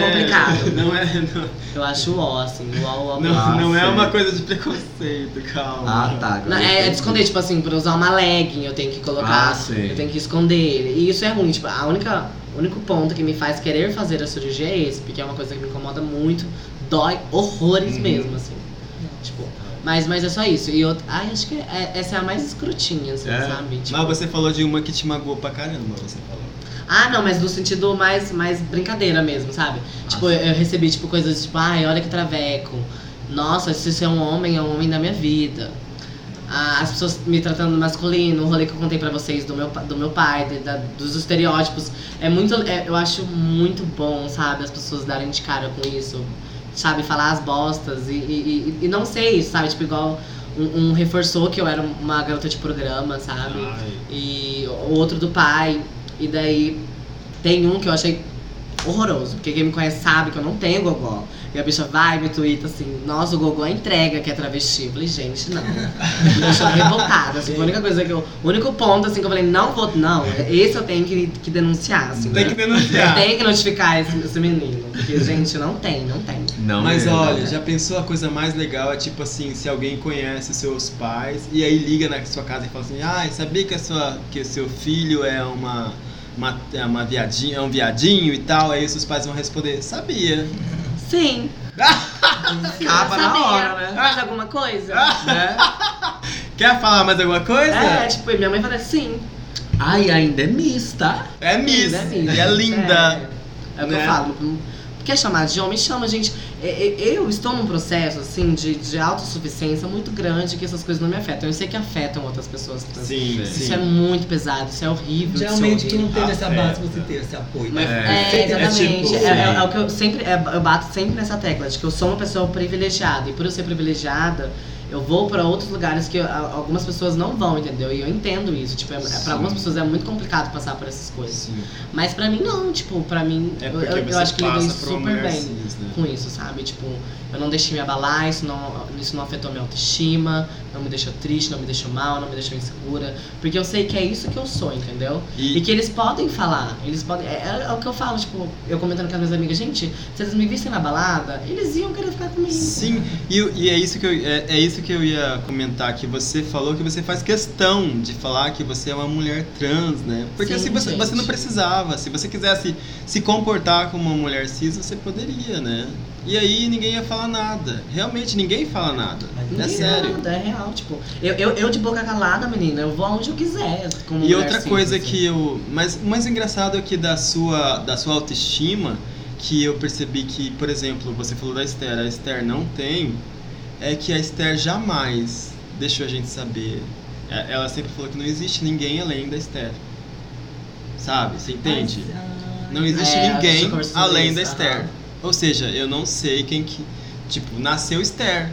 D: complicado.
C: Não é, não,
D: Eu acho ó, assim, ó, ó, ó.
C: não,
B: Ah,
C: não é
B: sei.
C: uma coisa de preconceito, calma.
B: Ah, tá.
D: Não,
B: agora eu
D: é, é de
B: entendi.
D: esconder, tipo assim, pra usar uma legging, eu tenho que colocar.
B: Ah, sei.
D: Eu tenho que esconder ele. E isso é ruim, tipo, a única, o único ponto que me faz querer fazer a cirurgia é esse, porque é uma coisa que me incomoda muito, dói horrores
A: Uhum.
D: mesmo, assim. Tipo, mas, mas é só isso. E eu ai, acho que é- essa é a mais escrotinha, assim,
C: É.
D: sabe? Tipo,
C: Mas você falou de uma que te magoou pra caramba, você falou.
D: Ah, não, mas no sentido mais, mais brincadeira mesmo, sabe? Tipo, eu, eu recebi, tipo, coisas tipo, ai, olha que traveco. Nossa, se isso é um homem, é um homem da minha vida. Ah, as pessoas me tratando masculino, o rolê que eu contei pra vocês do meu, pa- do meu pai, de- da- dos estereótipos. É muito. é- eu acho muito bom, sabe, as pessoas darem de cara com isso. Sabe, falar as bostas e, e, e- e não sei isso, sabe? Tipo, igual um, um reforçou que eu era uma garota de programa, sabe?
A: Ah,
D: e o outro do pai. E daí tem um que eu achei horroroso, porque quem me conhece sabe que eu não tenho gogó. E a bicha vai e me tuita assim, nossa, o gogó entrega que é travesti. Eu falei, gente, não. Me deixou revoltada, assim, foi a única coisa que eu... O único ponto, assim, que eu falei, não vou... Não, esse eu tenho que, que denunciar, assim.
C: Tem que
D: Eu
C: denunciar.
D: tenho que notificar esse, esse menino, porque, gente, não tem, não tem.
B: Não, é.
C: Mas
B: mesmo.
C: olha, já pensou a coisa mais legal? É tipo assim, se alguém conhece os seus pais e aí liga na sua casa e fala assim, ai, sabia que, a sua, que o seu filho é uma. Uma, é uma viadinha, é um viadinho e tal, aí os seus pais vão responder, sabia.
D: Sim.
B: Acaba na
D: Sabia.
B: hora, né?
D: Mais alguma coisa?
C: Ah,
B: Né?
C: Quer falar mais alguma coisa?
D: É, tipo, e minha mãe fala, sim.
B: Ai, ainda é miss, tá?
C: É Miss.
D: Linda, linda.
C: E é linda.
D: É, é o que
C: Né?
D: eu falo. não- Quer chamar de homem? Chama, gente. E- e- Eu estou num processo, assim, de, de autossuficiência muito grande que essas coisas não me afetam. Eu sei que afetam outras pessoas. trans.
C: Sim,
D: Isso
C: sim.
D: é muito pesado, isso é horrível. isso é
A: Geralmente tu
D: horrível.
A: não teve essa base pra você
E: Afeta.
A: ter esse apoio.
D: Mas-
B: É,
D: é, exatamente.
A: é
D: É,
A: tipo-
D: é- é o que eu sempre. é, eu bato sempre nessa tecla de que eu sou uma pessoa privilegiada. E por eu ser privilegiada, eu vou pra outros lugares que a- algumas pessoas não vão, entendeu? E eu entendo isso. Tipo, é, é-
C: Sim.
D: pra algumas pessoas é muito complicado passar por essas coisas.
C: Sim.
D: Mas pra mim não, tipo, pra mim
C: É
D: eu,
C: porque
D: eu,
C: você
D: eu acho que lidei
C: passa por um uma
D: super
C: mulher
D: bem
C: cis, né?
D: com isso, sabe? Tipo, eu não deixei me abalar, isso não, isso não afetou minha autoestima, não me deixou triste, não me deixou mal, não me deixou insegura. Porque eu sei que é isso que eu sou, entendeu? E que eles podem falar, eles podem. É, é o que eu falo, tipo, eu comentando com as minhas amigas, gente, se eles me vissem na balada, eles iam querer ficar comigo.
C: Sim, e, e é, isso que eu, é, é isso que eu ia comentar, que você falou que você faz questão de falar que você é uma mulher trans, né? Porque
D: Sim,
C: se você,
D: gente.
C: você não precisava, se você quisesse se comportar como uma mulher cis, você poderia, né? E aí ninguém ia falar nada. Realmente, ninguém fala nada.
A: Mas
C: É
D: Ninguém
C: sério.
D: nada, é real, tipo. Eu, eu, eu de boca calada, menina, eu vou aonde eu quiser. Como
C: E
D: mulher
C: outra
D: cis,
C: coisa
D: assim.
C: que eu. Mas o mais engraçado é que da sua, da sua autoestima, que eu percebi que, por exemplo, você falou da Esther, a Esther não tem, é que a Esther jamais deixou a gente saber. É, Ela sempre falou que não existe ninguém além da Esther. Sabe? Você entende? Não existe
D: É, a
C: ninguém
D: gente conversou sobre
C: além da
D: isso,
C: Esther.
D: aham.
C: Ou seja, eu não sei quem que. Tipo, nasceu Esther.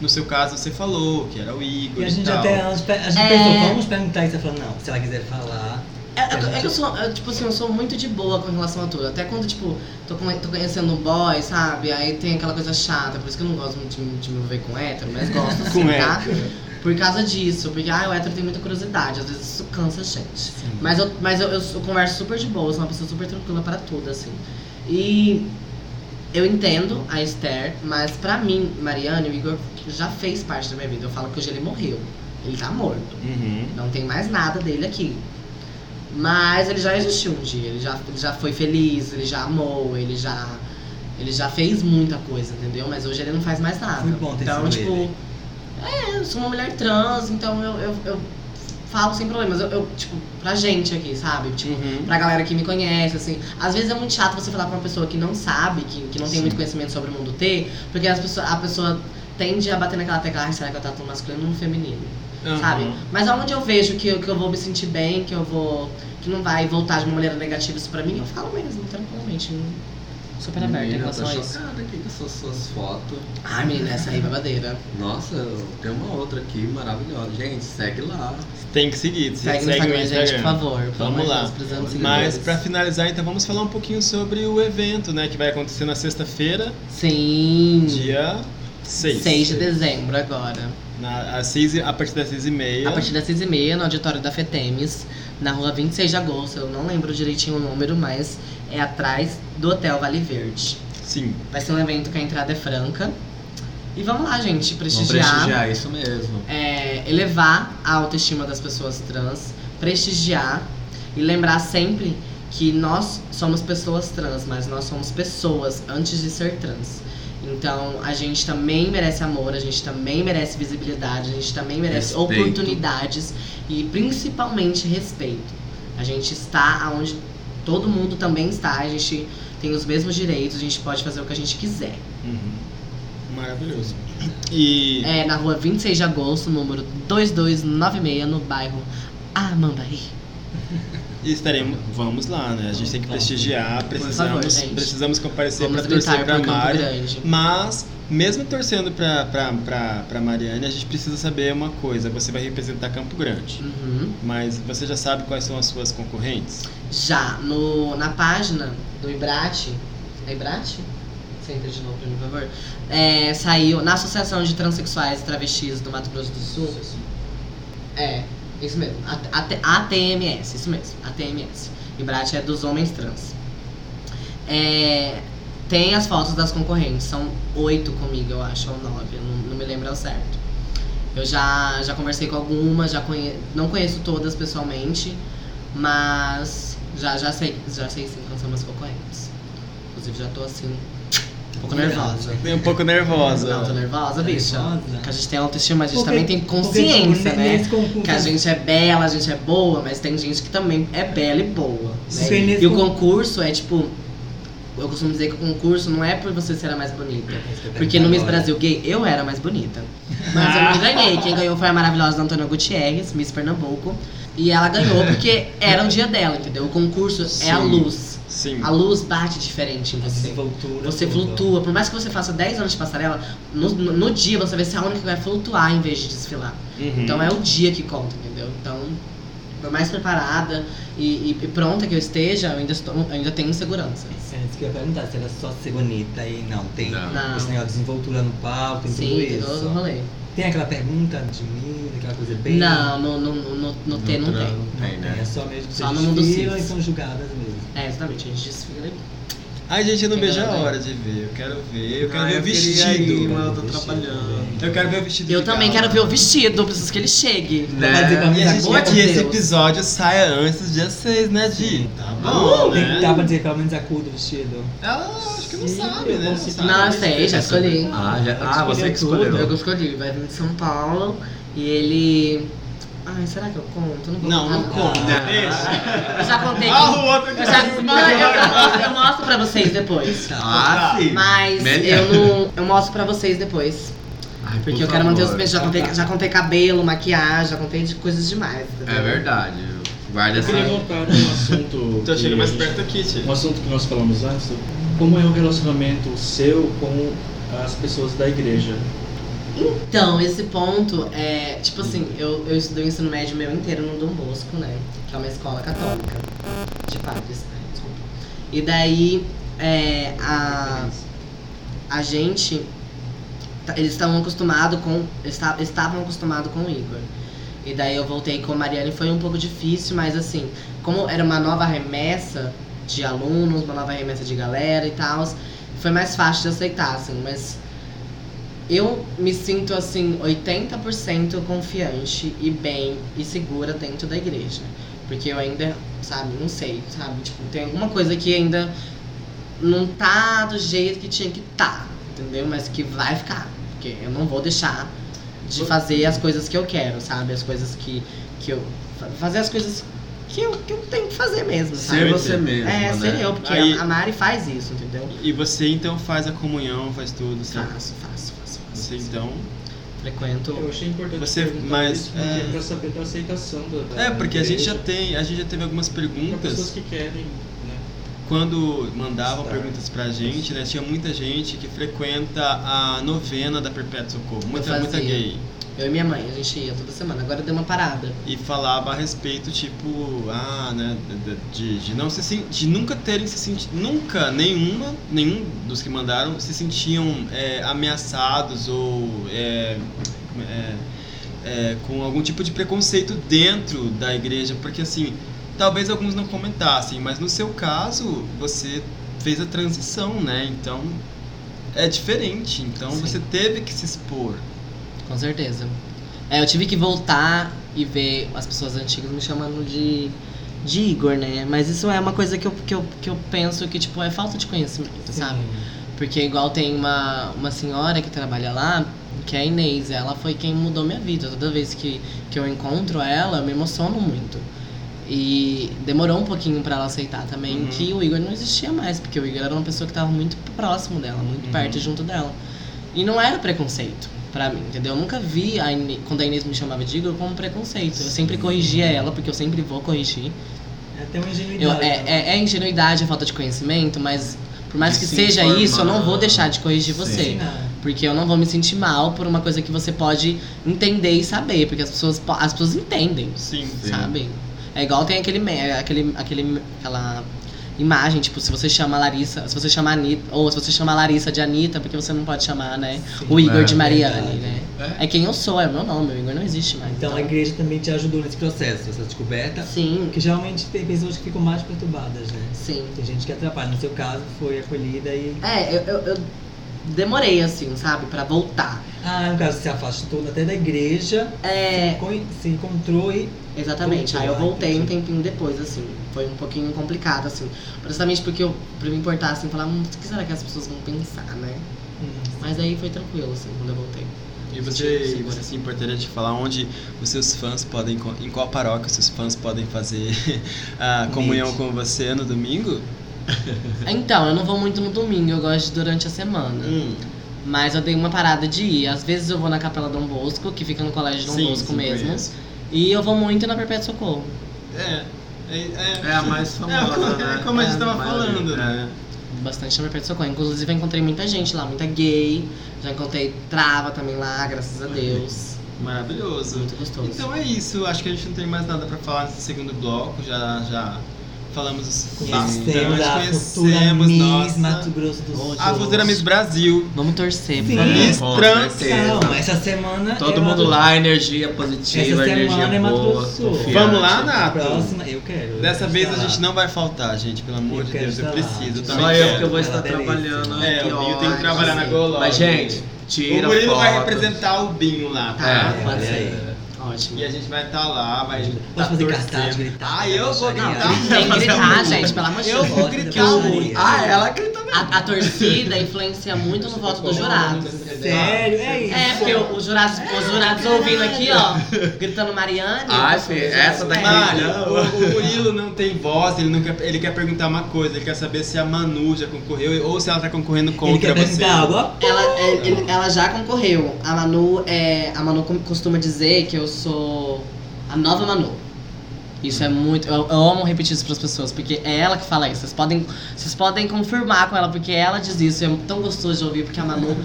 C: no seu caso, você falou que era o Igor
A: E
C: e,
A: a gente
C: tal.
A: até a gente, a gente
D: É.
A: pensou, vamos perguntar isso. Ela falou, não, se ela quiser falar.
D: É, é- é que eu sou, eu, tipo assim, eu sou muito de boa com relação a tudo. Até quando, tipo, tô, com- tô conhecendo um boy, sabe? Aí tem aquela coisa chata, por isso que eu não gosto muito de, de me ver com hétero, mas gosto assim,
C: Com
D: tá? Por causa disso, porque ah, o hétero tem muita curiosidade, às vezes isso cansa a gente. Mas, eu, mas eu, eu sou- converso super de boa, sou uma pessoa super tranquila para tudo, assim. E eu entendo a Esther, mas pra mim, Mariana e o Igor já fez parte da minha vida. Eu falo que hoje ele morreu. Ele tá morto.
C: Uhum.
D: Não tem mais nada dele aqui. Mas ele já existiu um dia, ele já, ele já foi feliz, ele já amou, ele já. Ele já fez muita coisa, entendeu? Mas hoje ele não faz mais nada.
A: Foi bom ter
D: então,
A: sido
D: tipo.
A: ele.
D: É, eu sou uma mulher trans, então eu, eu, eu falo sem problemas. Eu, eu, tipo, pra gente aqui, sabe? Tipo,
C: Uhum.
D: pra galera que me conhece, assim. Às vezes é muito chato você falar pra uma pessoa que não sabe, que, que não tem
C: Sim.
D: muito conhecimento sobre o mundo T, porque as pessoa, a pessoa tende a bater naquela tecla, "Ai, será que eu tatuo masculino ou no feminino?
C: Uhum.
D: Sabe? Mas aonde eu vejo que, eu- que eu vou me sentir bem, que eu vou. que não vai voltar de uma maneira negativa isso pra mim, eu falo mesmo, tranquilamente. Super aberta em
B: Menina, tá
D: relação a
B: tô
D: isso.
B: chocada aqui com essas suas fotos.
D: Ai, menina, essa aí é babadeira.
B: Nossa, tem uma outra aqui maravilhosa. Gente, segue lá.
C: Tem que seguir.
D: Segue, no Instagram, gente, por favor. pelo amor
C: Vamos
D: de
C: lá.
D: Deus, precisamos seguir
C: Mas
D: todos.
C: pra finalizar, então vamos falar um pouquinho sobre o evento, né, que vai acontecer na sexta-feira,
D: Sim.
C: dia 6.
D: 6 de dezembro agora.
C: Na, às seis e- a partir das 6 e meia.
D: A partir das 6 e meia, no auditório da FETEMES, na rua 26 de agosto. Eu não lembro direitinho o número, mas é atrás do Hotel Vale Verde.
C: Sim.
D: Vai ser um evento que a entrada é franca. E vamos lá, gente,
B: Vamos prestigiar, isso mesmo.
D: é, elevar a autoestima das pessoas trans, prestigiar e lembrar sempre que nós somos pessoas trans, mas nós somos pessoas antes de ser trans. Então a gente também merece amor, a gente também merece visibilidade, a gente também merece
B: Respeito.
D: oportunidades e principalmente respeito. A gente está onde todo mundo também está, a gente tem os mesmos direitos, a gente pode fazer o que a gente quiser.
C: Uhum. Maravilhoso. E
D: É na rua 26 de agosto, número 2296, no bairro Amambaí.
C: e estaremos. Vamos lá, né? A gente tem que prestigiar,
D: favor,
C: precisamos,
D: gente.
C: precisamos comparecer
D: Vamos
C: é pra torcer
D: gritar
C: pra
D: para Campo
C: Mari.
D: Grande.
C: Mas, mesmo torcendo pra, pra, pra, pra Mariane, a gente precisa saber uma coisa: você vai representar Campo Grande.
D: Uhum.
C: Mas você já sabe quais são as suas concorrentes?
D: Já no, na página do Ibrate, é Ibrate? Você entra de novo pra mim, por favor. É, saiu na Associação de Transsexuais e Travestis do Mato Grosso do Sul. É, isso mesmo. A, a- ATMS, isso mesmo. ATMS. Ibrate é dos homens trans. É, tem as fotos das concorrentes. São oito comigo, eu acho, ou nove. eu não, não me lembro ao certo. Eu já, já conversei com algumas, já conhe, não conheço todas pessoalmente, mas já, já sei, já sei sim quais são as concorrentes. Inclusive já tô assim, um pouco nervosa.
C: Tem um pouco nervosa.
D: Não, tô nervosa, bicha.
A: Nervosa?
D: Que a gente tem autoestima, mas a gente
A: Porque-
D: também tem
A: porque, tipo,
D: consciência, né?
A: nesse concurso-
D: Que a gente é bela, a gente é boa, mas tem gente que também é bela e boa.
A: Sim.
D: Né? E o concurso é tipo. Eu costumo dizer que o concurso não é por você ser a mais bonita. Porque no Miss Brasil Gay eu era a mais bonita. Mas eu
A: Ah.
D: não ganhei. Quem ganhou foi a maravilhosa Antônia Gutierrez, Miss Pernambuco. E ela ganhou porque era o dia dela, entendeu? O concurso é a
C: Sim.
D: luz.
C: Sim.
D: A luz bate diferente em você. Você flutua, por mais que você faça 10 anos de passarela, no, no- no dia você vai ser a única que vai flutuar em vez de desfilar.
C: Uhum.
D: Então é o dia que conta, entendeu? Então, por mais preparada e, e- e pronta que eu esteja, eu ainda, estou, eu ainda tenho inseguranças.
A: É isso que eu ia perguntar, se era só ser bonita e não. Tem
B: Não.
A: esse negócio de desenvoltura no palco, tem
D: Sim,
A: tudo
D: tem todo o
A: isso.
D: rolê.
A: Tem aquela pergunta de mim, aquela coisa bem...
D: Não, no, no, no, no, no T não
B: Não
D: tem.
B: tem,
A: É
B: né?
A: só mesmo que
D: Só
A: vocês
D: no mundo
A: desfilam e
D: cis.
A: são julgadas mesmo.
D: É, exatamente, a gente desfila e
C: Ai, gente, eu não
D: Quem
C: vejo a
D: ganhou, né?
C: hora de ver. Eu quero ver. Eu quero
B: Ah,
C: ver
B: queria
C: o vestido.
B: ir, mas eu tô
A: Vestido, Tá
B: trabalhando.
C: Eu quero ver o vestido.
D: Eu
C: de
D: também
C: gala.
D: quero ver o vestido, eu preciso que ele chegue.
B: Né?
A: Vai dizer pra mim
C: E a gente
D: Pelo
C: quer
A: agora?
D: amor
C: que
D: de
C: esse
D: Deus.
C: episódio saia antes do dia 6, né, Di? Tá bom,
A: Tem que
C: né?
A: dar pra dizer pelo menos a cor do vestido.
C: Ela acho que não
A: Sim,
C: sabe,
A: eu
C: né?
A: consigo-
C: sabe.
D: Não, eu sei, já escolhi.
B: Ah, já- ah, você que
A: Escolheu
B: escolheu.
D: Eu que escolhi, vai vir de São Paulo e ele. Ai, será que eu conto? Não, vou
C: Não,
D: contar,
C: não conta.
A: Ah.
C: Deixa.
D: Eu já contei.
C: Ah, o outro que
D: Eu, já...
C: tá
D: Não, eu- eu- eu mostro pra vocês depois.
B: Ah,
C: Tá.
B: sim.
D: Mas
B: Melhor.
D: eu não. Eu mostro pra vocês depois.
B: Ai,
D: Porque
B: por
D: eu quero manter os
B: favor.
D: beijos. Já contei, já contei cabelo, maquiagem, já contei de coisas demais.
B: É
D: entendeu?
B: verdade. Guarda
E: Eu
B: essa.
E: queria voltar um assunto.
C: Tô
E: que
C: chegando mais
E: a gente-
C: perto aqui, Ti.
E: Um assunto que nós falamos antes. Como é o relacionamento seu com as pessoas da igreja?
D: Então, esse ponto é. Tipo assim, eu, eu estudei o ensino médio meu inteiro no Dom Bosco, né? Que é uma escola católica de padres. Ai, Desculpa. E daí, é, a, a gente. tá- Eles estavam acostumados com. esta- Estavam acostumados com o Igor. E daí eu voltei com a Mariana e foi um pouco difícil, mas assim, como era uma nova remessa de alunos, uma nova remessa de galera e tal, foi mais fácil de aceitar, assim, mas eu me sinto assim 80% confiante e bem e segura dentro da igreja, porque eu ainda, sabe, não sei, sabe, tipo, tem alguma coisa que ainda não tá do jeito que tinha que tá, entendeu? Mas que vai ficar, porque eu não vou deixar de fazer as coisas que eu quero, sabe? As coisas que que eu fa- fazer as coisas que eu, que eu tenho que fazer mesmo, sabe?
B: Ser você mesmo. né?
D: é, ser eu, porque
C: Aí-
D: a Mari faz isso, entendeu?
C: E você então faz a comunhão, faz tudo, sabe?
D: Faço, faço, faço, faço.
C: Você então.
D: Frequento.
E: Então, Eu achei importante
C: Você-
E: perguntar
C: mas,
E: isso, porque
C: é.
E: pra saber da aceitação da, da
C: É, porque a gente já
E: igreja,
C: tem, a gente já teve algumas
E: pra pessoas
C: perguntas
E: que querem, né?
C: quando mandavam
E: Estar.
C: perguntas pra gente, né? Tinha muita gente que frequenta a novena da Perpétua Socorro, muita,
D: fazia.
C: muita gay.
D: Eu e minha mãe, a gente ia toda semana. Agora deu uma parada.
C: e falava a respeito, tipo, ah, né, de, de- de não se sen- de nunca terem se sentido, nunca nenhuma, nenhum dos que mandaram se sentiam é, ameaçados ou é, como é- é, com algum tipo de preconceito dentro da igreja, porque assim, talvez alguns não comentassem, mas no seu caso, você fez a transição, né, então é diferente, então
D: Sim.
C: você teve que se expor.
D: Com certeza. É, eu tive que voltar e ver as pessoas antigas me chamando de, de Igor, né? Mas isso é uma coisa que eu, que, eu, que eu penso que, tipo, é falta de conhecimento, sabe? Porque igual tem uma, uma senhora que trabalha lá, que é a Inês, ela foi quem mudou minha vida. Toda vez que, que eu encontro ela, eu me emociono muito. E demorou um pouquinho pra ela aceitar também
C: Uhum.
D: que o Igor não existia mais, porque o Igor era uma pessoa que tava muito próximo dela, muito
C: Uhum.
D: perto e junto dela. E não era preconceito pra mim, entendeu? Eu nunca vi, a Inê- quando a Inês me chamava de Igor, como preconceito. Eu sempre corrigia ela, porque eu sempre vou corrigir.
A: É até uma
D: Eu-
A: ingenuidade. né?
D: é, é, é ingenuidade, é falta de conhecimento, mas por mais
B: De
D: que
B: se
D: seja
B: informar.
D: isso, eu não vou deixar de corrigir
B: Sim.
D: você.
A: Ensinar.
D: Porque eu não vou me sentir mal por uma coisa que você pode entender e saber. Porque as pessoas, po- as pessoas entendem,
C: Sim.
B: Sim.
D: sabe? É igual tem aquele, me- aquele, aquele, aquela imagem, tipo, se você chama a Larissa, se você chama a Anitta, ou se você chama a Larissa de Anitta, porque você não pode chamar, né?
A: Sim.
D: o Igor
B: é,
D: de Mariane,
A: verdade.
D: né?
B: É.
D: É quem eu sou, é o meu nome, o Igor não existe mais.
A: Então a igreja também te ajudou nesse processo, essa descoberta.
D: Sim,
A: Porque geralmente tem pessoas que ficam mais perturbadas, né?
D: sim.
A: Tem gente que atrapalha. No seu caso, foi acolhida e.
D: É, eu, eu, eu demorei, assim, sabe, pra voltar.
A: Ah, no caso, se afastou até da igreja,
D: É,
A: se encon- se encontrou e.
D: Exatamente.
A: Voltou
D: Aí eu
A: lá,
D: voltei um
A: entendi.
D: tempinho depois, assim. Foi um pouquinho complicado, assim. Precisamente porque eu, pra me importar, assim, falar, hum, o que será que as pessoas vão pensar, né?
A: Hum,
D: Mas aí foi tranquilo, assim, quando eu voltei.
C: E você,
D: Sim,
C: você
D: sim.
C: se importaria de falar onde os seus fãs podem, co- em qual paróquia os seus fãs podem fazer a comunhão com você no domingo?
D: Então, eu não vou muito no domingo, eu gosto de durante a semana.
C: Hum,
D: Mas eu dei uma parada de ir. Às vezes eu vou na Capela Dom Bosco, que fica no Colégio Dom Bosco mesmo.
C: conheço.
D: E eu vou muito na Perpétua Socorro.
C: É, é, é,
B: É a mais
C: é como,
B: famosa, né?
C: é como a gente
D: É,
C: tava
B: mas-
C: falando,
B: é.
C: né?
D: Bastante na Perpétua Socorro. Inclusive eu encontrei muita gente lá, muita gay. Já encontrei trava também lá, graças a Deus.
C: Maravilhoso.
D: Muito gostoso.
C: Então é isso, acho que a gente não tem mais nada pra falar nesse segundo bloco, já, já falamos bastante,
A: Conhecemos a futura
C: conhecemos
A: Miss
C: nossa,
A: Mato Grosso do Sul.
C: a futura Miss Brasil,
D: Vamos torcer,
A: Sim.
D: por favor.
C: Miss
B: tá Com
C: Trans,
B: certeza.
A: Calma, Então, essa semana.
B: Todo
A: ela-
B: mundo lá, energia positiva,
A: Essa
B: energia
A: semana é Mato
B: boa.
A: Grosso do Sul.
B: confiante.
C: vamos lá,
A: A
C: Nato?
A: próxima, eu quero.
C: Dessa
A: eu
C: vez a
A: quero
C: gente
A: estar lá.
C: não vai faltar, gente, pelo amor
A: Eu
C: de
A: quero
C: Deus, eu
A: estar lá,
C: preciso, eu
A: gente.
C: também
B: Só eu Tá que eu
C: quero.
B: vou estar
A: Ela é
B: trabalhando.
A: delícia.
C: É,
B: que
C: o Binho tem que
B: ótimo.
C: trabalhar na Goló.
B: Mas, gente, tira
C: o Murilo vai
B: foto.
C: representar o Binho lá, tá?
B: É,
A: Olha Ah, aí.
D: Ótimo.
C: E a gente vai estar lá, vai
A: Pode
C: tá
A: fazer
C: torcendo.
A: cartaz, gritar,
C: Ah, eu vou
A: baixaria.
C: gritar.
D: Tem que gritar, gente, pelo amor de
C: tá um Eu
D: Deus.
C: vou
A: Roda da
C: gritar
A: baixaria.
C: muito.
B: Ah, ela gritou
D: A, a torcida influencia muito no voto dos jurados.
A: Sério, é isso.
D: É, porque o- os jurados, os jurados ouvindo aqui, ó, gritando Mariane. É.
B: Ai,
D: o-
B: fi, essa daqui-
C: Mari,
B: Não.
C: o, o Murilo não tem voz, ele, não quer, ele quer perguntar uma coisa, ele quer saber se a Manu já concorreu ou se ela tá concorrendo
A: Ele
C: contra
A: quer
C: você.
A: perguntar algo. ó.
D: Ela, é- ele- ela já concorreu. A Manu, é, a Manu com- costuma dizer que eu sou a nova Manu. Isso é muito. Eu, eu amo repetir isso pras pessoas, porque é ela que fala isso. Vocês podem, vocês podem confirmar com ela, porque ela diz isso. É tão gostoso de ouvir, porque a Manu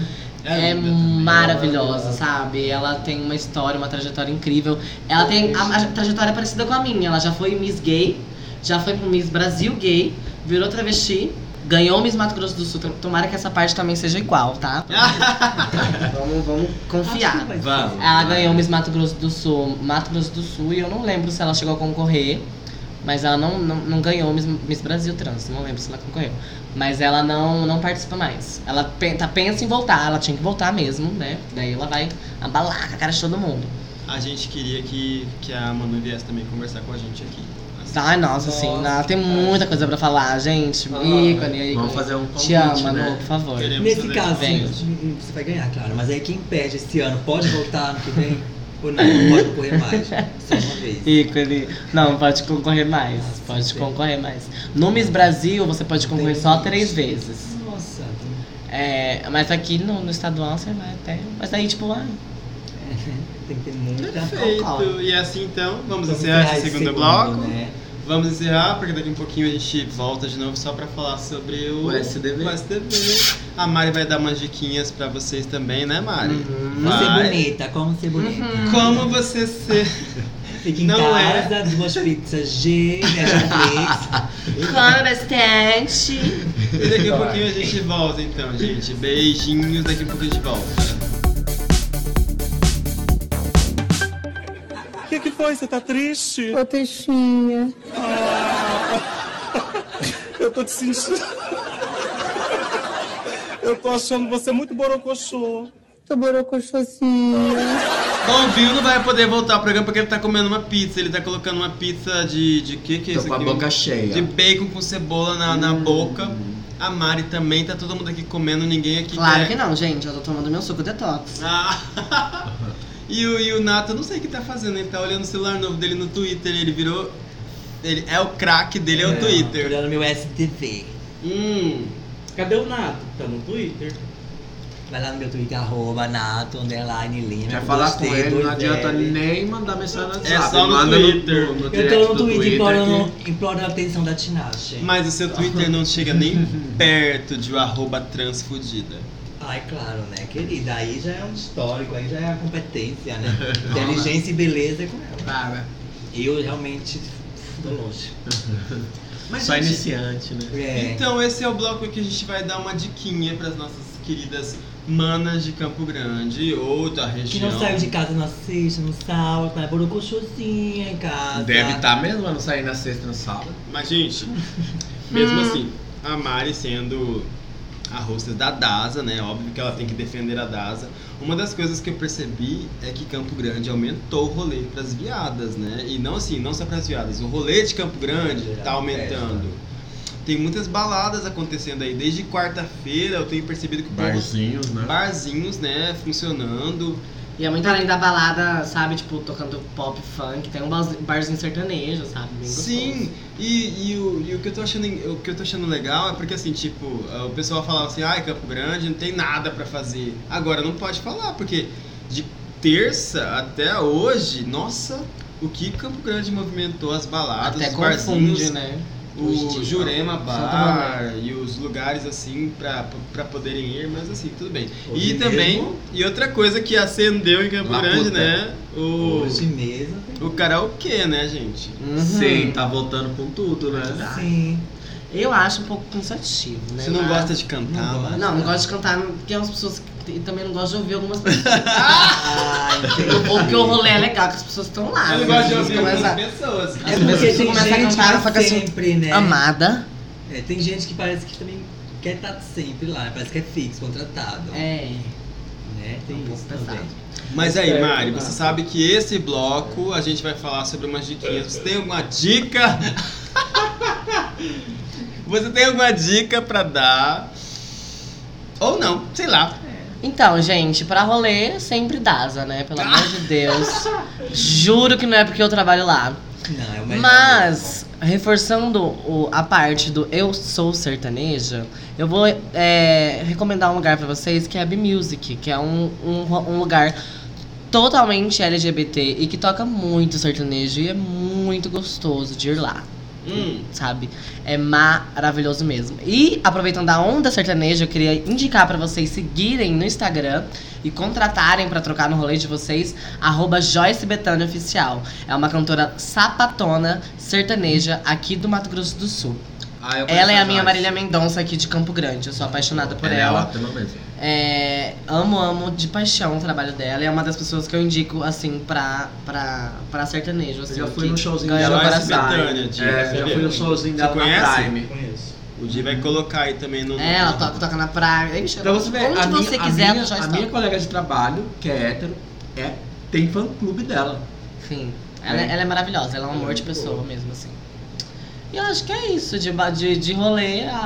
D: é,
B: linda também.
D: maravilhosa, sabe? Ela tem uma história, uma trajetória incrível. Ela tem a, a trajetória é parecida com a minha. Ela já foi Miss Gay, já foi pro Miss Brasil Gay, virou travesti, ganhou o Miss Mato Grosso do Sul. Tomara que essa parte também seja igual, tá? vamos, vamos
A: Ah,
D: confiar.
B: Vamos.
D: Ela ganhou o Miss Mato Grosso do Sul, Mato Grosso do Sul, e eu não lembro se ela chegou a concorrer. Mas ela não, não, não ganhou o Miss, Miss Brasil Trans, não lembro se ela concorreu. Mas ela não, não participa mais. Ela pensa, pensa em voltar, ela tinha que voltar mesmo, né? Daí ela vai abalar com a cara de todo mundo.
C: A gente queria que, que a Manu viesse também conversar com a gente aqui.
D: Ai, nossa, assim,
E: Nossa,
D: ela tem
E: cara.
D: muita coisa pra falar, gente.
E: Ah,
D: ícone, ícone.
B: Vamos fazer um convite,
D: Te amo,
B: né?
D: Manu, por favor.
C: Queremos
A: Nesse
C: fazer
A: caso,
D: Vem.
A: você vai ganhar, claro. Mas aí quem perde esse ano pode voltar ano que vem? Ou não? Não pode correr mais. Só uma vez.
D: Ícone. Não, pode concorrer mais. Pode
A: sim.
D: concorrer mais. No Miss Brasil, você pode concorrer
A: Tem
D: só
A: isso.
D: três vezes.
A: Nossa.
D: É, mas aqui no, no estadual você vai até. Mas aí, tipo, ah,
A: Tem que ter muita
C: Perfeito. E assim então,
A: Vamos
C: vamos encerrar esse
A: encerrar
C: segundo, bloco.
A: né?
C: Vamos encerrar, porque daqui a pouquinho a gente volta de novo só pra falar sobre o,
B: O SDV.
C: o SDV. A Mari vai dar umas diquinhas pra vocês também, né, Mari?
B: Uhum.
A: Como ser
C: Vai.
A: bonita, como ser bonita.
C: Como você ser.
A: Fica em
C: Não é.
A: casa, duas pizzas G, Netflix.
D: come bastante.
C: E daqui a pouquinho a gente volta então, gente. Beijinhos, daqui a pouco a gente volta.
F: O que, que foi? Você tá triste?
G: Ô, peixinha.
F: Eu tô te sentindo. Eu tô achando você muito borocochô.
G: Tô borocochosinha.
C: Bom, o Binho não vai poder voltar ao programa porque ele tá comendo uma pizza. Ele tá colocando uma pizza de. de que
A: um
C: que é
B: Tô
C: isso
B: com a
C: aqui?
B: boca cheia. Hum.
C: De bacon com cebola na, na boca. A Mari também, tá todo mundo aqui comendo, ninguém aqui
D: Claro
C: quer.
D: que não, gente. Eu tô tomando meu suco detox.
C: Ah. e, o, e o Nato, eu não sei o que tá fazendo, ele tá olhando o celular novo dele no Twitter, ele virou. Ele, é o craque dele, é o
A: Tô
C: Twitter.
A: olhando meu STV.
E: Hum. Cadê o Nato? Tá no Twitter?
A: Vai lá no meu Twitter, arroba Nato, underline Lima.
B: Quer falar com
A: Gostei,
B: ele,
A: dois
B: não adianta
A: L.
B: nem mandar mensagem no WhatsApp.
C: É só no
B: manda
C: Twitter.
B: No, no
A: Eu
B: direct
A: tô no
B: do
A: Twitter
B: que-
A: implorando, implorando a atenção da Tinashe.
C: Mas o seu Twitter não chega nem perto de o arroba transfudida.
A: Ai, claro, né, querida? Aí já é um histórico, aí já é a competência, né? Inteligência e beleza é com ela.
D: Para.
A: Eu realmente tô longe.
C: Mas,
B: Só
C: gente,
B: iniciante, né?
A: É.
C: Então esse é o bloco que a gente vai dar uma diquinha pras nossas queridas manas de Campo Grande ou da
A: que
C: região.
A: não saiu de casa, não assiste, não salta, é borocochosinha em casa.
B: Deve estar mesmo, mas não sair na sexta e na sábado.
C: Mas gente, mesmo assim, a Mari sendo a hostess da DASA, né? Óbvio que ela tem que defender a DASA. Uma das coisas que eu percebi é que Campo Grande aumentou o rolê pras viadas, né? E não assim, não só pras viadas, o rolê de Campo Grande tá aumentando. Tem muitas baladas acontecendo aí. Desde quarta-feira eu tenho percebido que o povo
B: Barzinhos, né?
C: barzinhos, né, funcionando.
D: E é muito além da balada, sabe? Tipo, tocando pop funk. Tem um barzinho- barzinho sertanejo, sabe? Bem gostoso.
C: Sim, e, e o, e o que eu tô achando en- o que eu tô achando legal é porque assim, tipo, o pessoal falava assim: "Ai, Campo Grande não tem nada pra fazer". Agora não pode falar, porque de terça até hoje, nossa, o que Campo Grande movimentou as baladas,
D: Até
C: os
D: confunde,
C: barzinhos,
D: né? Hoje em
C: o
D: dia. né?
C: Jurema
D: Santa
C: Bar e os lugares assim pra pra poderem ir, mas assim, tudo bem.
A: Hoje
C: e também
A: mesmo?
C: e outra coisa que acendeu em Campo
B: Laputa.
C: Grande, né? O
A: Hoje mesmo.
C: o karaokê, né, gente?
D: Uhum.
B: Sim, tá voltando com tudo, né?
A: Sim.
D: Eu acho um pouco cansativo, né?
C: Você não
D: Mas-
C: gosta de né? cantar,
A: Não
C: mas...
D: Não, não gosto de cantar, porque tem umas pessoas que e também não gosto de ouvir algumas pessoas.
A: Ah, entendi.
D: Ou porque o rolê é legal, que as pessoas estão lá.
C: Eu
D: né?
C: não gosto de
D: As
C: ouvir
D: pessoas
C: algumas
D: começam-
C: pessoas.
D: As
A: É porque
D: pessoas
A: tem
D: começam a
A: gente
D: cantar, ela
A: que
D: fica assim,
A: sempre, né?
D: Amada.
A: É, tem gente que parece que também quer estar sempre lá, parece que é fixo, contratado.
D: É.
A: Né? Tem
D: Um pouco
A: isso também.
D: pesado.
C: Mas aí,
E: Espero,
C: Mari,
E: né?
C: você sabe que esse bloco a gente vai falar sobre umas diquinhas. Você tem alguma dica? Você tem alguma dica pra dar? Ou não, sei lá.
D: Então, gente, pra rolê sempre DASA, né? Pelo amor de Deus. Juro que não é porque eu trabalho lá.
A: Não, é o melhor
D: Mas, reforçando o- a parte do Eu Sou Sertaneja, eu vou é, recomendar um lugar pra vocês que é a B-Music, que é um, um, ro- um lugar totalmente LGBT e que toca muito sertanejo e é muito gostoso de ir lá.
E: Hum.
D: sabe? É maravilhoso mesmo. E aproveitando a onda sertaneja, eu queria indicar pra vocês seguirem no Instagram e contratarem pra trocar no rolê de vocês arroba Joyce Betânia Oficial. É uma cantora sapatona sertaneja aqui do Mato Grosso do Sul.
B: Ah, eu
D: Ela é a
B: conheço
D: minha
B: Joyce.
D: Marília Mendonça aqui de Campo Grande. Eu sou apaixonada por
B: Ela é
D: ela.
B: ótima mesmo.
D: É, amo, amo de paixão o trabalho dela. É uma das pessoas que eu indico, assim, pra, pra, pra sertanejo. Assim,
H: já fui
D: que
H: no showzinho
D: ganhou
H: dela
D: meu
H: na
C: Joyce
D: coração.
C: Betânia, tio.
H: É, já
C: sabia?
H: fui no showzinho
C: Você
H: dela na
C: conhece?
H: Prime.
E: Conheço.
C: O Di vai colocar aí também no.
D: É, ela toca, toca na praia. Ixi,
H: Pra Então, você ver,
D: onde
H: a
D: você
H: minha,
D: quiser,
H: a
D: ela
H: minha,
D: já
H: a
D: está.
H: minha colega de trabalho, que é hétero, é, tem fã clube dela.
D: Enfim, ela, ela é maravilhosa, ela é um amor de pessoa mesmo, assim. E eu acho que é isso, de, ba- de, de rolê a,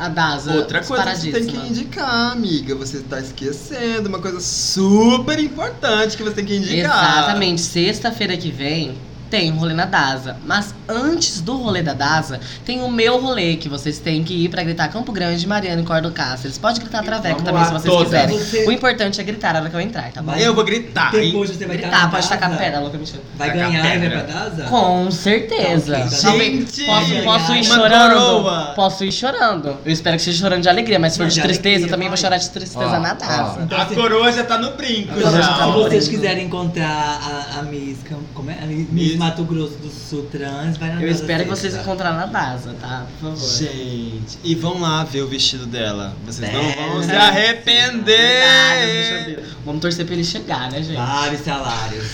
D: a, a Daza.
C: Outra coisa que você tem que
D: disparadíssima.
C: indicar, amiga. Você tá esquecendo uma coisa super importante que você tem que indicar.
D: Exatamente. Sexta-feira que vem tem um rolê na DASA. Mas antes do rolê da DASA, tem o meu rolê, que vocês têm que ir pra gritar Campo Grande, Mariana e Cordo Cáceres. Pode gritar
H: Vamos
D: Traveco também,
H: lá,
D: se vocês
H: todas.
D: quiserem.
A: Você-
D: O importante é gritar na hora que eu entrar, tá bom?
A: Vai
C: Eu vou gritar, hein?
A: Depois você vai estar
D: Gritar,
A: na
D: Tá, pode
A: casa,
D: tacar pedra, louca, mentira.
A: Vai
C: Tacar
A: ganhar e vai pra
C: pedra.
A: casa?
D: Com
A: Tá ok, tá
D: certeza. Talvez-
C: Gente,
D: posso, posso ir
A: uma
D: chorando?
C: coroa.
D: Posso ir chorando. Eu espero que seja chorando de alegria, mas se for
A: Não,
D: de
A: de
D: tristeza,
A: alegria,
D: eu também vou
A: vai.
D: chorar de tristeza
B: Ó,
D: na
B: ó.
D: DASA.
A: Então,
C: A
A: se-
C: coroa já tá no brinco,
A: Então,
D: já tá
A: se
D: no
C: já.
D: brinco.
A: vocês quiserem encontrar a, a Miss, Cam- como é? A Miss,
C: Miss.
A: Mato Grosso do Sul Trans, vai na
D: Eu
A: casa
D: espero que vocês
A: dela.
D: encontrem na DASA, tá? Por favor.
C: Gente, e vão lá ver o vestido dela. Vocês não
A: É,
C: vão se
A: é
D: né? Verdade, deixa
C: arrepender.
D: eu ver. Vamos torcer pra ele chegar, né, gente?
A: Vários salários.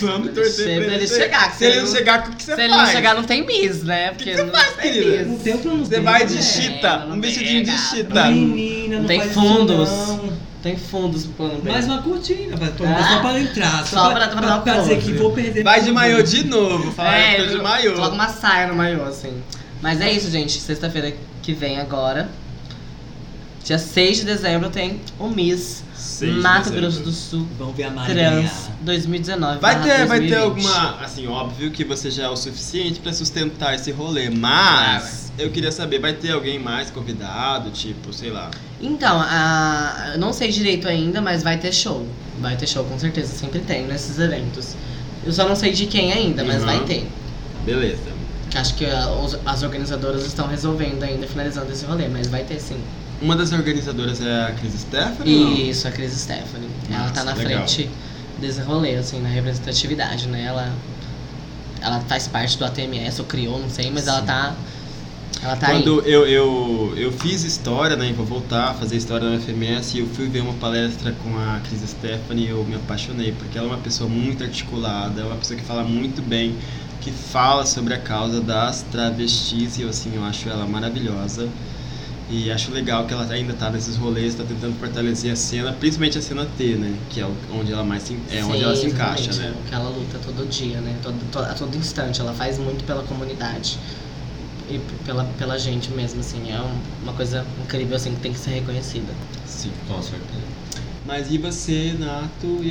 C: Vamos torcer pra ele
D: chegar. que
C: Se ele não chegar, o que você
D: se
C: faz?
D: ele não chegar, não tem bis, né?
C: que
D: Porque
C: você
D: não
C: faz,
D: tem
C: querida?
D: bis.
A: Não tem o que eu não
C: Você
A: tenho,
C: vai de
A: né?
C: chita,
D: não
C: um vestidinho de
D: pega.
C: chita.
A: Menina, não
D: Tem
A: faz
D: fundos.
A: Isso, não.
D: Tem fundos pro plano B.
A: Mais uma cortina, pra, pra-
D: Ah.
A: só pra entrar. Só,
D: Só
A: pra,
D: pra- pra dar
A: pra dizer
D: pose.
A: que vou perder.
C: Vai de
A: tudo.
C: maiô de novo. Falar
D: É,
C: que eu tô de maiô.
D: Coloca uma saia no maiô, assim. Mas é isso, gente. Sexta-feira que vem agora. Dia 6 de dezembro tem o Miss
C: Seis de
D: Mato
C: dezembro.
D: Grosso do Sul
A: Vão ver a Mari
D: Trans
A: ganhar.
D: 2019.
C: Vai
D: barra
C: ter, vai ter
D: 2020.
C: alguma. Assim, óbvio que você já é o suficiente pra sustentar esse rolê, mas eu queria saber, vai ter alguém mais convidado? Tipo, sei lá.
D: Então, a... eu não sei direito ainda, mas vai ter show. Vai ter show, com certeza. Sempre tem nesses eventos. Eu só não sei de quem ainda, mas
C: Uhum.
D: vai ter.
C: Beleza.
D: Acho que ah, os- as organizadoras estão resolvendo ainda, finalizando esse rolê, mas vai ter sim.
C: Uma das organizadoras é a Cris Stephanie? ou não?
D: Isso, a Cris Stephanie. ela
C: Nossa,
D: tá na
C: legal.
D: frente desse rolê, assim, na representatividade, né? Ela, ela faz parte do ATMS, ou criou, não sei, mas ela tá. Ela tá aí.
C: Quando eu, eu, eu fiz história, né? e Vou voltar a fazer história na UFMS e eu fui ver uma palestra com a Cris Stephanie e eu me apaixonei, porque ela é uma pessoa muito articulada, é uma pessoa que fala muito bem, que fala sobre a causa das travestis e eu, assim, eu acho ela maravilhosa. E acho legal que ela ainda tá nesses rolês, tá tentando fortalecer a cena, principalmente a cena T, né? Que é o- onde ela mais se, é onde
D: Sim,
C: ela se encaixa, né?
D: exatamente, é Que ela luta todo dia, né? Todo, to- a todo instante. Ela faz muito pela comunidade. E p- pela, pela gente mesmo, assim. É um- uma coisa incrível, assim, que tem que ser reconhecida.
C: Sim.
B: Com certeza.
C: Mas e você, Nato? E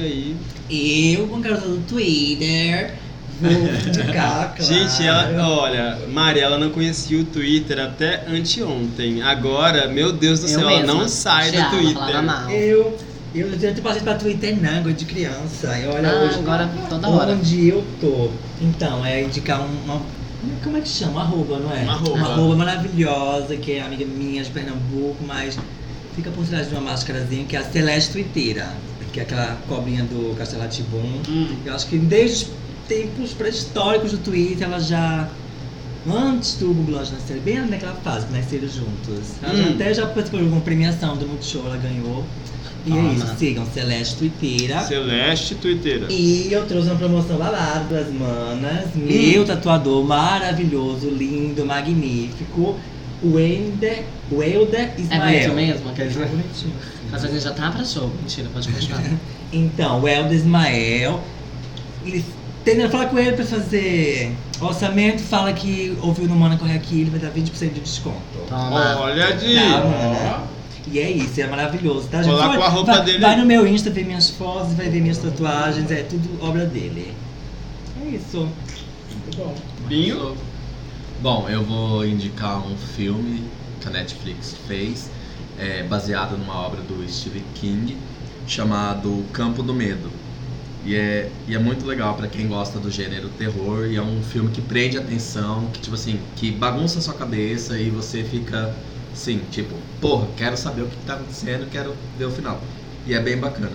C: aí?
A: Eu, com a garota do Twitter, vou indicar, claro.
C: Gente, ela, olha, Mari, ela não conhecia o Twitter até anteontem. Agora, meu Deus do
D: Eu
C: céu, ela
D: mesma,
C: assim, não sai do
D: odiava, falava
C: Twitter.
D: mal.
A: Eu, eu não tenho passei pra Twitter, não, eu gosto de criança. E olha
D: Ah,
A: hoje.
D: agora toda hora.
A: Onde eu tô. Então, é indicar um- uma. Como é que chama? Arroba, não é?
C: Uma arroba.
A: Uma arroba maravilhosa, que é amiga minha de Pernambuco, mas fica por trás de uma máscarazinha, que é a Celeste Twitteira, que é aquela cobrinha do Castelo Atibum.
C: Hum.
A: Eu acho que desde os tempos pré-históricos do Twitter, ela já. Antes do Google Launch nascer, bem naquela fase que nasceram juntos. Ela já
C: Hum.
A: até já participou de uma premiação do Multishow, ela ganhou. E é
D: Toma.
A: isso, sigam Celeste Twitteira.
C: Celeste Twitter.
A: E eu trouxe uma promoção balada pras manas. Meu tatuador maravilhoso, lindo, magnífico. O Ender, o Elder
D: É bonito
A: Ismael.
D: mesmo? aqueles-
A: É bonitinho.
D: Mas a gente já tá pra show. Mentira, pode continuar.
A: Então, o Helder Ismael, ele tentando falar com ele pra fazer orçamento, fala que ouviu no Mana Corre Aqui, ele vai dar 20% de desconto.
D: Toma.
C: Olha, Di.
A: Tá, mana. E é isso, é maravilhoso, tá, gente?
C: Colar
A: Vai-
C: com a roupa
A: vai,
C: dele.
A: Vai no meu Insta ver minhas fotos, vai ver minhas tatuagens, é tudo obra dele. É isso.
C: Binho.
B: Bom, eu vou indicar um filme que a Netflix fez, é, baseado numa obra do Stephen King, chamado Campo do Medo. E é, e é muito legal pra quem gosta do gênero terror. E é um filme que prende a atenção, que tipo assim, que bagunça a sua cabeça e você fica assim, tipo, porra, quero saber o que tá acontecendo, quero ver o final. E é bem bacana.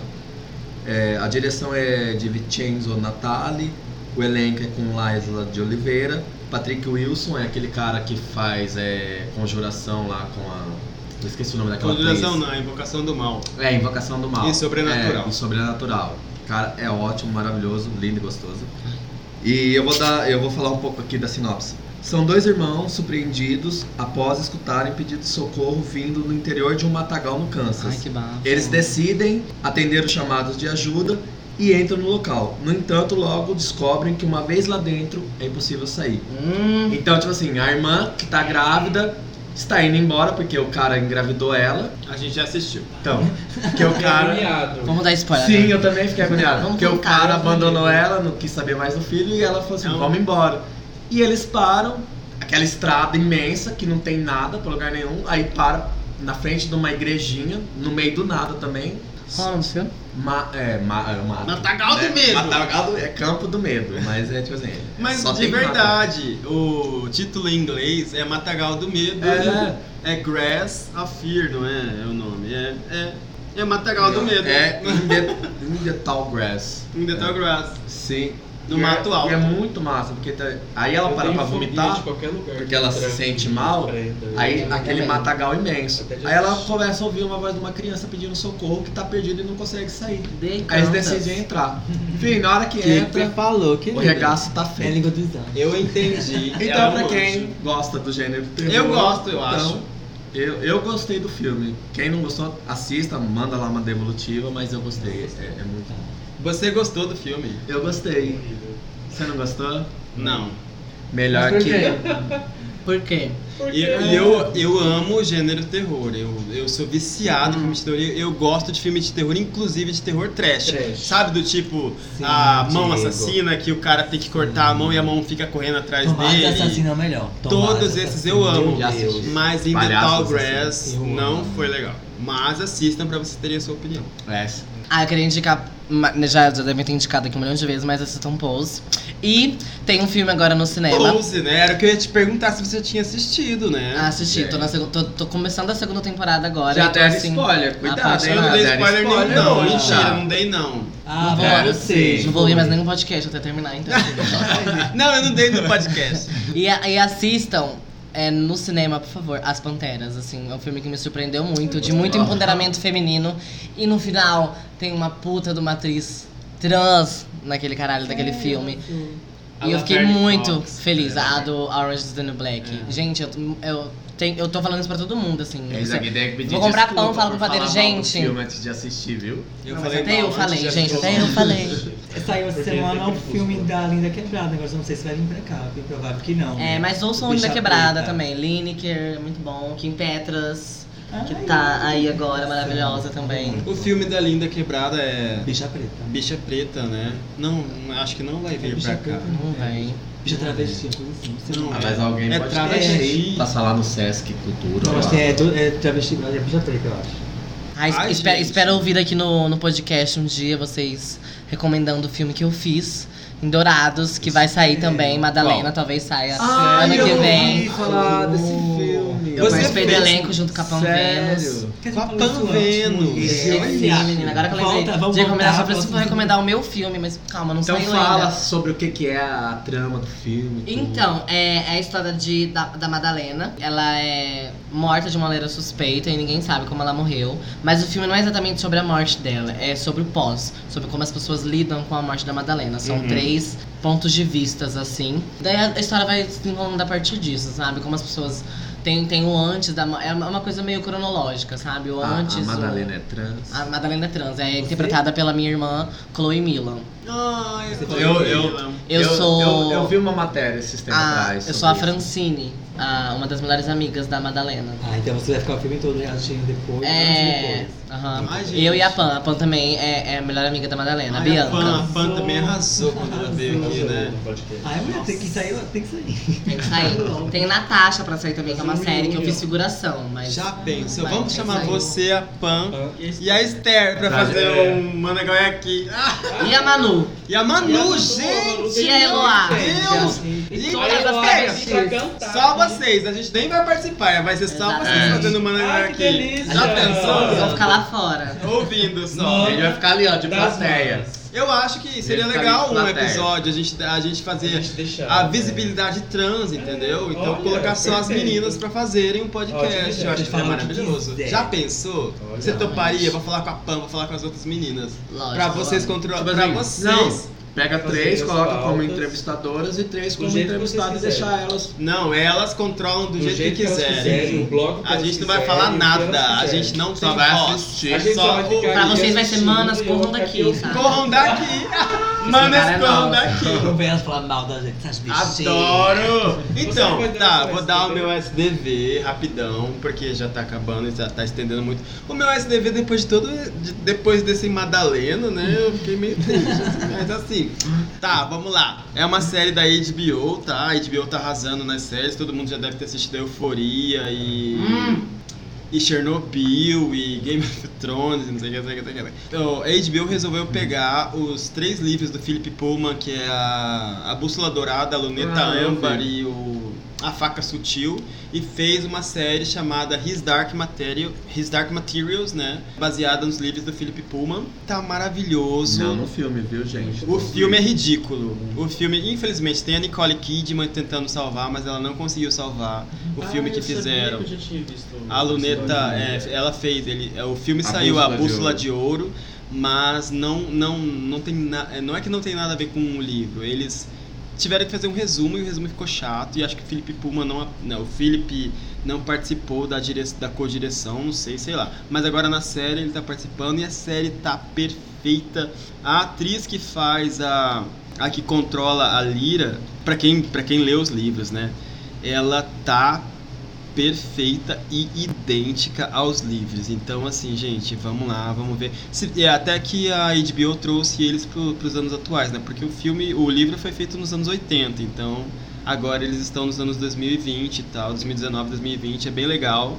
B: É, a direção é de Vincenzo Natali, o elenco é com Laisla de Oliveira, Patrick Wilson é aquele cara que faz é, conjuração lá com a. Eu esqueci o nome daquela
C: Conjuração
B: atriz.
C: não, é invocação do mal.
B: É, Invocação do Mal.
C: E Sobrenatural.
B: É, e Sobrenatural. Cara, é ótimo, maravilhoso, lindo e gostoso. E eu vou dar, eu vou falar um pouco aqui da sinopse. São dois irmãos surpreendidos após escutarem pedido de socorro vindo do interior de um matagal no Kansas.
D: Ai, que bafo.
B: Eles decidem atender os chamados de ajuda e entram no local. No entanto, logo descobrem que uma vez lá dentro é impossível sair.
D: Hum,
B: Então, tipo assim, a irmã que tá grávida está indo embora porque o cara engravidou ela.
C: A gente já assistiu.
B: Então, que o cara
E: Agoniado.
D: vamos dar spoiler.
B: Sim,
D: né?
B: eu também fiquei agoniado.
D: Vamos
B: Porque o
D: voltar,
B: cara
D: vamos
B: abandonou
D: voltar.
B: ela, não quis saber mais do filho e ela falou assim:
C: Não.
B: vamos embora. E eles param, aquela estrada imensa que não tem nada pra lugar nenhum, aí para na frente de uma igrejinha, no meio do nada também.
D: Qual o nome do filme?
B: Ma é, ma é, mato.
C: Matagal do
B: Né?
C: Medo.
B: Matagal do, é campo do medo, mas é tipo assim.
C: Mas
B: só
C: de
B: tem
C: verdade, o título em inglês é Matagal do Medo.
B: É.
C: É Grass of Fear, não é, é o nome? É, é, é Matagal
B: mata.
C: do Medo.
B: É in the, in the tall grass.
C: Em Detal Grass.
B: Sim.
C: No
B: E é-
C: mato alto.
B: e É muito massa, porque tá- aí ela
E: Eu
B: para
E: tenho
B: pra
E: fobia
B: vomitar.
E: de qualquer lugar
B: porque
E: que
B: ela se
E: tranque,
B: sente mal,
E: prenda.
B: Aí
D: Eu
B: aquele
D: também.
B: matagal imenso.
E: Até Jesus.
B: Aí ela começa a ouvir uma voz de uma criança pedindo socorro que tá perdida e não consegue sair.
D: The
B: Aí eles
D: Countess.
B: decidem entrar. Enfim, na hora que, entra,
A: falou, que
B: o regaço
A: É
B: tá
A: a
B: feio.
A: língua dos anjos.
C: Eu entendi. Era
D: É
B: Então,
C: um
B: pra
C: anjo.
B: quem gosta do gênero terror,
C: Eu gosto, eu
B: então,
C: acho.
B: Eu, eu gostei do filme. Quem não gostou, assista, manda lá uma devolutiva, mas eu gostei. É, é muito bom.
C: Você gostou do filme?
B: Eu gostei. Você não gostou?
C: Não.
B: Melhor
D: Por
B: que.
D: quê? Por quê?
C: E e
E: é um
C: eu, eu amo o gênero terror. Eu, eu sou viciado em filme de terror. Eu, eu gosto de filme de terror, inclusive de terror trash.
E: Trash.
C: Sabe do tipo
A: Sim,
C: a mão
A: Diego.
C: assassina que o cara tem que cortar a mão e a mão fica correndo atrás
A: Tomate
C: dele.
A: assassino é o melhor. Tomate
C: Todos esses eu
A: assassino.
C: amo.
A: Meu
B: Já
A: Deus.
B: assisti.
C: Mas em The
B: Palhaço
C: Tall
B: assassino.
C: Grass
A: Eu
C: não
A: amo.
C: foi legal. Mas assistam pra você terem a sua opinião.
B: É.
D: Ah, eu queria indicar. ma- Já, já devem ter indicado aqui um milhão de vezes, mas assistam Pose. E tem um filme agora no cinema.
C: Pose, né? Era o que eu ia te perguntar se você tinha assistido, né?
D: Ah, assisti, tô, na segunda, tô, tô começando a segunda temporada agora.
B: Já
D: e tô,
B: deram
D: assim,
B: spoiler, cuidado, hein?
C: eu não dei
B: Deram
C: spoiler nenhum,
B: spoiler,
C: não.
B: não,
C: Mentira,
B: já.
C: não dei não.
A: Ah,
D: Não
A: vai,
D: vou-
A: eu sei.
D: Não vou ouvir mais nenhum podcast até terminar, então.
C: Não, eu não dei no podcast.
D: e, a- e assistam é, no cinema, por favor, As Panteras. Assim, é um filme que me surpreendeu muito, de muito empoderamento feminino. E no final tem uma puta de uma atriz trans naquele caralho daquele filme.
E: A
D: E eu fiquei
E: Laverne
D: muito
E: Cox,
D: feliz.
E: é.
D: A do Orange is the New Black.
E: É.
D: Gente, eu, eu, tenho- eu tô falando isso pra todo mundo, assim.
B: Eles É aqui tem que pedir
D: Vou comprar
B: desculpa
D: pão, fala
B: por
D: pro padeiro,
B: falar mal do
D: gente.
B: filme antes de assistir, viu?
C: Eu
D: Não, mas
C: falei
D: até
C: mal
D: eu
C: antes
D: falei,
C: de
D: gente,
C: assistir.
D: até eu falei.
A: É, Saiu essa
E: Porque
A: semana
E: tem
A: o filme
E: crepúsculo.
A: da Linda Quebrada, agora eu não sei se vai vir pra cá, bem provável que não. né?
D: É, mas ouçam Linda
A: Bicha
D: Quebrada
A: Preta.
D: também. Lineker, muito bom. Kim Petras, que
A: Ai,
D: tá aí agora, maravilhosa também.
C: O filme da Linda Quebrada é
A: Bicha preta.
C: Bicha Preta, né? Não, acho que não vai
A: É
C: vir
A: Bicha
C: pra cá.
A: Preta.
D: Não vem.
A: Bicha travesti, coisa assim. não sei
C: Não,
A: o
B: Ah,
A: nome.
B: mas alguém
C: É
B: pode
C: travesti.
B: passar lá no Sesc Cultura.
A: Não,
B: lá.
A: mas tem, é, do- é travesti, mas é bicha preta, eu acho.
D: Ai,
C: Ai,
D: espero,
C: gente.
D: espero ouvir aqui no, no podcast um dia vocês recomendando o filme que eu fiz. Em Dourados, que vai sair também. Madalena
B: Qual? Ah,
D: talvez saia
B: Ai,
D: ano que
B: eu
D: vem.
B: ouvi falar desse
A: Oh.
B: filme.
D: Eu
C: Você
D: participei do
C: fez-
D: elenco junto com a Pan Vênus.
B: Sério?
A: Quer
C: Com a
A: dizer, eu falei isso
C: Pan
A: antes,
C: Vênus.
A: mulher.
D: Sim, menina. Agora que eu lembrei
A: É, Volta, vamos
D: de
A: voltar,
D: recomendar, eu falei,
A: vamos-
D: assim, vou recomendar o meu filme, mas calma, não
B: Então
D: saiu
B: fala
D: ainda.
B: sobre o que, que é a trama do filme. tudo.
D: Então, é, é a história de, da, da Madalena. Ela é morta de uma maneira suspeita e ninguém sabe como ela morreu. Mas o filme não é exatamente sobre a morte dela, é sobre o pós, sobre como as pessoas lidam com a morte da Madalena. São
C: Uhum.
D: três pontos de vistas, assim. Daí a a história vai se desenrolando a partir disso, sabe? Como as pessoas. Tem, tem o antes da. mo- É uma coisa meio cronológica, sabe? O
B: a,
D: antes.
B: a
D: o-
B: Madalena é trans.
D: A Madalena é trans, é interpretada pela minha irmã Chloe Milan.
C: Ai, eu,
E: um
B: Eu- eu-
D: Eu, sou.
B: Eu, eu vi uma matéria esses tempos
D: Ah,
B: atrás.
D: eu
B: sobre
D: sou a
B: isso.
D: Francine, a- uma das melhores amigas da Madalena.
A: Ah, então você vai ficar o filme todo reagindo depois, antes e
D: É.
A: depois.
D: aham.
C: Ai, gente.
D: Eu e a Pan. A Pan também é, é a melhor amiga da Madalena, a
C: Ai, a
D: Bianca.
C: Pan, a Pan também arrasou quando ela veio aqui, né?
A: Ai, mulher, tem que sair, tem que sair.
D: Tem que sair. tá Tem Natasha pra sair também, que é uma
E: Mas eu
D: série que eu
E: não
D: fiz
E: ia.
D: figuração, mas.
C: Já pensou,
D: Vai,
C: vamos
D: já
C: chamar
D: saiu.
C: você, a Pan
E: Ah,
C: e a Esther pra
B: Tá,
C: fazer
B: é.
C: um Manda Goiá aqui. Ah,
D: E a Manu? Manu.
C: E a Manu,
E: E a Manu,
C: gente!
E: Manu
D: E a Eloá.
C: Meu Deus!
E: E
C: Gente,
E: só
C: tá
E: ela vai vir pra cantar.
C: Só vocês, a gente nem vai participar, vai ser só vocês
D: Exatamente.
C: fazendo Mano
E: É. Ai, que
C: aqui.
E: delícia.
C: Já
D: Eu vou
C: pensou?
D: ficar lá fora.
C: Ouvindo só.
E: Mano.
H: Ele vai ficar ali, ó, de
E: Das
H: plateia.
E: mãos.
C: Eu acho que seria
H: Ele tá
C: legal
H: ali
C: um
H: de plateia.
C: episódio, a gente, a gente fazer
E: Deixa- deixa-
C: a visibilidade trans, entendeu? Então
E: olha,
C: colocar só as
E: perfeito.
C: meninas pra fazerem um
E: Ótima
C: podcast,
E: ideia.
C: eu acho que é
A: Fala o que
C: maravilhoso.
A: quiser.
C: Já pensou?
E: Olha,
C: Você toparia?
D: mas-
C: Vou falar com a Pam, vou falar com as outras meninas.
D: Lógico.
C: Pra vocês
D: lógico.
C: controlar,
H: Tipo
C: pra
H: assim,
C: vocês.
H: não. Pega
E: Fazer
H: três,
E: as
H: coloca como
E: pautas.
H: entrevistadoras e três
E: Do
H: como
E: jeito que vocês
H: entrevistadas e
E: quiserem.
H: deixar elas.
C: Não, elas controlam do,
E: Do
C: jeito, que
E: elas quiserem, o
C: quiserem.
E: bloco que
C: A
E: elas
C: gente não vai
E: quiserem,
C: falar
E: o que elas
C: nada, a
E: quiserem.
C: gente não
H: Só
C: tem
H: vai
C: voz.
H: assistir.
E: A gente só vai ficar
D: Pra
E: ali
D: vocês vai ser
E: assistindo
D: manas
E: e eu
D: corram
E: vou ficar
D: daqui,
E: aqui
D: sabe?
C: Corram daqui!
D: cara é
C: Manas, corram
D: nosso.
C: daqui!
A: Não vem elas falar mal da gente, essas bichinhas.
C: Adoro! Então,
E: Você vai dar um
C: tá,
E: o
C: vou
E: SDV?
C: dar o meu SDV rapidão, porque já tá acabando e já tá estendendo muito. O meu SDV depois de todo. de- depois desse Madalena, né? Eu fiquei meio triste, assim, mas assim. Tá, vamos lá. É uma série da HBO, tá? A HBO tá arrasando nas séries, todo mundo já deve ter assistido a Euforia e.
D: Hum.
C: E Chernobyl e Game of Thrones, e não sei o que, não sei o que, não sei o que. Então, a HBO resolveu pegar os três livros do Philip Pullman, que é a, a Bússola Dourada, a Luneta
H: Ah, eu
C: Âmbar e o, a Faca Sutil, e fez uma série chamada His Dark, Material, His Dark Materials, né? Baseada nos livros do Philip Pullman. Tá maravilhoso.
H: Não no filme, viu, gente?
C: O filme é ridículo. O filme, infelizmente, tem a Nicole Kidman tentando salvar, mas ela não conseguiu salvar o filme
E: Ah,
C: que
E: eu sabia
C: fizeram.
E: que eu já tinha visto
C: A luneta,
E: esse
C: é,
E: episódio.
C: ela fez, ele, é, o filme
H: A
C: saiu a
H: Bússola de
C: Bússola
H: Ouro.
C: de ouro. mas não não não tem na, é, não é que não tem nada a ver com o livro. Eles tiveram que fazer um resumo e o resumo ficou chato e acho que o Felipe Puma não, a- não o Felipe não participou da dire, da co-direção, não sei, sei lá. Mas agora na série ele tá participando e a série tá perfeita. A atriz que faz a a que controla a Lira, pra quem para quem lê os livros, né? Ela tá perfeita e idêntica aos livros. Então, assim, gente, vamos lá, vamos ver. Se- é, até que a HBO trouxe eles para os anos atuais, né? Porque o filme, o livro foi feito nos anos 80, então agora eles estão nos anos 2020 e tal, 2019, 2020, é bem legal.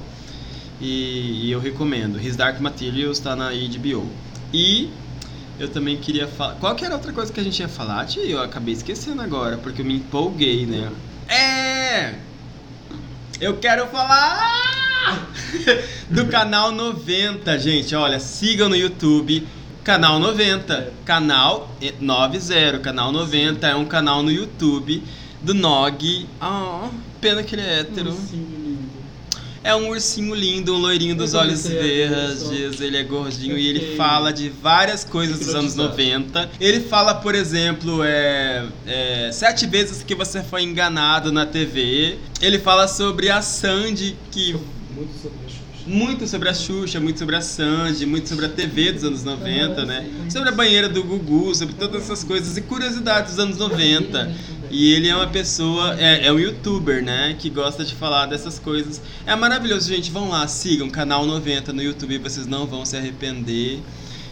C: E, e eu recomendo. His Dark Materials tá na HBO. E eu também queria falar. Qual que era a outra coisa que a gente ia falar, Tia? Eu acabei esquecendo agora, porque eu me empolguei, né? É! Eu quero falar do canal 90, gente. Olha, sigam no YouTube. Canal 90, canal eh, 90, canal 90 é um canal no YouTube do Nog. Ah, pena que ele é hétero. É um ursinho lindo, um loirinho dos
E: Eu é
C: olhos
E: comecei a ver
C: verdes, ele é gordinho e ele
E: Fiquei
C: fala de várias coisas dos anos
E: hipnotizado.
C: 90. Ele fala, por exemplo, é, é, sete vezes que você foi enganado na TV. Ele fala sobre a Sandy, que
E: Muito sobre a Xuxa.
C: muito sobre a Xuxa, muito sobre a Sandy, muito sobre a TV dos anos 90, né? Sobre a banheira do Gugu, sobre todas essas coisas e curiosidades dos anos 90. E ele é uma pessoa, é, é um youtuber, né? Que gosta de falar dessas coisas. É maravilhoso, gente. Vão lá, sigam Canal 90 no YouTube, vocês não vão se arrepender.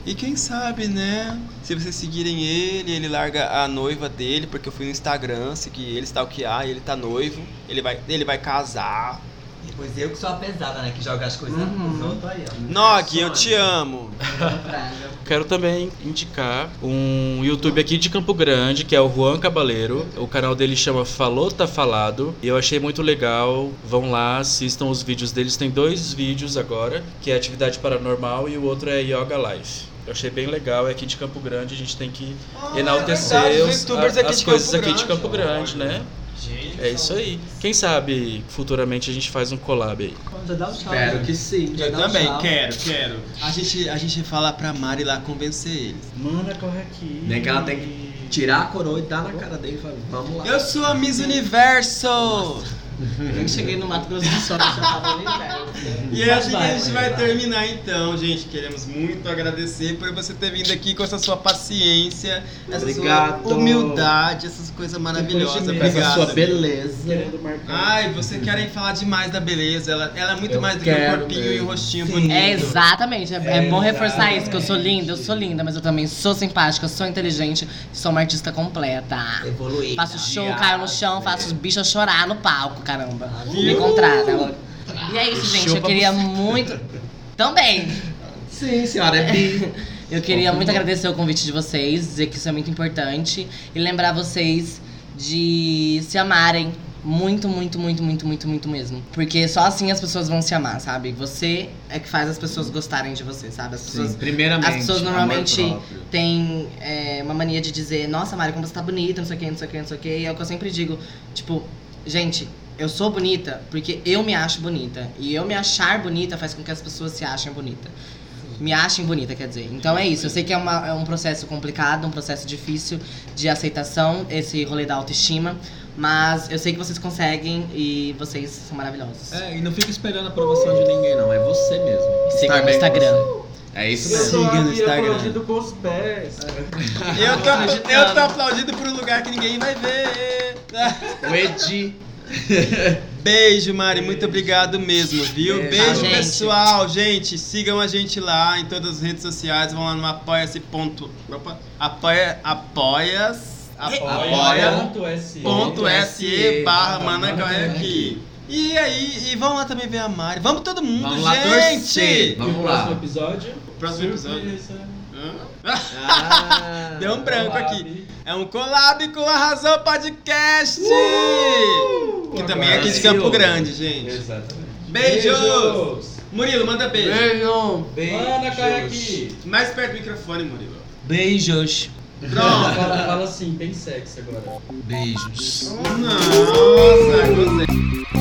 C: E quem sabe, né? Se vocês seguirem ele, ele larga a noiva dele, porque eu fui no Instagram, segui ele, stalkear, e ele tá noivo, ele vai, ele vai casar.
A: E Pois eu que sou a pesada, né? Que joga as coisas nos outros aí, ó.
C: Nog, eu te amo.
I: Quero também indicar um YouTube aqui de Campo Grande, que é o Juan Cabaleiro. O canal dele chama Falou Tá Falado. E eu achei muito legal. Vão lá, assistam os vídeos deles. Tem dois vídeos agora, que é Atividade Paranormal e o outro é Yoga Life. Eu achei bem legal, é aqui de Campo Grande, a gente tem que enaltecer Ah, é os- a- as coisas aqui de Campo Grande, né? É isso aí. Quem sabe futuramente a gente faz um collab aí.
A: Já dá um tchau.
H: Espero que sim.
A: Já
C: Eu
A: dá um
C: também
A: tchau.
C: quero, quero. A gente, a gente fala pra Mari lá convencer eles.
E: Mana, corre aqui.
H: Nem que ela tem que tirar a coroa e dar na cara dele e
A: "Hum,
H: falar, vamos lá.
C: Eu sou a Miss Universo!
D: Eu que cheguei no Mato Grosso do Sul, eu já tava no inverno.
C: E é assim que a gente vai terminar então, gente. Queremos muito agradecer por você ter vindo aqui com essa sua paciência, essa
H: Obrigado.
C: sua humildade, essas coisas maravilhosas.
E: Depois de mim.
H: Essa sua
C: Obrigado.
H: beleza.
E: Querendo marcar.
C: Ai, vocês querem falar demais da beleza. Ela, ela é muito
H: Eu
C: mais do que um
H: quero
C: corpinho e um
H: mesmo.
C: rostinho
A: Sim.
C: bonito.
D: É exatamente, é, é bom
E: Exatamente.
D: reforçar isso, que eu sou linda, eu sou linda, mas eu também sou simpática, sou inteligente, sou uma artista completa.
A: Evoluir.
D: Faço show, caio no chão, faço os bichos chorar no palco, caramba. Me
C: Viu?
D: contrata. E é isso, gente, eu
I: Chupa
D: queria muito... Também!
H: Sim, senhora, é bi.
D: Eu queria muito agradecer o convite de vocês, dizer que isso é muito importante e lembrar vocês de se amarem. Muito, muito, muito, muito, muito, muito mesmo. Porque só assim as pessoas vão se amar, sabe? Você é que faz as pessoas gostarem de você, sabe? As pessoas
B: Sim, primeiramente.
D: as pessoas
B: amor
D: normalmente-
B: próprio.
D: tem é, uma mania de dizer, nossa, Mari, como você tá bonita, não sei o que, não sei o que, não sei o que. E é o que eu sempre digo, tipo, gente, eu sou bonita porque eu me acho bonita. E eu me achar bonita faz com que as pessoas se achem bonita. Me achem bonita, quer dizer. Então é isso. Eu sei que é, uma- é um processo complicado, um processo difícil de aceitação, esse rolê da autoestima. Mas eu sei que vocês conseguem e vocês são maravilhosos.
B: É, e não fica esperando a aprovação de ninguém, não. É você mesmo.
D: Sigam
B: Estar
D: no
B: bem com
D: Instagram.
B: você. É isso
E: Eu
B: mesmo.
E: sou
A: Siga
E: a
A: no
E: Bia
A: Instagram.
E: Prodi do Gospés.
C: Eu tô, eu tô aplaudido por um lugar que ninguém vai ver.
B: O Edi.
C: Beijo, Mari. Muito obrigado mesmo, viu?
B: Beijo.
C: Beijo,
D: Gente.
C: pessoal. Gente, sigam a gente lá em todas as redes sociais. Vão lá no apoia-se. Ponto... Opa. Apoia... Apoias... Apoia...
E: Ponto SE.
C: Ponto SE barra Manacau
B: Manacau
C: aqui. E aí, e vão lá também ver a Mari. Vamos todo mundo,
B: Vamos
C: gente!
B: lá torcer.
E: E o
B: Vamos
E: próximo
B: lá.
E: episódio?
C: Próximo episódio.
E: Surpresa.
B: Ah,
C: Deu um branco aqui.
E: Sabe?
C: É um collab com o Arrasou Podcast! Que também é aqui de
B: Brasil.
C: Campo Grande, gente.
E: Exatamente.
C: Beijos! Murilo, manda beijo.
B: Beijo.
E: Ana, cai aqui.
C: Mais perto do microfone, Murilo.
A: Beijos.
C: Pronto.
E: Fala, fala assim, bem sexy agora.
A: Beijos.
C: Nossa, gostei.